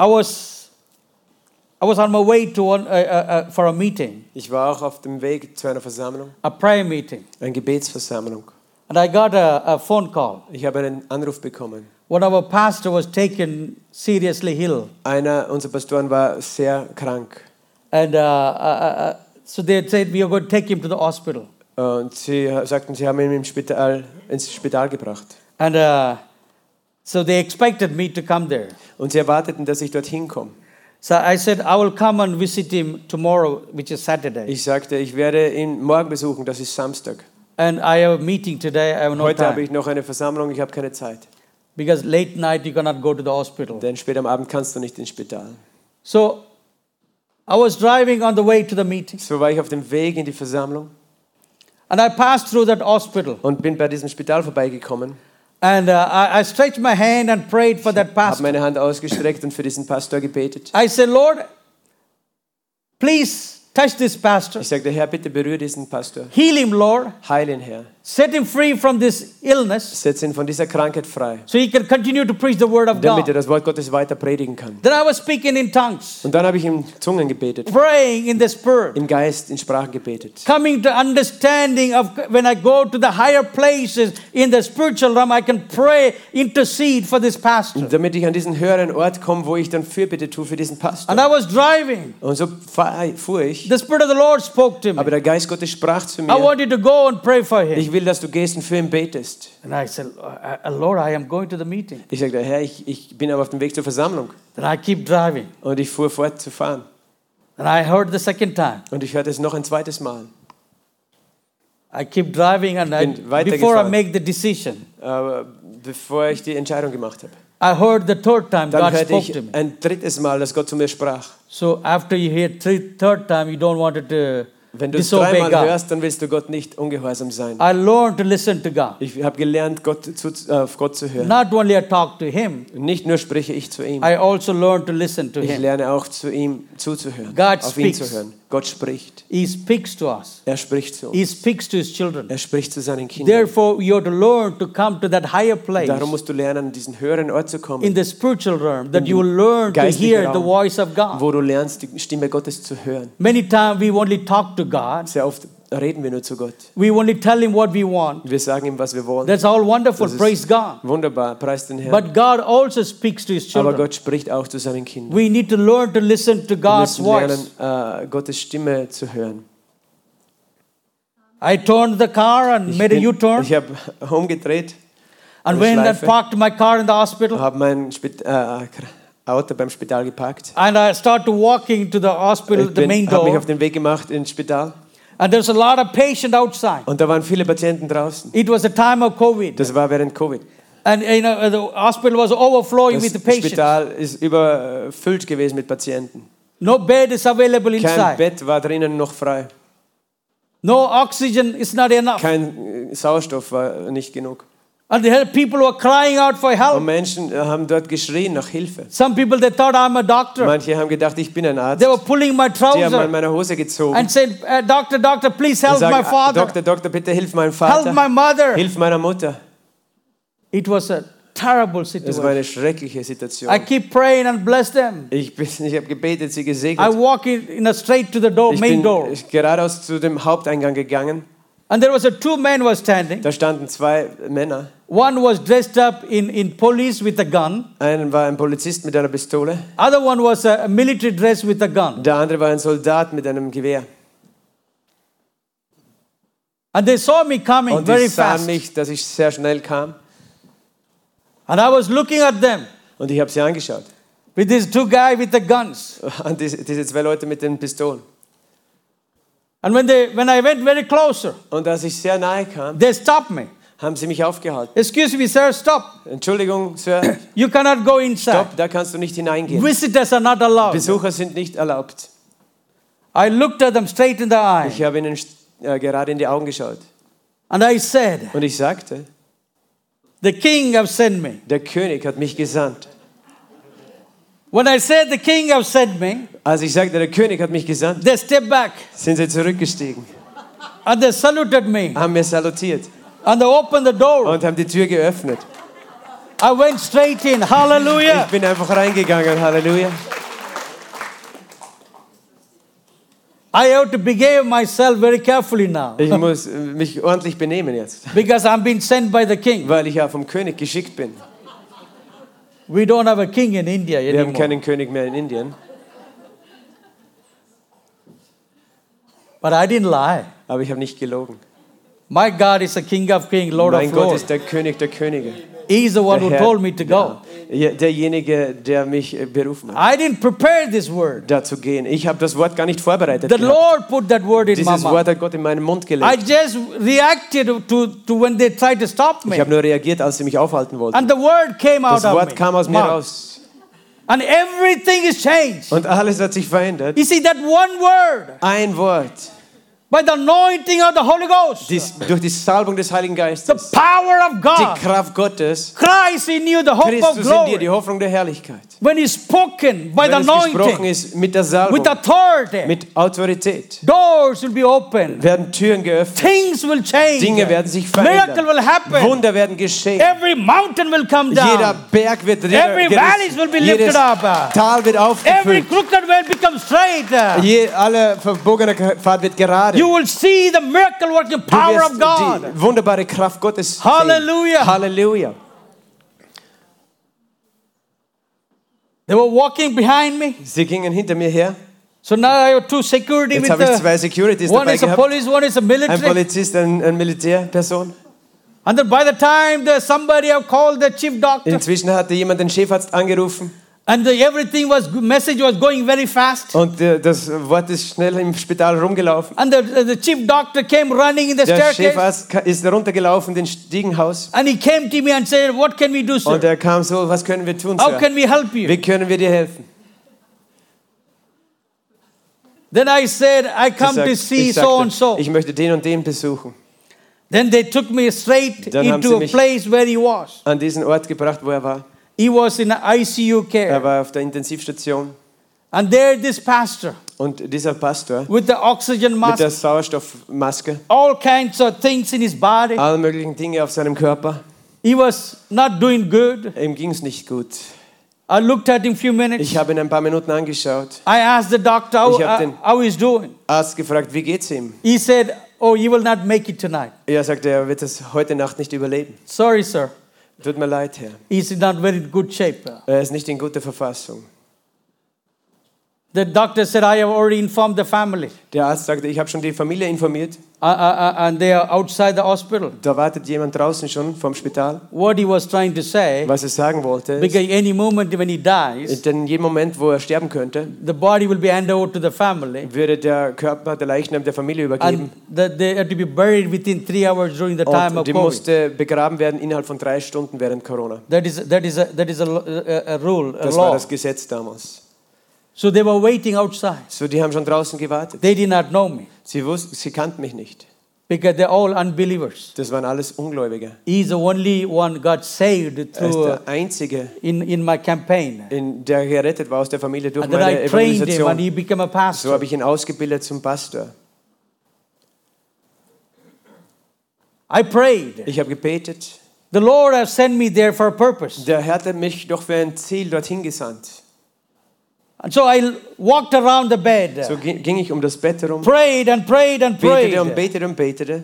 Speaker 1: I was I was on my way to one, uh, uh, uh, for a meeting,
Speaker 2: Ich war auch auf dem Weg zu einer Versammlung,
Speaker 1: a prayer meeting,
Speaker 2: eine Gebetsversammlung.
Speaker 1: and I got a, a phone call.
Speaker 2: Ich habe einen Anruf bekommen.
Speaker 1: One of our pastor was taken seriously ill,
Speaker 2: Einer unserer Pastoren war sehr krank.
Speaker 1: and uh, uh, uh, so they said we are going to take him to the hospital.
Speaker 2: Und sie sagten, sie haben ihn im Spital, ins Spital gebracht.
Speaker 1: And uh, so they expected me to come there.
Speaker 2: Und sie erwarteten, dass ich dorthin komme.
Speaker 1: So I said, I will come and visit him tomorrow, which is Saturday.
Speaker 2: Ich sagte, ich werde ihn morgen besuchen, das ist Samstag.
Speaker 1: And I have a meeting today. I have no
Speaker 2: Heute habe
Speaker 1: time.
Speaker 2: ich noch eine Versammlung, ich habe keine Zeit.
Speaker 1: Because late night, you cannot go to the hospital.
Speaker 2: Denn spät am Abend kannst du nicht ins Spital.
Speaker 1: So I was driving on the way to the meeting.
Speaker 2: So war ich auf dem Weg in die Versammlung
Speaker 1: And I passed through that hospital.
Speaker 2: und bin bei diesem Spital vorbeigekommen,
Speaker 1: And uh, I, I stretched my hand and prayed for that
Speaker 2: habe
Speaker 1: pastor.
Speaker 2: meine Hand ausgestreckt und für diesen Pastor gebetet.
Speaker 1: I said, Lord, please touch this pastor.
Speaker 2: Ich sagte, Herr, bitte berühre diesen Pastor.
Speaker 1: Heal him, Lord.
Speaker 2: Heil ihn, Herr.
Speaker 1: Set him free from this illness
Speaker 2: Setz ihn von dieser Krankheit frei,
Speaker 1: so he can continue to preach the word of
Speaker 2: damit er
Speaker 1: God.
Speaker 2: das Wort Gottes weiter predigen kann.
Speaker 1: Then I was speaking in tongues.
Speaker 2: Und dann habe ich in Zungen gebetet,
Speaker 1: praying in the spirit
Speaker 2: im Geist, in Sprachen gebetet.
Speaker 1: coming to understanding of when i go to the higher places in the spiritual realm i can pray intercede for this pastor
Speaker 2: Und damit ich an diesen höheren Ort komme, wo ich dann Fürbitte tue für diesen
Speaker 1: and i
Speaker 2: Pastor.
Speaker 1: was driving
Speaker 2: Und so fahr- fuhr ich,
Speaker 1: the spirit of the lord spoke to me
Speaker 2: aber der Geist Gottes sprach zu
Speaker 1: i
Speaker 2: mir,
Speaker 1: want you to go and pray for him
Speaker 2: Ich will, dass du gehst und für ihn betest.
Speaker 1: and i said "Uh, uh, lord i am going to the meeting
Speaker 2: Ich sagte, Herr, ich, ich bin aber auf dem Weg zur Versammlung.
Speaker 1: then i keep driving
Speaker 2: Und ich fuhr fort zu fahren.
Speaker 1: and i heard the second time
Speaker 2: Und ich hörte es noch ein zweites Mal.
Speaker 1: i keep driving and I,
Speaker 2: Bin weitergefahren.
Speaker 1: before i make the decision
Speaker 2: Aber äh, bevor ich die Entscheidung gemacht habe.
Speaker 1: i heard the third time
Speaker 2: Dann
Speaker 1: god
Speaker 2: hörte
Speaker 1: spoke
Speaker 2: ich
Speaker 1: to me
Speaker 2: ein drittes Mal, dass Gott zu mir sprach.
Speaker 1: so after you hear three, third time you don't want it to
Speaker 2: Wenn du es
Speaker 1: disobey
Speaker 2: dreimal
Speaker 1: God.
Speaker 2: hörst, dann willst du Gott nicht ungehorsam sein.
Speaker 1: I learned to listen to God.
Speaker 2: Ich habe gelernt, Gott zu, äh, auf Gott zu hören.
Speaker 1: Not only I talk to Him,
Speaker 2: Nicht nur spreche ich zu ihm,
Speaker 1: I also learn to listen to
Speaker 2: ich
Speaker 1: Him.
Speaker 2: lerne auch zu ihm zuzuhören,
Speaker 1: God
Speaker 2: auf ihn
Speaker 1: speaks.
Speaker 2: zu hören. Gott spricht.
Speaker 1: He speaks to us.
Speaker 2: Er spricht zu uns.
Speaker 1: He speaks to His children.
Speaker 2: Er spricht zu seinen Kindern.
Speaker 1: Therefore, you have to learn to come to that higher place
Speaker 2: Darum musst du lernen, an diesen höheren Ort zu
Speaker 1: in
Speaker 2: kommen,
Speaker 1: the spiritual realm that you learn to
Speaker 2: geistlichen
Speaker 1: hear the
Speaker 2: Raum.
Speaker 1: voice of God.
Speaker 2: wo du lernst, die Stimme Gottes zu hören.
Speaker 1: Many times we only talk to God.
Speaker 2: Sehr oft reden wir nur zu Gott.
Speaker 1: We only tell Him what we want.
Speaker 2: Wir sagen ihm, was wir wollen.
Speaker 1: That's all wonderful.
Speaker 2: Das ist-
Speaker 1: Praise God.
Speaker 2: Wunderbar, preis den Herrn.
Speaker 1: But God also speaks to His
Speaker 2: Aber
Speaker 1: children.
Speaker 2: Gott spricht auch zu seinen Kindern.
Speaker 1: We need to learn to listen to
Speaker 2: Wir
Speaker 1: God's
Speaker 2: müssen
Speaker 1: voice.
Speaker 2: lernen, äh, Gottes Stimme zu hören.
Speaker 1: I turned the car and made a
Speaker 2: Bin-
Speaker 1: U-turn.
Speaker 2: Ich habe umgedreht
Speaker 1: And
Speaker 2: eine
Speaker 1: when I
Speaker 2: Schleife.
Speaker 1: parked my car in the hospital,
Speaker 2: und habe mein Spit äh, Auto beim Spital geparkt.
Speaker 1: and I started walking to the hospital,
Speaker 2: Ich
Speaker 1: the main
Speaker 2: bin- habe mich
Speaker 1: door,
Speaker 2: auf den Weg gemacht ins Spital
Speaker 1: and there's a lot of patient outside.
Speaker 2: und da waren viele Patienten draußen.
Speaker 1: It was a time of COVID,
Speaker 2: Das war während Covid.
Speaker 1: and you know the hospital was overflowing
Speaker 2: Das
Speaker 1: with the patients.
Speaker 2: Spital ist überfüllt gewesen mit Patienten.
Speaker 1: No bed is available
Speaker 2: Kein
Speaker 1: inside.
Speaker 2: Bett war drinnen noch frei.
Speaker 1: No oxygen is not enough,
Speaker 2: Kein äh, Sauerstoff war nicht genug.
Speaker 1: and the people were crying out for
Speaker 2: Und
Speaker 1: help.
Speaker 2: Menschen äh, haben dort geschrien nach Hilfe.
Speaker 1: Some people they thought I'm a doctor.
Speaker 2: Manche haben gedacht, ich bin ein Arzt.
Speaker 1: They were pulling my
Speaker 2: Die haben an
Speaker 1: trouser
Speaker 2: meiner Hose gezogen.
Speaker 1: and said, "Uh, "Doctor, doctor, please
Speaker 2: und
Speaker 1: help
Speaker 2: sagen,
Speaker 1: my
Speaker 2: "Ah,
Speaker 1: father."
Speaker 2: Doktor, Doktor, bitte hilf meinem
Speaker 1: help my
Speaker 2: Vater.
Speaker 1: mother.
Speaker 2: Hilf meiner Mutter.
Speaker 1: It was a terrible
Speaker 2: Das war
Speaker 1: situation.
Speaker 2: eine schreckliche Situation.
Speaker 1: I keep praying and bless them.
Speaker 2: Ich, bin- ich habe gebetet, sie
Speaker 1: I
Speaker 2: gesegnet.
Speaker 1: walk in, in a straight to the door,
Speaker 2: Ich
Speaker 1: main
Speaker 2: bin
Speaker 1: door.
Speaker 2: geradeaus zu dem Haupteingang gegangen.
Speaker 1: And there was a two men was standing.
Speaker 2: Da standen zwei Männer.
Speaker 1: One was dressed up in, in police with a gun.
Speaker 2: Einen war ein Polizist mit einer Pistole.
Speaker 1: Other one was a, a military dress with a gun.
Speaker 2: Der andere war ein Soldat mit einem Gewehr.
Speaker 1: And they saw me coming
Speaker 2: Und die
Speaker 1: very
Speaker 2: sahen
Speaker 1: fast.
Speaker 2: mich, dass ich sehr schnell kam.
Speaker 1: And I was looking at them
Speaker 2: Und ich habe sie angeschaut.
Speaker 1: with these two guys with the guns.
Speaker 2: Und diese, diese zwei Leute mit den Pistolen.
Speaker 1: And when they when I went very closer,
Speaker 2: Und als ich sehr nahe kam,
Speaker 1: they stopped me.
Speaker 2: haben sie mich aufgehalten.
Speaker 1: Excuse me, sir, stop.
Speaker 2: Entschuldigung, Sir,
Speaker 1: You cannot go inside.
Speaker 2: stopp, da kannst du nicht hineingehen.
Speaker 1: Visitors are not allowed.
Speaker 2: Besucher sind nicht erlaubt.
Speaker 1: I looked at them straight in the eye
Speaker 2: Ich habe ihnen äh, gerade in die Augen geschaut.
Speaker 1: and I said,
Speaker 2: Und ich sagte,
Speaker 1: The king have sent me.
Speaker 2: der König hat mich gesandt.
Speaker 1: When I said the king have sent me,
Speaker 2: Als ich sagte, der König hat mich gesandt,
Speaker 1: they stepped back
Speaker 2: sind sie zurückgestiegen,
Speaker 1: and they saluted me
Speaker 2: haben mir salutiert
Speaker 1: and they opened the door.
Speaker 2: und haben die Tür geöffnet.
Speaker 1: I went straight in.
Speaker 2: Ich
Speaker 1: Hallelujah.
Speaker 2: bin einfach reingegangen, Halleluja.
Speaker 1: I have to behave myself very carefully now
Speaker 2: Ich muss äh, mich ordentlich benehmen jetzt,
Speaker 1: because I'm being sent by the king.
Speaker 2: weil ich ja vom König geschickt bin.
Speaker 1: We don't have a king in India
Speaker 2: Wir haben
Speaker 1: anymore.
Speaker 2: keinen König mehr in Indien,
Speaker 1: But I didn't lie.
Speaker 2: aber ich habe nicht gelogen.
Speaker 1: My God is the king of kings, Lord
Speaker 2: Mein
Speaker 1: of
Speaker 2: Gott
Speaker 1: lords.
Speaker 2: ist der König der Könige.
Speaker 1: He's the one who
Speaker 2: Der
Speaker 1: told me to go.
Speaker 2: Ja, derjenige, der mich äh, berufen hat,
Speaker 1: I didn't prepare this word.
Speaker 2: dazu gehen. Ich habe das Wort gar nicht vorbereitet.
Speaker 1: The
Speaker 2: gehabt.
Speaker 1: Lord put that word in my
Speaker 2: Dieses
Speaker 1: mouth.
Speaker 2: Wort hat Gott in meinen Mund
Speaker 1: I
Speaker 2: gelegt.
Speaker 1: just reacted to, to when they tried to stop
Speaker 2: Ich
Speaker 1: me.
Speaker 2: habe nur reagiert, als sie mich aufhalten wollten.
Speaker 1: And the word came out
Speaker 2: Das
Speaker 1: of
Speaker 2: Wort
Speaker 1: me.
Speaker 2: kam aus mir
Speaker 1: Mark.
Speaker 2: raus.
Speaker 1: And everything is changed.
Speaker 2: Und alles hat sich verändert.
Speaker 1: You see, that one word,
Speaker 2: Ein Wort.
Speaker 1: by the anointing of the Holy Ghost,
Speaker 2: Dies, durch die Salbung des Heiligen Geistes.
Speaker 1: power of
Speaker 2: Die
Speaker 1: God,
Speaker 2: Kraft Gottes.
Speaker 1: Christ in you, the hope of
Speaker 2: Christus in dir,
Speaker 1: glory.
Speaker 2: die Hoffnung der Herrlichkeit.
Speaker 1: When it's spoken by the
Speaker 2: Wenn es gesprochen
Speaker 1: anointing,
Speaker 2: ist mit der Salbung,
Speaker 1: with authority,
Speaker 2: mit Autorität,
Speaker 1: doors will be opened.
Speaker 2: werden Türen geöffnet.
Speaker 1: Things will change.
Speaker 2: Dinge werden sich
Speaker 1: Miracle will
Speaker 2: verändern.
Speaker 1: happen.
Speaker 2: Wunder werden geschehen.
Speaker 1: Every mountain will come
Speaker 2: Jeder
Speaker 1: down.
Speaker 2: Berg wird
Speaker 1: Every valleys will be
Speaker 2: gerissen.
Speaker 1: lifted
Speaker 2: Jedes
Speaker 1: up.
Speaker 2: Tal wird
Speaker 1: Every
Speaker 2: aufgefüllt.
Speaker 1: crooked way becomes straight. uh,
Speaker 2: Je, alle verbogene Pfad wird gerade.
Speaker 1: You will see the miracle working
Speaker 2: Du
Speaker 1: power
Speaker 2: wirst
Speaker 1: of God.
Speaker 2: Die wunderbare Kraft Gottes. sehen.
Speaker 1: Halleluja.
Speaker 2: Halleluja.
Speaker 1: They were walking behind me.
Speaker 2: Sie gingen hinter mir her.
Speaker 1: So now I have two security
Speaker 2: Jetzt
Speaker 1: with
Speaker 2: habe ich
Speaker 1: the,
Speaker 2: zwei Securities
Speaker 1: one
Speaker 2: dabei
Speaker 1: is a
Speaker 2: gehabt.
Speaker 1: police, one is a
Speaker 2: Ein
Speaker 1: military.
Speaker 2: Polizist, ein, ein Militärperson.
Speaker 1: And then by the time the, somebody have called the chief doctor,
Speaker 2: Inzwischen hatte jemand den Chefarzt angerufen
Speaker 1: and the, everything was message was going very fast.
Speaker 2: und äh, das Wort ist schnell im Spital rumgelaufen.
Speaker 1: And the, the, the chief doctor came running in the
Speaker 2: Der
Speaker 1: staircase,
Speaker 2: Chefarzt ka- ist runtergelaufen, den Stiegenhaus.
Speaker 1: and he came to me and said, "What can we do, sir?
Speaker 2: Und er kam so, was können wir tun,
Speaker 1: How
Speaker 2: Sir?
Speaker 1: can we help you?"
Speaker 2: Wie können wir dir helfen?
Speaker 1: Then I said, I come
Speaker 2: Gesagt,
Speaker 1: to see
Speaker 2: ich,
Speaker 1: so and
Speaker 2: sagte,
Speaker 1: so.
Speaker 2: ich möchte den und den besuchen.
Speaker 1: Then they took me straight
Speaker 2: Dann haben
Speaker 1: into
Speaker 2: sie
Speaker 1: a
Speaker 2: mich-
Speaker 1: place where he was.
Speaker 2: An diesen Ort gebracht, wo er war.
Speaker 1: He was in ICU care.
Speaker 2: Er war auf der Intensivstation.
Speaker 1: And there, this pastor
Speaker 2: Und dieser Pastor
Speaker 1: with the oxygen
Speaker 2: mit der
Speaker 1: mask,
Speaker 2: Sauerstoffmaske,
Speaker 1: all kinds of things in his body,
Speaker 2: alle möglichen Dinge auf seinem Körper.
Speaker 1: he was not doing good.
Speaker 2: Ihm ging es nicht gut.
Speaker 1: I looked at him a few minutes.
Speaker 2: Ich habe ihn ein paar Minuten angeschaut.
Speaker 1: I asked the doctor how,
Speaker 2: Ich hab
Speaker 1: uh,
Speaker 2: den-
Speaker 1: how he's doing.
Speaker 2: Arzt gefragt, wie geht's ihm?
Speaker 1: He said, Oh, you will not make it tonight.
Speaker 2: Er sagte, er wird es heute Nacht nicht überleben.
Speaker 1: Sorry, sir.
Speaker 2: Tut mir leid, Herr.
Speaker 1: He's in not very good shape.
Speaker 2: Er ist nicht in guter Verfassung.
Speaker 1: The doctor said, I have already informed the family.
Speaker 2: Der Arzt sagte, ich habe schon die Familie informiert.
Speaker 1: Uh, uh, uh, and they are outside the hospital.
Speaker 2: Da wartet jemand draußen schon vom Spital.
Speaker 1: What he was trying to say,
Speaker 2: Was er sagen wollte, ist,
Speaker 1: because any moment when he dies,
Speaker 2: denn in jedem Moment, wo er sterben könnte,
Speaker 1: the body will be handed over to the family.
Speaker 2: würde der Körper, der Leichnam der Familie übergeben.
Speaker 1: And that they had to be buried within three hours during the time
Speaker 2: Und
Speaker 1: of
Speaker 2: die
Speaker 1: COVID.
Speaker 2: musste begraben werden innerhalb von drei Stunden während Corona.
Speaker 1: That is, that is, a, that is a, lo- a, a rule, a
Speaker 2: Das war
Speaker 1: law.
Speaker 2: das Gesetz damals.
Speaker 1: So they were waiting outside.
Speaker 2: So, die haben schon draußen gewartet.
Speaker 1: They did not know me
Speaker 2: Sie wussten, sie kannten mich nicht.
Speaker 1: because they're all unbelievers.
Speaker 2: Das waren alles Ungläubige.
Speaker 1: He's the only one got saved
Speaker 2: Er ist
Speaker 1: through uh,
Speaker 2: der Einzige,
Speaker 1: in, in my campaign.
Speaker 2: in der gerettet war aus der Familie durch
Speaker 1: And then I
Speaker 2: meine
Speaker 1: trained him and
Speaker 2: Evangelisation.
Speaker 1: he became a
Speaker 2: So
Speaker 1: pastor.
Speaker 2: habe ich ihn ausgebildet zum Pastor.
Speaker 1: I prayed.
Speaker 2: Ich habe gebetet.
Speaker 1: The Lord has sent me there for a purpose.
Speaker 2: Der Herr hat mich doch für ein Ziel dorthin gesandt.
Speaker 1: And so I walked around the
Speaker 2: So
Speaker 1: bed,
Speaker 2: gi- ging ich um das Bett herum,
Speaker 1: prayed and prayed and
Speaker 2: betete
Speaker 1: prayed.
Speaker 2: und betete und betete.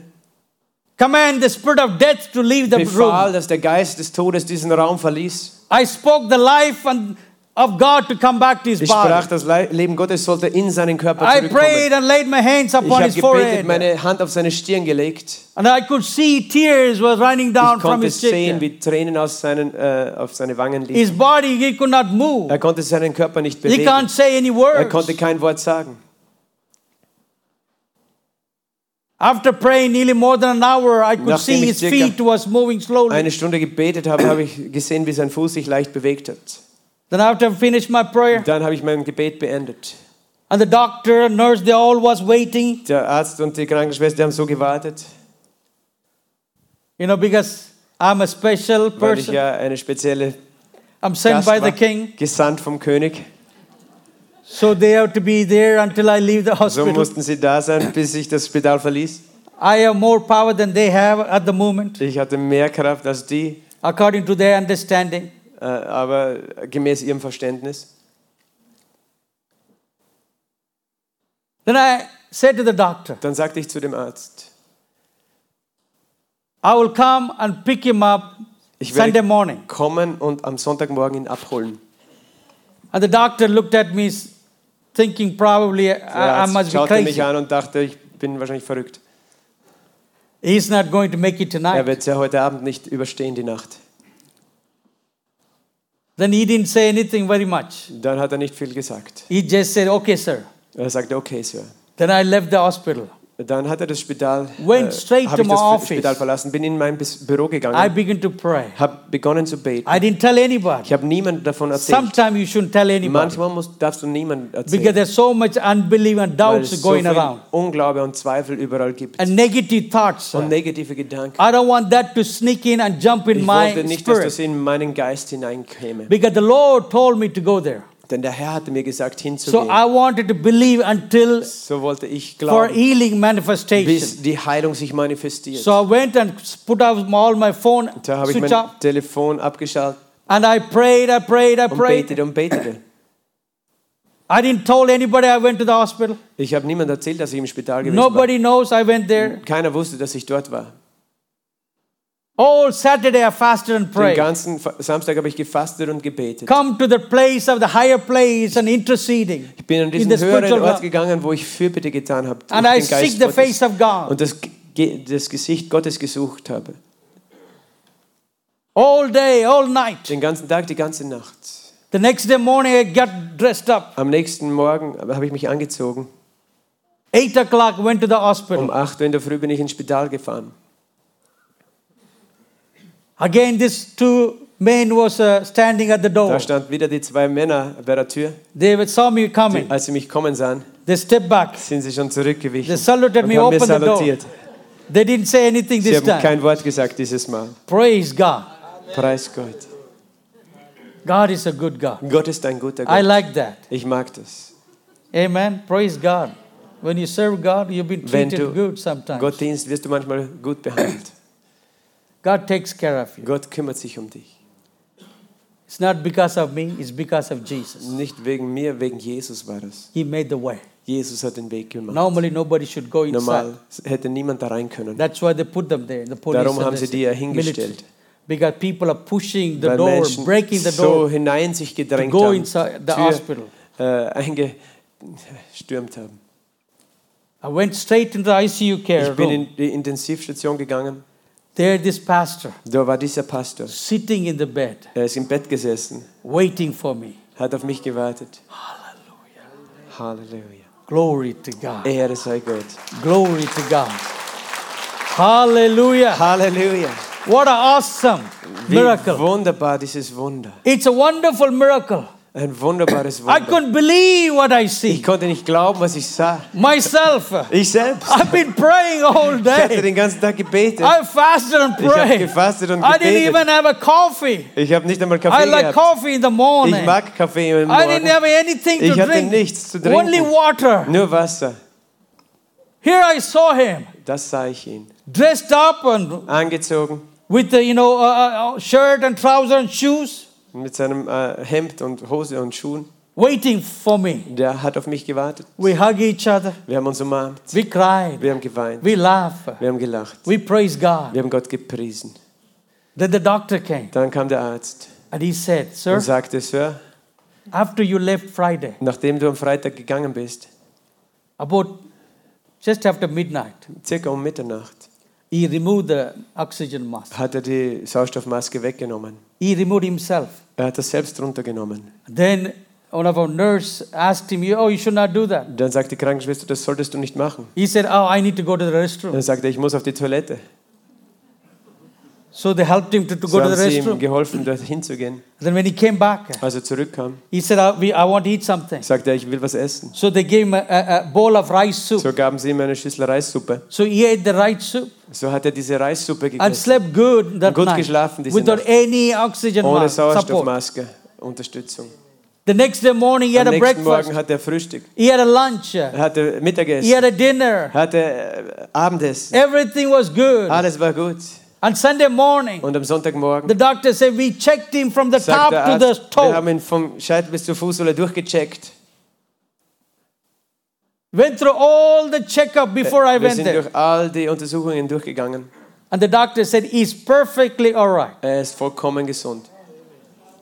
Speaker 1: Command the spirit of death to leave the
Speaker 2: Befahl,
Speaker 1: room.
Speaker 2: dass der Geist des Todes diesen Raum verließ.
Speaker 1: I spoke the life and, of God to come back to his
Speaker 2: Ich sprach,
Speaker 1: body.
Speaker 2: das Le- Leben Gottes sollte in seinen Körper
Speaker 1: I prayed
Speaker 2: zurückkommen.
Speaker 1: and laid my hands
Speaker 2: Ich
Speaker 1: upon
Speaker 2: habe
Speaker 1: his
Speaker 2: gebetet,
Speaker 1: forehead.
Speaker 2: meine Hand auf seine Stirn gelegt.
Speaker 1: And I could see tears were running
Speaker 2: Ich
Speaker 1: down from
Speaker 2: konnte
Speaker 1: his
Speaker 2: sehen,
Speaker 1: cheek.
Speaker 2: wie Tränen aus seinen, äh, auf seine Wangen liefen.
Speaker 1: His body, he could not move.
Speaker 2: Er konnte seinen Körper nicht
Speaker 1: He
Speaker 2: bewegen.
Speaker 1: can't say any
Speaker 2: Er
Speaker 1: words.
Speaker 2: konnte kein Wort sagen.
Speaker 1: After praying nearly more than an hour, I could
Speaker 2: Nachdem
Speaker 1: see
Speaker 2: ich
Speaker 1: his
Speaker 2: circa
Speaker 1: feet was moving slowly.
Speaker 2: Eine Stunde gebetet habe, habe ich gesehen, wie sein Fuß sich leicht bewegt hat.
Speaker 1: Then after I finished my prayer,
Speaker 2: Dann habe ich mein Gebet beendet.
Speaker 1: and the doctor, nurse, they all was waiting,
Speaker 2: Der Arzt und die Krankenschwester haben so gewartet,
Speaker 1: you know, because I'm a special
Speaker 2: weil ich
Speaker 1: person.
Speaker 2: ja eine spezielle
Speaker 1: I'm sent
Speaker 2: Gast
Speaker 1: by the
Speaker 2: war,
Speaker 1: king,
Speaker 2: gesandt vom König.
Speaker 1: so they have to be there until I leave the
Speaker 2: So
Speaker 1: hospital.
Speaker 2: mussten sie da sein, bis ich das Spital verließ.
Speaker 1: I have more power than they have at the moment,
Speaker 2: Ich hatte mehr Kraft als die,
Speaker 1: according to their understanding.
Speaker 2: äh, aber gemäß ihrem Verständnis.
Speaker 1: Then I said to the doctor,
Speaker 2: Dann sagte ich zu dem Arzt,
Speaker 1: I will come and pick him up
Speaker 2: Ich werde-
Speaker 1: Sunday morning.
Speaker 2: kommen und am Sonntagmorgen ihn abholen.
Speaker 1: And the doctor looked at me, s- thinking probably
Speaker 2: Der
Speaker 1: I, I
Speaker 2: Arzt
Speaker 1: must be
Speaker 2: schaute mich
Speaker 1: crazy.
Speaker 2: an und dachte, ich bin wahrscheinlich verrückt.
Speaker 1: He's not going to make it
Speaker 2: Er
Speaker 1: tonight.
Speaker 2: wird es ja heute Abend nicht überstehen, die Nacht.
Speaker 1: Then he didn't say anything very much.
Speaker 2: Dann hat er nicht viel gesagt.
Speaker 1: He just said, Okay, sir.
Speaker 2: Er sagte, okay, Sir.
Speaker 1: Then I left the hospital.
Speaker 2: Dann hat er das Spital,
Speaker 1: Went straight
Speaker 2: habe
Speaker 1: to
Speaker 2: ich
Speaker 1: my
Speaker 2: das
Speaker 1: office.
Speaker 2: Spital verlassen, bin in mein Bis- Büro
Speaker 1: I
Speaker 2: gegangen,
Speaker 1: began to pray.
Speaker 2: habe begonnen zu beten.
Speaker 1: I didn't tell
Speaker 2: Ich
Speaker 1: anybody.
Speaker 2: habe niemandem davon erzählt.
Speaker 1: Sometimes you shouldn't tell anybody
Speaker 2: Manchmal musst, darfst du niemandem
Speaker 1: because
Speaker 2: erzählen,
Speaker 1: there's so much unbelief and
Speaker 2: weil
Speaker 1: doubts
Speaker 2: es so
Speaker 1: going
Speaker 2: viel
Speaker 1: around
Speaker 2: Unglaube und Zweifel überall gibt
Speaker 1: and negative thoughts.
Speaker 2: und negative Gedanken.
Speaker 1: I don't want that to sneak in and jump in
Speaker 2: Ich
Speaker 1: my
Speaker 2: wollte nicht, dass das
Speaker 1: spirit
Speaker 2: in meinen Geist hineinkäme.
Speaker 1: because the Lord told me to go there.
Speaker 2: Denn der Herr hatte mir gesagt,
Speaker 1: So
Speaker 2: hinzugehen.
Speaker 1: I wanted to believe until
Speaker 2: So wollte ich
Speaker 1: for
Speaker 2: glauben,
Speaker 1: healing manifestation.
Speaker 2: bis die Heilung sich manifestiert.
Speaker 1: So I went and put out all my phone
Speaker 2: Da habe ich
Speaker 1: switch
Speaker 2: mein
Speaker 1: off,
Speaker 2: Telefon abgeschaltet
Speaker 1: and I prayed, I prayed, I
Speaker 2: und
Speaker 1: prayed.
Speaker 2: betete und betete.
Speaker 1: I didn't tell anybody I went to the hospital.
Speaker 2: Ich habe niemand erzählt, dass ich im Spital gewesen
Speaker 1: Nobody knows I went there.
Speaker 2: war. Keiner wusste, dass ich dort war.
Speaker 1: All Saturday I fasted and
Speaker 2: Den
Speaker 1: prayed.
Speaker 2: ganzen Fa- Samstag habe ich gefastet und gebetet.
Speaker 1: Come to the place of the higher place and interceding
Speaker 2: Ich bin an
Speaker 1: in
Speaker 2: diesen
Speaker 1: the
Speaker 2: höheren
Speaker 1: spiritual
Speaker 2: Ort
Speaker 1: realm.
Speaker 2: gegangen, wo ich Fürbitte getan habe.
Speaker 1: And
Speaker 2: durch
Speaker 1: I
Speaker 2: den Geist
Speaker 1: seek the
Speaker 2: Gottes
Speaker 1: face of God.
Speaker 2: Und das, Ge- das Gesicht Gottes gesucht habe.
Speaker 1: All day, all night.
Speaker 2: Den ganzen Tag, die ganze Nacht.
Speaker 1: The next day morning I got dressed up.
Speaker 2: Am nächsten Morgen habe ich mich angezogen.
Speaker 1: Eight o'clock went to the hospital.
Speaker 2: Um 8 Uhr in der Früh bin ich ins Spital gefahren.
Speaker 1: Again, these two men was uh, standing at the door.
Speaker 2: Da standen wieder die zwei Männer bei der Tür.
Speaker 1: They saw me coming.
Speaker 2: Als sie mich kommen sahen,
Speaker 1: They stepped back.
Speaker 2: Sind sie schon zurückgewichen
Speaker 1: They saluted
Speaker 2: und
Speaker 1: me,
Speaker 2: haben mir
Speaker 1: opened the door.
Speaker 2: salutiert.
Speaker 1: They didn't say anything
Speaker 2: Sie
Speaker 1: this
Speaker 2: haben
Speaker 1: time.
Speaker 2: kein Wort gesagt dieses Mal.
Speaker 1: Praise God.
Speaker 2: Preis Gott.
Speaker 1: God is a good God.
Speaker 2: Gott ist ein guter
Speaker 1: I
Speaker 2: Gott.
Speaker 1: like that.
Speaker 2: Ich mag das.
Speaker 1: Amen. Praise God. When you serve God, you've been
Speaker 2: Wenn
Speaker 1: treated
Speaker 2: du
Speaker 1: good sometimes.
Speaker 2: Gottdienst wirst du manchmal gut behandelt.
Speaker 1: God takes care of you.
Speaker 2: Gott kümmert sich um dich.
Speaker 1: It's not because of me, it's because of Jesus.
Speaker 2: Nicht wegen mir, wegen Jesus war das.
Speaker 1: He made the way.
Speaker 2: Jesus hat den Weg gemacht.
Speaker 1: Normally, nobody should go inside.
Speaker 2: Normal hätte niemand da rein können.
Speaker 1: That's why they put them there, the police
Speaker 2: Darum
Speaker 1: and
Speaker 2: haben
Speaker 1: the
Speaker 2: sie die ja
Speaker 1: military.
Speaker 2: hingestellt.
Speaker 1: Because people are pushing the
Speaker 2: Weil
Speaker 1: door,
Speaker 2: Menschen
Speaker 1: breaking the
Speaker 2: so
Speaker 1: door.
Speaker 2: hinein sich gedrängt
Speaker 1: to go
Speaker 2: haben,
Speaker 1: inside the hospital.
Speaker 2: äh, [LAUGHS] eingestürmt haben.
Speaker 1: I went straight into the ICU care
Speaker 2: Ich bin
Speaker 1: room.
Speaker 2: in die Intensivstation gegangen.
Speaker 1: There, this pastor
Speaker 2: Da war dieser Pastor.
Speaker 1: sitting in the bed,
Speaker 2: Er ist im Bett gesessen,
Speaker 1: waiting for me.
Speaker 2: hat auf mich gewartet. Halleluja. Halleluja.
Speaker 1: Glory to God.
Speaker 2: Ehre sei Gott.
Speaker 1: Glory to God. Hallelujah.
Speaker 2: Halleluja.
Speaker 1: What an awesome
Speaker 2: Wie
Speaker 1: miracle.
Speaker 2: wunderbar dieses Wunder.
Speaker 1: It's a wonderful miracle.
Speaker 2: Ein wunderbares
Speaker 1: I
Speaker 2: Wunder.
Speaker 1: couldn't believe what I
Speaker 2: Ich
Speaker 1: see.
Speaker 2: konnte nicht glauben, was ich sah.
Speaker 1: [LAUGHS] Myself,
Speaker 2: Ich selbst.
Speaker 1: I've been praying [LAUGHS] all
Speaker 2: Ich hatte
Speaker 1: day.
Speaker 2: den ganzen Tag gebetet.
Speaker 1: I fasted and
Speaker 2: Ich habe
Speaker 1: prayed.
Speaker 2: gefastet und
Speaker 1: I didn't
Speaker 2: gebetet.
Speaker 1: even have a coffee.
Speaker 2: Ich habe nicht einmal
Speaker 1: I
Speaker 2: Kaffee
Speaker 1: like
Speaker 2: gehabt.
Speaker 1: coffee in the
Speaker 2: Ich
Speaker 1: morning.
Speaker 2: mag Kaffee im
Speaker 1: I didn't
Speaker 2: Morgen.
Speaker 1: have anything to
Speaker 2: Ich hatte
Speaker 1: drink.
Speaker 2: nichts zu trinken.
Speaker 1: Only water.
Speaker 2: Nur Wasser.
Speaker 1: Here I saw him
Speaker 2: Das sah ich ihn.
Speaker 1: dressed up and
Speaker 2: Angezogen
Speaker 1: with the, you know uh, uh, shirt and trouser and shoes,
Speaker 2: mit seinem äh, Hemd und Hose und Schuhen.
Speaker 1: waiting for me.
Speaker 2: Der hat auf mich gewartet.
Speaker 1: We hug each other.
Speaker 2: Wir haben uns umarmt.
Speaker 1: We cried.
Speaker 2: Wir haben geweint.
Speaker 1: We laugh.
Speaker 2: Wir haben gelacht.
Speaker 1: We praise God.
Speaker 2: Wir haben Gott gepriesen.
Speaker 1: Then the doctor came
Speaker 2: Dann kam der Arzt
Speaker 1: and he said,
Speaker 2: und
Speaker 1: "Sir,
Speaker 2: sagte, Sir,
Speaker 1: after you left Friday,
Speaker 2: nachdem du am Freitag gegangen bist,
Speaker 1: about just after midnight,
Speaker 2: circa um Mitternacht,
Speaker 1: he removed the oxygen mask.
Speaker 2: hat er die Sauerstoffmaske weggenommen.
Speaker 1: He removed himself."
Speaker 2: Er hat das selbst runtergenommen.
Speaker 1: Then one of our nurse asked him, "Oh, you should not do that."
Speaker 2: Dann sagt die Krankenschwester, das solltest du nicht machen.
Speaker 1: He said, "Oh, I need to go to the restroom."
Speaker 2: Dann sagt er, ich muss auf die Toilette.
Speaker 1: So they helped him to, to
Speaker 2: So
Speaker 1: go to the
Speaker 2: haben sie ihm
Speaker 1: restroom.
Speaker 2: geholfen, dorthin zu gehen.
Speaker 1: Then when he came back,
Speaker 2: Als er zurückkam,
Speaker 1: he said, "I, we, I want to eat something."
Speaker 2: sagt er, ich will was essen.
Speaker 1: So they gave him a, a, a bowl of rice soup.
Speaker 2: So gaben sie ihm eine Schüssel Reissuppe.
Speaker 1: So he ate the rice soup
Speaker 2: So hat er diese Reissuppe
Speaker 1: and
Speaker 2: gegessen.
Speaker 1: slept good that
Speaker 2: Gut
Speaker 1: night
Speaker 2: geschlafen diese
Speaker 1: without
Speaker 2: Nacht.
Speaker 1: any oxygen
Speaker 2: Ohne
Speaker 1: mask support.
Speaker 2: Sauerstoffmaske, Unterstützung.
Speaker 1: The next day morning, he had
Speaker 2: Am
Speaker 1: a
Speaker 2: nächsten
Speaker 1: breakfast.
Speaker 2: Morgen hat er Frühstück,
Speaker 1: He had a lunch.
Speaker 2: er hatte
Speaker 1: He
Speaker 2: Mittagessen,
Speaker 1: had a dinner.
Speaker 2: hatte äh, Abendessen.
Speaker 1: Everything was good.
Speaker 2: Alles war gut.
Speaker 1: On Sunday morning,
Speaker 2: Und am Sonntagmorgen
Speaker 1: the doctor said, "We checked him from the
Speaker 2: sagt
Speaker 1: top
Speaker 2: der
Speaker 1: to the
Speaker 2: Arzt, wir
Speaker 1: toe.
Speaker 2: haben ihn vom Scheitel bis zur Fußsohle durchgecheckt.
Speaker 1: Went through all the checkup before I
Speaker 2: Wir
Speaker 1: went
Speaker 2: sind
Speaker 1: there."
Speaker 2: durch all die Untersuchungen durchgegangen.
Speaker 1: And the doctor said, he's perfectly all right.
Speaker 2: Er ist vollkommen gesund.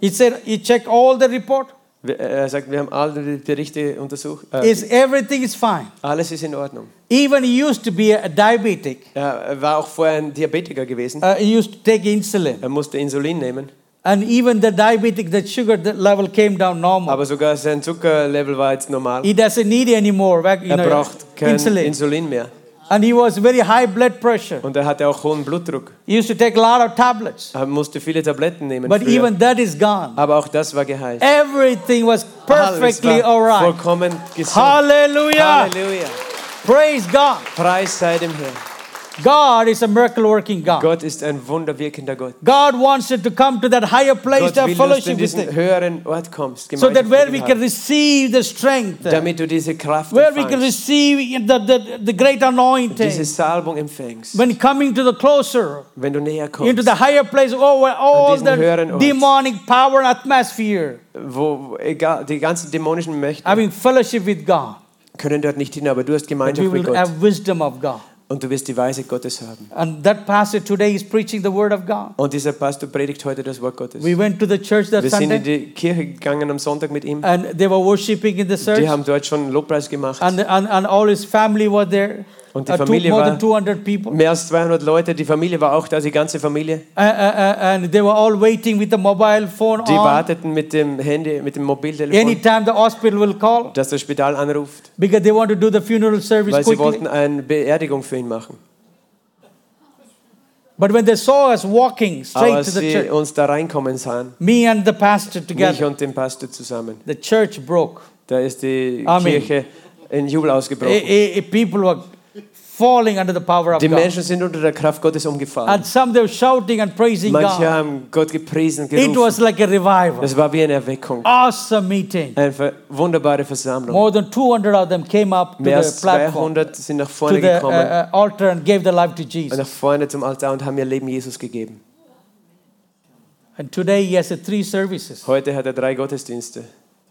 Speaker 1: He said, he checked all the report.
Speaker 2: Wir- äh, Er sagt, wir haben alle die Berichte untersucht. Äh,
Speaker 1: Is everything is fine.
Speaker 2: alles ist in Ordnung.
Speaker 1: Even he used to be a diabetic.
Speaker 2: Er war auch vorher ein Diabetiker gewesen.
Speaker 1: Uh, he used to take insulin.
Speaker 2: Er musste Insulin nehmen.
Speaker 1: And even the diabetic, the sugar level came down normal.
Speaker 2: Aber sogar sein Zuckerlevel war jetzt normal.
Speaker 1: He doesn't need anymore vac- you
Speaker 2: Er
Speaker 1: know,
Speaker 2: braucht kein
Speaker 1: insulin.
Speaker 2: Insulin mehr.
Speaker 1: And he was very high blood pressure.
Speaker 2: Und er hatte auch hohen Blutdruck.
Speaker 1: He used to take a lot of tablets.
Speaker 2: Er musste viele Tabletten nehmen.
Speaker 1: But
Speaker 2: früher.
Speaker 1: even that is gone.
Speaker 2: Aber auch das war geheilt.
Speaker 1: Everything was
Speaker 2: Alles
Speaker 1: perfectly
Speaker 2: war
Speaker 1: all right.
Speaker 2: Vollkommen gesund.
Speaker 1: Hallelujah.
Speaker 2: Halleluja.
Speaker 1: Praise God.
Speaker 2: Preis sei dem Herrn.
Speaker 1: God is a miracle working God.
Speaker 2: Gott ist ein wunderwirkender Gott.
Speaker 1: God wants you to come to that higher place
Speaker 2: Gott
Speaker 1: of
Speaker 2: will, dass du in
Speaker 1: fellowship with
Speaker 2: diesen
Speaker 1: Him.
Speaker 2: höheren Ort kommst.
Speaker 1: So that
Speaker 2: Gemeinschaft
Speaker 1: where
Speaker 2: mit
Speaker 1: we
Speaker 2: ihm
Speaker 1: can
Speaker 2: hast.
Speaker 1: receive the strength,
Speaker 2: damit du diese Kraft
Speaker 1: where we can
Speaker 2: empfängst,
Speaker 1: receive the, the, the great
Speaker 2: diese
Speaker 1: anointing.
Speaker 2: Salbung empfängst,
Speaker 1: When coming to the closer,
Speaker 2: wenn du näher
Speaker 1: into
Speaker 2: kommst,
Speaker 1: the higher place, oh, where all
Speaker 2: diesen höheren
Speaker 1: the
Speaker 2: Ort.
Speaker 1: demonic power atmosphere,
Speaker 2: wo wo- egal, die ganzen dämonischen Mächte
Speaker 1: having fellowship with God,
Speaker 2: können dort nicht hin, aber du hast
Speaker 1: we
Speaker 2: Gemeinschaft mit
Speaker 1: will
Speaker 2: Gott
Speaker 1: have wisdom of God.
Speaker 2: und du wirst die Weisheit Gottes haben.
Speaker 1: And that pastor today is preaching the word of God.
Speaker 2: Und dieser Pastor predigt heute das Wort Gottes.
Speaker 1: We went to the church that
Speaker 2: Wir sind in
Speaker 1: Sunday,
Speaker 2: die Kirche gegangen am Sonntag mit ihm.
Speaker 1: and they were worshiping in the
Speaker 2: Die
Speaker 1: church,
Speaker 2: haben dort schon Lobpreis gemacht.
Speaker 1: and, and, and all his family were there.
Speaker 2: Und die
Speaker 1: Uh, two-
Speaker 2: Familie
Speaker 1: more
Speaker 2: war-
Speaker 1: than 200 people.
Speaker 2: Mehr als 200 Leute, die Familie war auch da, die ganze Familie.
Speaker 1: Uh, uh, uh, and they were all waiting with the mobile phone
Speaker 2: Die
Speaker 1: on.
Speaker 2: warteten mit dem Handy, mit dem Mobiltelefon,
Speaker 1: Anytime the hospital will call
Speaker 2: dass das Spital anruft,
Speaker 1: because they want to do the funeral service
Speaker 2: weil sie
Speaker 1: quickly.
Speaker 2: wollten eine Beerdigung für ihn machen.
Speaker 1: But when they saw us walking straight
Speaker 2: Aber
Speaker 1: to the
Speaker 2: sie
Speaker 1: church,
Speaker 2: uns da reinkommen sahen,
Speaker 1: me and the pastor
Speaker 2: mich
Speaker 1: together,
Speaker 2: und den Pastor zusammen.
Speaker 1: the church broke.
Speaker 2: Da ist die
Speaker 1: Amen.
Speaker 2: Kirche in Jubel
Speaker 1: Eh,
Speaker 2: ausgebrochen.
Speaker 1: eh, eh, people were falling under the power of
Speaker 2: Die
Speaker 1: God.
Speaker 2: Menschen sind unter der Kraft Gottes umgefallen.
Speaker 1: And some they were shouting and praising
Speaker 2: Manche
Speaker 1: God.
Speaker 2: haben Gott gepriesen,
Speaker 1: It
Speaker 2: gerufen.
Speaker 1: was like a revival.
Speaker 2: Das war wie eine Erweckung.
Speaker 1: Awesome meeting.
Speaker 2: Eine ver- wunderbare Versammlung.
Speaker 1: More than 200 of them came up to
Speaker 2: Mehr
Speaker 1: the
Speaker 2: als
Speaker 1: platform,
Speaker 2: 200 sind nach
Speaker 1: to
Speaker 2: vorne
Speaker 1: the uh,
Speaker 2: gekommen,
Speaker 1: uh, altar, and gave their life to
Speaker 2: und
Speaker 1: Jesus.
Speaker 2: nach vorne zum Altar und haben ihr Leben Jesus gegeben.
Speaker 1: And today he has uh, three services
Speaker 2: Heute hat er drei Gottesdienste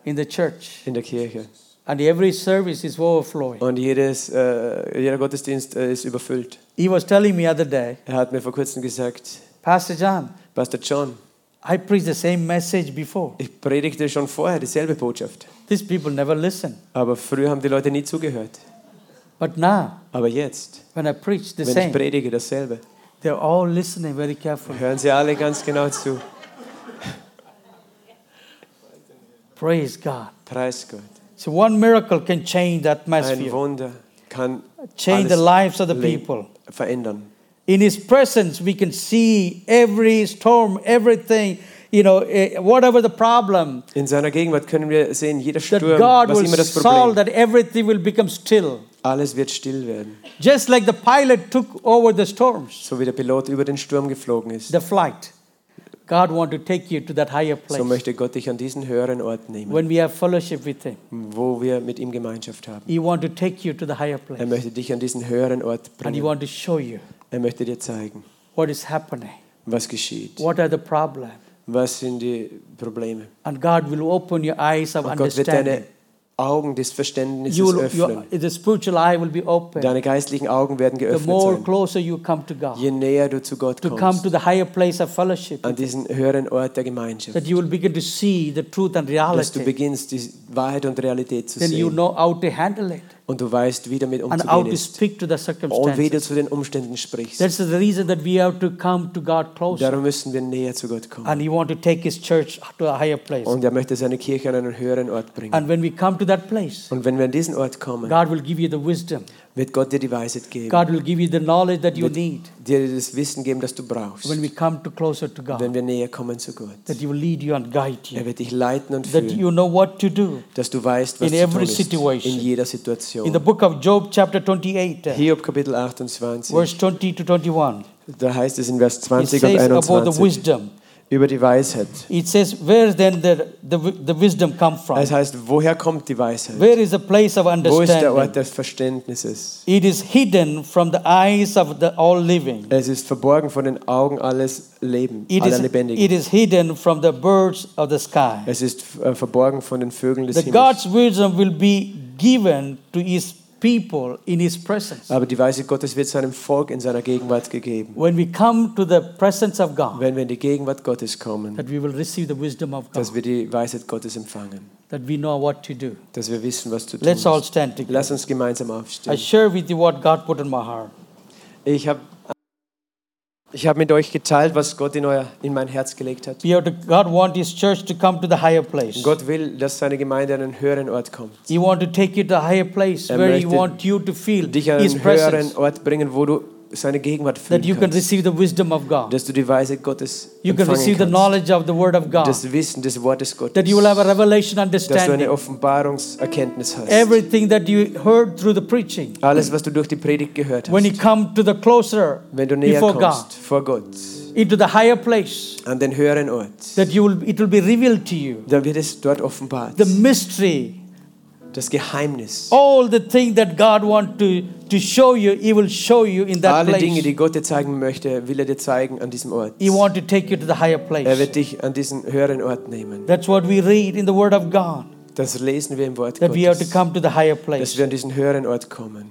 Speaker 1: in the church,
Speaker 2: in der Kirche.
Speaker 1: and every service is overflowing.
Speaker 2: Und jedes, äh, jeder Gottesdienst äh, ist überfüllt.
Speaker 1: He was telling me other day,
Speaker 2: Er hat mir vor kurzem gesagt,
Speaker 1: Pastor John,
Speaker 2: Pastor John,
Speaker 1: I preached the same message before.
Speaker 2: ich predigte schon vorher dieselbe Botschaft.
Speaker 1: These people never listen.
Speaker 2: Aber früher haben die Leute nie zugehört.
Speaker 1: But now,
Speaker 2: Aber jetzt,
Speaker 1: when I preach the
Speaker 2: wenn ich
Speaker 1: same,
Speaker 2: predige dasselbe,
Speaker 1: they're all listening very carefully.
Speaker 2: hören sie alle ganz genau zu.
Speaker 1: Praise God.
Speaker 2: Preis Gott.
Speaker 1: So one miracle can change the
Speaker 2: Ein
Speaker 1: atmosphere,
Speaker 2: Wunder kann
Speaker 1: change the
Speaker 2: alles
Speaker 1: lives of the
Speaker 2: le-
Speaker 1: people.
Speaker 2: verändern.
Speaker 1: In His presence, we can see every storm, everything, you know, eh, whatever the problem,
Speaker 2: In seiner Gegenwart können wir sehen, jeder
Speaker 1: that
Speaker 2: Sturm,
Speaker 1: God
Speaker 2: was
Speaker 1: will
Speaker 2: immer das
Speaker 1: solve,
Speaker 2: Problem,
Speaker 1: that everything will become still.
Speaker 2: alles wird still werden.
Speaker 1: Just like the pilot took over the storms,
Speaker 2: So wie der Pilot über den Sturm geflogen ist,
Speaker 1: the flight, God wants to take you to that higher
Speaker 2: so
Speaker 1: place.
Speaker 2: möchte Gott dich an diesen höheren Ort nehmen,
Speaker 1: When we have fellowship with Him,
Speaker 2: wo wir mit ihm Gemeinschaft haben.
Speaker 1: He wants to take you to the higher
Speaker 2: Er
Speaker 1: place.
Speaker 2: möchte dich an diesen höheren Ort
Speaker 1: And He
Speaker 2: bringen.
Speaker 1: wants to show you
Speaker 2: Er möchte dir zeigen,
Speaker 1: what is happening,
Speaker 2: was geschieht,
Speaker 1: what are the problems.
Speaker 2: was sind die Probleme.
Speaker 1: And God will open your eyes of
Speaker 2: Und Gott wird deine
Speaker 1: understanding.
Speaker 2: Augen des Verständnisses
Speaker 1: You will, your,
Speaker 2: öffnen.
Speaker 1: the spiritual eye will be open.
Speaker 2: Deine geistlichen Augen werden
Speaker 1: The
Speaker 2: geöffnet
Speaker 1: more
Speaker 2: sein.
Speaker 1: closer you come to God,
Speaker 2: Je näher du zu Gott
Speaker 1: to come
Speaker 2: kommst,
Speaker 1: to the higher place of fellowship,
Speaker 2: an diesen höheren Ort der Gemeinschaft,
Speaker 1: that you will begin to see the truth and
Speaker 2: dass du
Speaker 1: reality.
Speaker 2: beginnst, die Wahrheit und Realität zu
Speaker 1: Then you
Speaker 2: sehen
Speaker 1: know how to handle it
Speaker 2: und du weißt, wie damit
Speaker 1: and how
Speaker 2: umzugehen
Speaker 1: to
Speaker 2: ist
Speaker 1: speak to the
Speaker 2: und wie du
Speaker 1: circumstances.
Speaker 2: zu den Umständen sprichst.
Speaker 1: That's the reason that we have to come to God closer.
Speaker 2: Darum müssen wir näher zu Gott kommen.
Speaker 1: And He wants to take His church to a higher place.
Speaker 2: Und er möchte seine Kirche an einen höheren Ort bringen.
Speaker 1: And when we come to that place,
Speaker 2: Und wenn wir an diesen Ort kommen,
Speaker 1: God will give you the wisdom.
Speaker 2: wird Gott dir die Weisheit geben,
Speaker 1: God will give you the knowledge that you need
Speaker 2: dir das Wissen geben, das du brauchst,
Speaker 1: when we come to closer to God.
Speaker 2: wenn wir näher kommen zu Gott.
Speaker 1: That He will lead you and guide you.
Speaker 2: Er wird dich leiten und
Speaker 1: that
Speaker 2: führen,
Speaker 1: you know what to do.
Speaker 2: dass du weißt, was
Speaker 1: in
Speaker 2: zu
Speaker 1: every
Speaker 2: tun ist,
Speaker 1: situation.
Speaker 2: in jeder
Speaker 1: In the
Speaker 2: Situation.
Speaker 1: book of Job, chapter 28, uh,
Speaker 2: Hiob Kapitel 28,
Speaker 1: verse 20 to 21,
Speaker 2: da heißt es in Vers
Speaker 1: it
Speaker 2: 20 und
Speaker 1: says about the
Speaker 2: 21
Speaker 1: wisdom.
Speaker 2: über die Weisheit.
Speaker 1: It says, Where then the, the, wi- the wisdom come from?
Speaker 2: Es heißt, woher kommt die Weisheit?
Speaker 1: Where is the place of
Speaker 2: Wo ist der Ort
Speaker 1: understanding?
Speaker 2: des Verständnisses?
Speaker 1: It is hidden from the eyes of the all living.
Speaker 2: Es ist verborgen vor den Augen alles Leben,
Speaker 1: It
Speaker 2: aller
Speaker 1: is, it
Speaker 2: Lebendigen.
Speaker 1: is hidden from the birds of the sky.
Speaker 2: Es ist äh, verborgen von den Vögeln des
Speaker 1: The
Speaker 2: Himmels.
Speaker 1: God's wisdom will be given to his people in his presence.
Speaker 2: Aber die Weisheit Gottes wird seinem Volk in seiner Gegenwart gegeben.
Speaker 1: When we come to the presence of God,
Speaker 2: Wenn wir in die Gegenwart Gottes kommen,
Speaker 1: that we will receive the wisdom of God,
Speaker 2: dass wir die Weisheit Gottes empfangen,
Speaker 1: that we know what to do.
Speaker 2: dass wir wissen, was zu tun
Speaker 1: Let's all
Speaker 2: ist.
Speaker 1: stand together.
Speaker 2: Lass uns gemeinsam
Speaker 1: I
Speaker 2: aufstehen.
Speaker 1: share with you what God put in my heart.
Speaker 2: Ich habe ich hab mit euch geteilt, was Gott in, euer, in mein Herz gelegt hat.
Speaker 1: We have to, God wants His church to come to the higher place.
Speaker 2: Gott will, dass seine Gemeinde an einen höheren Ort kommt.
Speaker 1: He wants to take you to a higher place
Speaker 2: Er
Speaker 1: where He
Speaker 2: möchte
Speaker 1: wants you to feel
Speaker 2: dich an
Speaker 1: His
Speaker 2: einen höheren
Speaker 1: presence,
Speaker 2: Ort bringen, wo du seine Gegenwart
Speaker 1: that you
Speaker 2: fühlen
Speaker 1: can
Speaker 2: kannst.
Speaker 1: receive the wisdom of God.
Speaker 2: Dass du die Weisheit Gottes
Speaker 1: You can
Speaker 2: empfangen
Speaker 1: receive the
Speaker 2: kannst.
Speaker 1: knowledge of the Word of God.
Speaker 2: Das Wissen des Wortes Gottes.
Speaker 1: That you will have a revelation
Speaker 2: dass du eine
Speaker 1: understanding.
Speaker 2: Offenbarungserkenntnis hast.
Speaker 1: Everything that you heard through the preaching,
Speaker 2: Alles, was du durch die Predigt gehört
Speaker 1: when
Speaker 2: hast.
Speaker 1: you come to the closer
Speaker 2: Wenn du näher
Speaker 1: before
Speaker 2: kommst
Speaker 1: God,
Speaker 2: vor Gott,
Speaker 1: into the higher place,
Speaker 2: an den höheren Ort,
Speaker 1: that you will, it will be revealed to you.
Speaker 2: dann wird es dort offenbart.
Speaker 1: The mystery
Speaker 2: Das Geheimnis.
Speaker 1: all the things that God wants to, to show you, He will show you in that
Speaker 2: Alle
Speaker 1: place.
Speaker 2: Dinge, die Gott dir zeigen möchte, will er dir zeigen an diesem Ort.
Speaker 1: he wants to take you to the higher
Speaker 2: Er
Speaker 1: place.
Speaker 2: wird dich an diesen höheren Ort nehmen.
Speaker 1: That's what we read in the Word of God,
Speaker 2: Das lesen wir im Wort
Speaker 1: that we have to
Speaker 2: Gottes.
Speaker 1: come to the higher
Speaker 2: Dass
Speaker 1: place.
Speaker 2: wir an diesen höheren Ort kommen.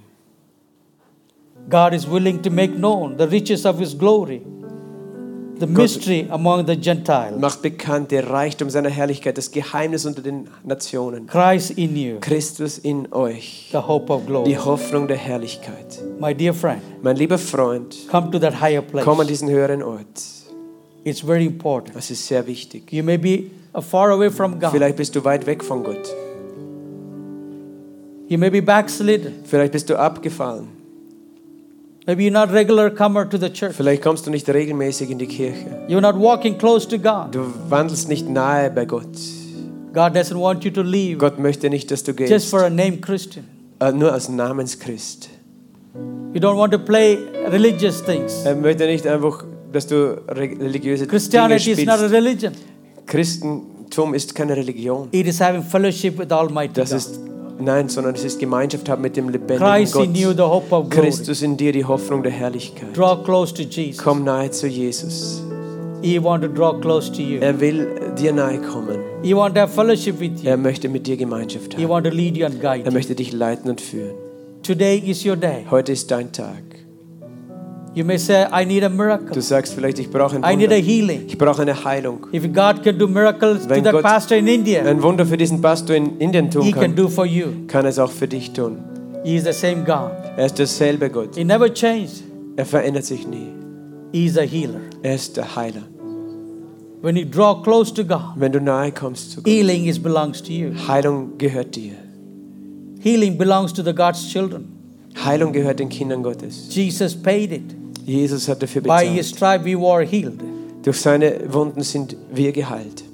Speaker 1: God is willing to make known the riches of His glory, the mystery among the Gentiles,
Speaker 2: Macht bekannt der Reichtum seiner Herrlichkeit, das Geheimnis unter den Nationen.
Speaker 1: Christ in you,
Speaker 2: Christus in euch,
Speaker 1: the hope of
Speaker 2: die
Speaker 1: glory.
Speaker 2: Hoffnung der Herrlichkeit.
Speaker 1: My dear friend,
Speaker 2: Mein lieber Freund,
Speaker 1: come to that higher place.
Speaker 2: komm an diesen höheren Ort.
Speaker 1: It's very important.
Speaker 2: Das ist sehr wichtig.
Speaker 1: You may be uh, far away from God,
Speaker 2: Vielleicht bist du weit weg von Gott.
Speaker 1: you may be backslidden,
Speaker 2: Vielleicht bist du abgefallen.
Speaker 1: maybe you're not regular comer to the church,
Speaker 2: Vielleicht kommst du nicht regelmäßig in die Kirche.
Speaker 1: you're not walking close to God.
Speaker 2: Du wandelst nicht nahe bei Gott.
Speaker 1: God doesn't want you to leave
Speaker 2: Gott möchte nicht, dass du
Speaker 1: just
Speaker 2: gehst.
Speaker 1: for a name Christian.
Speaker 2: äh, nur als Namenschrist.
Speaker 1: We don't want to play religious things.
Speaker 2: Er möchte nicht einfach, dass du re- religiöse
Speaker 1: Christianity
Speaker 2: Dinge
Speaker 1: is not a
Speaker 2: spielst.
Speaker 1: religion.
Speaker 2: Christentum ist keine Religion.
Speaker 1: It is having fellowship with Almighty
Speaker 2: Das
Speaker 1: God.
Speaker 2: ist nein, sondern es ist Gemeinschaft haben mit dem lebendigen
Speaker 1: Christ in you,
Speaker 2: Gott.
Speaker 1: the hope of glory.
Speaker 2: Christus in dir die Hoffnung der Herrlichkeit.
Speaker 1: Draw close to Jesus.
Speaker 2: Komm nahe zu Jesus.
Speaker 1: He want to draw close to you.
Speaker 2: Er will dir nahe kommen.
Speaker 1: He want to have fellowship with you.
Speaker 2: Er möchte mit dir Gemeinschaft
Speaker 1: He
Speaker 2: haben.
Speaker 1: want to lead you and guide
Speaker 2: Er
Speaker 1: you.
Speaker 2: möchte dich leiten und führen.
Speaker 1: Today is your day.
Speaker 2: Heute ist dein Tag.
Speaker 1: You may say, I need a
Speaker 2: Du
Speaker 1: miracle.
Speaker 2: sagst vielleicht, ich brauche ein
Speaker 1: I need a
Speaker 2: Wunder.
Speaker 1: healing.
Speaker 2: Ich brauche eine Heilung.
Speaker 1: If God can do miracles to
Speaker 2: Wenn
Speaker 1: that
Speaker 2: Gott-
Speaker 1: pastor in India,
Speaker 2: Ein Wunder für diesen Pastor in Indien tun
Speaker 1: He can
Speaker 2: kann,
Speaker 1: do for you.
Speaker 2: kann es auch für dich tun.
Speaker 1: He is the same God.
Speaker 2: Er ist derselbe Gott.
Speaker 1: He never changed.
Speaker 2: Er verändert sich nie.
Speaker 1: He is a healer.
Speaker 2: Er ist der Heiler.
Speaker 1: When you draw close to God,
Speaker 2: Wenn du nahe kommst zu Gott,
Speaker 1: healing is belongs to you.
Speaker 2: Heilung gehört dir.
Speaker 1: Healing belongs to the God's children.
Speaker 2: Heilung gehört den Kindern Gottes.
Speaker 1: Jesus paid it.
Speaker 2: Jesus hat dafür
Speaker 1: By his
Speaker 2: bezahlt.
Speaker 1: stripe we were healed.
Speaker 2: Durch seine Wunden sind wir geheilt.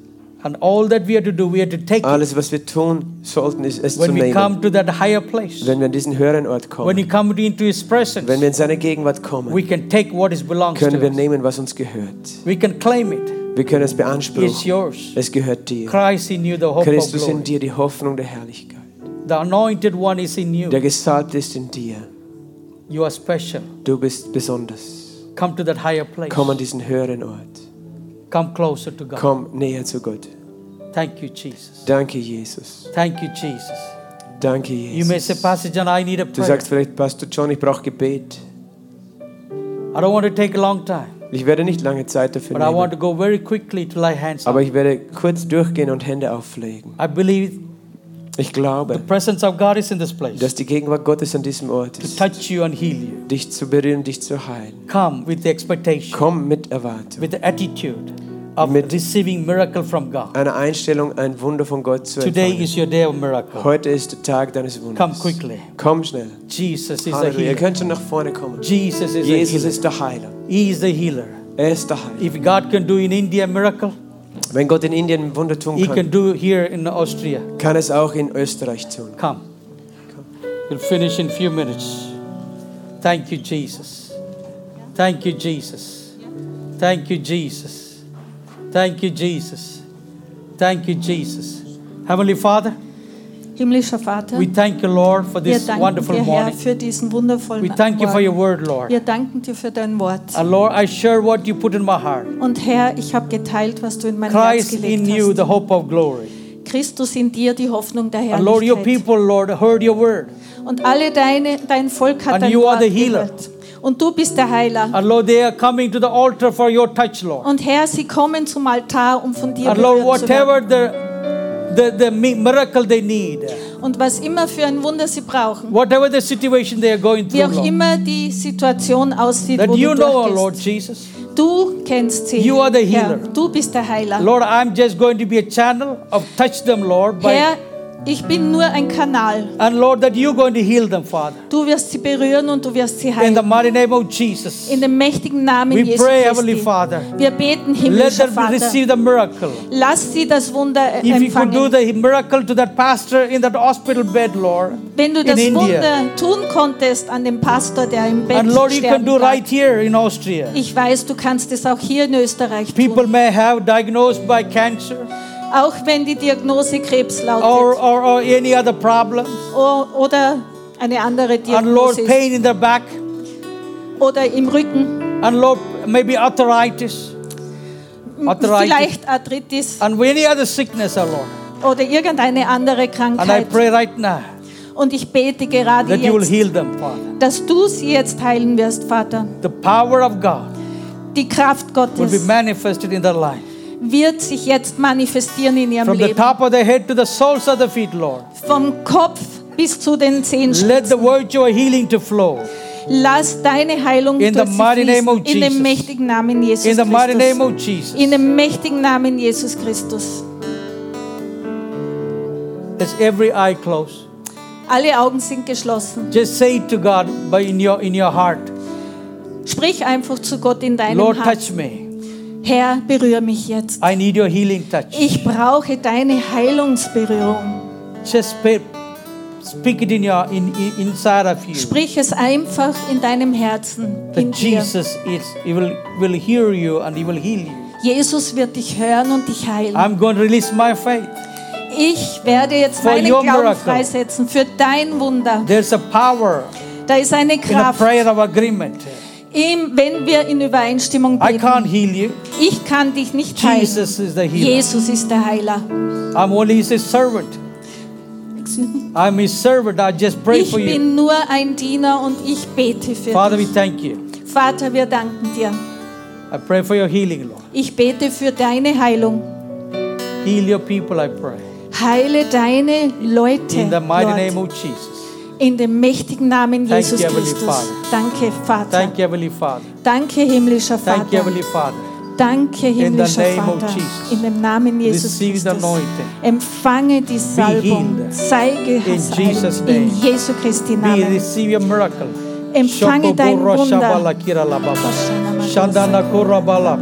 Speaker 1: And all that we have to do, we have to take it
Speaker 2: Alles, was wir tun sollten, ist es zu
Speaker 1: when we
Speaker 2: nehmen.
Speaker 1: come to that higher place.
Speaker 2: Wenn wir an diesen höheren Ort
Speaker 1: When
Speaker 2: kommen,
Speaker 1: we come into his
Speaker 2: wenn
Speaker 1: presence,
Speaker 2: wir in seine Gegenwart kommen,
Speaker 1: we can take what is belongs
Speaker 2: können
Speaker 1: to
Speaker 2: wir
Speaker 1: us.
Speaker 2: nehmen, was uns gehört.
Speaker 1: We can claim it.
Speaker 2: Wir können es
Speaker 1: It's
Speaker 2: beanspruchen.
Speaker 1: yours.
Speaker 2: Es gehört dir.
Speaker 1: Christ in you, the hope of
Speaker 2: Christus in
Speaker 1: glory.
Speaker 2: dir, die Hoffnung der Herrlichkeit.
Speaker 1: The anointed one is in
Speaker 2: Der
Speaker 1: you.
Speaker 2: Gesalbte ist in dir.
Speaker 1: You are special.
Speaker 2: Du bist besonders.
Speaker 1: Come to that higher place.
Speaker 2: Komm an diesen höheren Ort.
Speaker 1: Come closer to God.
Speaker 2: Komm näher zu Gott.
Speaker 1: Thank you, Jesus.
Speaker 2: Danke, Jesus.
Speaker 1: Thank you, Jesus.
Speaker 2: Danke,
Speaker 1: You may say,
Speaker 2: Jesus.
Speaker 1: Pastor John, I need a
Speaker 2: Du
Speaker 1: prayer.
Speaker 2: sagst vielleicht, Pastor John, ich brauche Gebet.
Speaker 1: I don't want to take a long time,
Speaker 2: Ich werde nicht lange Zeit dafür
Speaker 1: but I want
Speaker 2: nehmen,
Speaker 1: to go very quickly to lay hands on.
Speaker 2: aber ich werde kurz durchgehen und Hände auflegen.
Speaker 1: I believe
Speaker 2: Ich glaube,
Speaker 1: presence of God is in this place
Speaker 2: dass die Gegenwart Gottes an diesem Ort
Speaker 1: to
Speaker 2: ist,
Speaker 1: touch you and heal you.
Speaker 2: dich zu berühren, dich zu heilen.
Speaker 1: Come with the expectation,
Speaker 2: Komm mit Erwartung,
Speaker 1: with the attitude of
Speaker 2: Mit-
Speaker 1: receiving miracle from God.
Speaker 2: einer Einstellung, ein Wunder von Gott zu
Speaker 1: Today
Speaker 2: empfangen.
Speaker 1: is your day of miracle.
Speaker 2: Heute ist der Tag deines
Speaker 1: Come
Speaker 2: Wunders.
Speaker 1: quickly.
Speaker 2: Komm schnell.
Speaker 1: Jesus is a
Speaker 2: Halleluja. Ihr
Speaker 1: healer.
Speaker 2: könnt schon nach vorne kommen.
Speaker 1: Jesus is a
Speaker 2: Jesus
Speaker 1: healer.
Speaker 2: ist der Heiler.
Speaker 1: He is the healer.
Speaker 2: Er ist der Heiler.
Speaker 1: If God can do in India miracle,
Speaker 2: Wenn Gott in Indien ein Wunder tun
Speaker 1: He can
Speaker 2: kann,
Speaker 1: do here in Austria.
Speaker 2: kann es auch in Österreich tun.
Speaker 1: Come. We'll finish in few minutes. Thank you, Jesus. Thank you, Jesus. Thank you, Jesus. Thank you, Jesus. Thank you, Jesus. Heavenly Father,
Speaker 3: Himmlischer Vater,
Speaker 1: we thank you, Lord, for
Speaker 3: wir
Speaker 1: this
Speaker 3: danken
Speaker 1: wonderful
Speaker 3: dir, Herr,
Speaker 1: morning.
Speaker 3: für diesen wundervollen
Speaker 1: We thank you for your
Speaker 3: Morgen.
Speaker 1: word, Lord.
Speaker 3: Wir danken dir für dein Wort.
Speaker 1: And Lord, I share what you put in my heart.
Speaker 3: Und Herr, ich habe geteilt, was du in mein Herz
Speaker 1: Christ in
Speaker 3: gelegt
Speaker 1: you,
Speaker 3: hast.
Speaker 1: the hope of glory.
Speaker 3: Christus in dir, die Hoffnung der
Speaker 1: And Lord, your
Speaker 3: Herrlichkeit.
Speaker 1: people, Lord, heard your word.
Speaker 3: Und alle deine, dein Volk
Speaker 1: And
Speaker 3: hat dein
Speaker 1: you are the
Speaker 3: Wort
Speaker 1: healer.
Speaker 3: gehört. Und du bist der Heiler.
Speaker 1: And Lord, they are coming to the altar for your touch, Lord.
Speaker 3: Und Herr, sie kommen zum Altar, um von dir
Speaker 1: And Lord,
Speaker 3: berührt zu werden.
Speaker 1: whatever the, the, the mi- miracle they need,
Speaker 3: Und was immer für ein Wunder sie brauchen,
Speaker 1: whatever the situation they are going
Speaker 3: wie
Speaker 1: through,
Speaker 3: auch
Speaker 1: Lord,
Speaker 3: immer die Situation aussieht,
Speaker 1: that
Speaker 3: wo
Speaker 1: you
Speaker 3: du
Speaker 1: know,
Speaker 3: durchgehst.
Speaker 1: Lord Jesus.
Speaker 3: Du kennst sie.
Speaker 1: You are the
Speaker 3: Herr,
Speaker 1: healer.
Speaker 3: du bist der Heiler.
Speaker 1: Lord, I'm just going to be a channel of touch them, Lord. By,
Speaker 3: Herr, ich bin nur ein Kanal.
Speaker 1: and Lord, that you're going to heal them, Father.
Speaker 3: Du wirst sie berühren und du wirst sie
Speaker 1: In the
Speaker 3: heilen.
Speaker 1: mighty name of Jesus,
Speaker 3: In dem mächtigen Namen
Speaker 1: we
Speaker 3: Jesu
Speaker 1: pray, Heavenly
Speaker 3: Christi.
Speaker 1: Father,
Speaker 3: Wir beten,
Speaker 1: let
Speaker 3: himmlischer
Speaker 1: them
Speaker 3: Vater,
Speaker 1: receive the miracle.
Speaker 3: lass sie das Wunder
Speaker 1: If you could do
Speaker 3: empfangen.
Speaker 1: the miracle to that pastor in that hospital bed, Lord,
Speaker 3: Wenn du
Speaker 1: in
Speaker 3: das
Speaker 1: India,
Speaker 3: Wunder tun konntest an dem Pastor, der im Bett
Speaker 1: and Lord, you can
Speaker 3: sterben
Speaker 1: do
Speaker 3: lag.
Speaker 1: right here in Austria.
Speaker 3: Ich weiß, du kannst es auch hier in Österreich
Speaker 1: People
Speaker 3: tun.
Speaker 1: may have diagnosed by cancer.
Speaker 3: Auch wenn die Diagnose Krebs
Speaker 1: or,
Speaker 3: lautet
Speaker 1: or, or any other problems.
Speaker 3: o- oder eine andere
Speaker 1: And Lord,
Speaker 3: Diagnose ist,
Speaker 1: pain in their back.
Speaker 3: oder im Rücken,
Speaker 1: And Lord, maybe arthritis. Arthritis.
Speaker 3: vielleicht Arthritis
Speaker 1: And any other sickness, oh Lord.
Speaker 3: oder irgendeine andere
Speaker 1: And I
Speaker 3: Krankheit.
Speaker 1: pray right now
Speaker 3: Und ich bete gerade
Speaker 1: that you will
Speaker 3: jetzt,
Speaker 1: heal them, Father.
Speaker 3: dass du sie jetzt heilen wirst, Vater.
Speaker 1: The power of God
Speaker 3: Die Kraft
Speaker 1: will be
Speaker 3: Gottes
Speaker 1: manifested in their life.
Speaker 3: wird sich jetzt manifestieren in ihrem
Speaker 1: From the
Speaker 3: Leben.
Speaker 1: top of the head to the soles of the feet, Lord.
Speaker 3: Vom Kopf bis zu den Zehen.
Speaker 1: Let the virtue of healing to flow.
Speaker 3: Lass deine Heilung
Speaker 1: In
Speaker 3: durch
Speaker 1: the
Speaker 3: sie
Speaker 1: mighty name of
Speaker 3: fließen. In
Speaker 1: Jesus.
Speaker 3: dem mächtigen Namen Jesus
Speaker 1: In the mighty name
Speaker 3: Christus.
Speaker 1: of Jesus.
Speaker 3: In dem mächtigen Namen Jesus Christus.
Speaker 1: As every eye closed.
Speaker 3: Alle Augen sind geschlossen.
Speaker 1: Just say it to God by in your in your heart.
Speaker 3: Sprich einfach zu Gott in deinem
Speaker 1: Lord,
Speaker 3: Herz.
Speaker 1: touch me.
Speaker 3: Herr, berühre mich jetzt.
Speaker 1: I need your healing touch.
Speaker 3: Ich brauche deine Heilungsberührung.
Speaker 1: Just pray, Speak it in your in, in- inside of you.
Speaker 3: Sprich es einfach in deinem Herzen,
Speaker 1: That
Speaker 3: in dir.
Speaker 1: Jesus is he will will hear you and he will heal you.
Speaker 3: Jesus wird dich hören und dich heilen.
Speaker 1: I'm going to release my faith.
Speaker 3: Ich werde jetzt
Speaker 1: For
Speaker 3: meinen
Speaker 1: your
Speaker 3: Glauben
Speaker 1: miracle.
Speaker 3: freisetzen für dein Wunder.
Speaker 1: There's a power
Speaker 3: Da ist eine
Speaker 1: in a
Speaker 3: Kraft,
Speaker 1: prayer of agreement.
Speaker 3: im, wenn wir in Übereinstimmung
Speaker 1: I
Speaker 3: beten.
Speaker 1: can't heal you.
Speaker 3: Ich kann dich nicht heilen.
Speaker 1: Jesus is the healer.
Speaker 3: Jesus ist der Heiler.
Speaker 1: I'm only his servant. I'm his servant. I just pray
Speaker 3: Ich
Speaker 1: for you.
Speaker 3: bin nur ein Diener und ich bete für
Speaker 1: Father, we
Speaker 3: dich.
Speaker 1: thank you.
Speaker 3: Vater, wir danken dir.
Speaker 1: I pray for your healing, Lord.
Speaker 3: Ich bete für deine Heilung.
Speaker 1: Heal your people, I pray.
Speaker 3: Heile deine Leute,
Speaker 1: In the mighty name
Speaker 3: Lord.
Speaker 1: of Jesus.
Speaker 3: In dem mächtigen Namen
Speaker 1: Thank
Speaker 3: Jesus
Speaker 1: you, Heavenly
Speaker 3: Christus.
Speaker 1: Father.
Speaker 3: Danke, Vater.
Speaker 1: Thank you, Heavenly Father.
Speaker 3: Danke, himmlischer
Speaker 1: Thank you,
Speaker 3: Vater.
Speaker 1: Heavenly Father.
Speaker 3: Danke, himmlischer
Speaker 1: name of
Speaker 3: Vater.
Speaker 1: Jesus.
Speaker 3: In dem Namen Jesus
Speaker 1: Receive the
Speaker 3: Christus.
Speaker 1: anointing.
Speaker 3: Empfange die Salbung.
Speaker 1: healed.
Speaker 3: Sei geheilt.
Speaker 1: Jesus'
Speaker 3: In
Speaker 1: name.
Speaker 3: Jesu Christi
Speaker 1: We
Speaker 3: Namen.
Speaker 1: receive your miracle.
Speaker 3: Empfange dein
Speaker 1: Shokoboro
Speaker 3: Wunder.
Speaker 1: shabalakira lababa. Shandana korabala.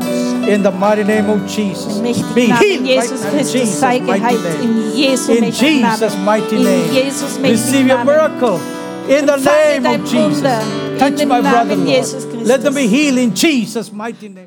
Speaker 1: In the mighty name of Jesus.
Speaker 3: Im
Speaker 1: Be
Speaker 3: mächtigen
Speaker 1: healed
Speaker 3: Namen Jesus
Speaker 1: right now in
Speaker 3: Christus
Speaker 1: Jesus'
Speaker 3: sei
Speaker 1: mighty
Speaker 3: geheilt
Speaker 1: name.
Speaker 3: in Jesu
Speaker 1: In
Speaker 3: mächtigen
Speaker 1: Jesus'
Speaker 3: Namen.
Speaker 1: mighty
Speaker 3: In
Speaker 1: name.
Speaker 3: Jesus
Speaker 1: Receive
Speaker 3: mächtigen
Speaker 1: your
Speaker 3: Namen.
Speaker 1: miracle. In the
Speaker 3: Empfange
Speaker 1: name
Speaker 3: dein
Speaker 1: of Jesus.
Speaker 3: Wunder. In
Speaker 1: Touch
Speaker 3: dem
Speaker 1: my
Speaker 3: Namen
Speaker 1: brother, Lord.
Speaker 3: Jesus
Speaker 1: Let them
Speaker 3: Christus.
Speaker 1: be healed in Jesus' mighty name.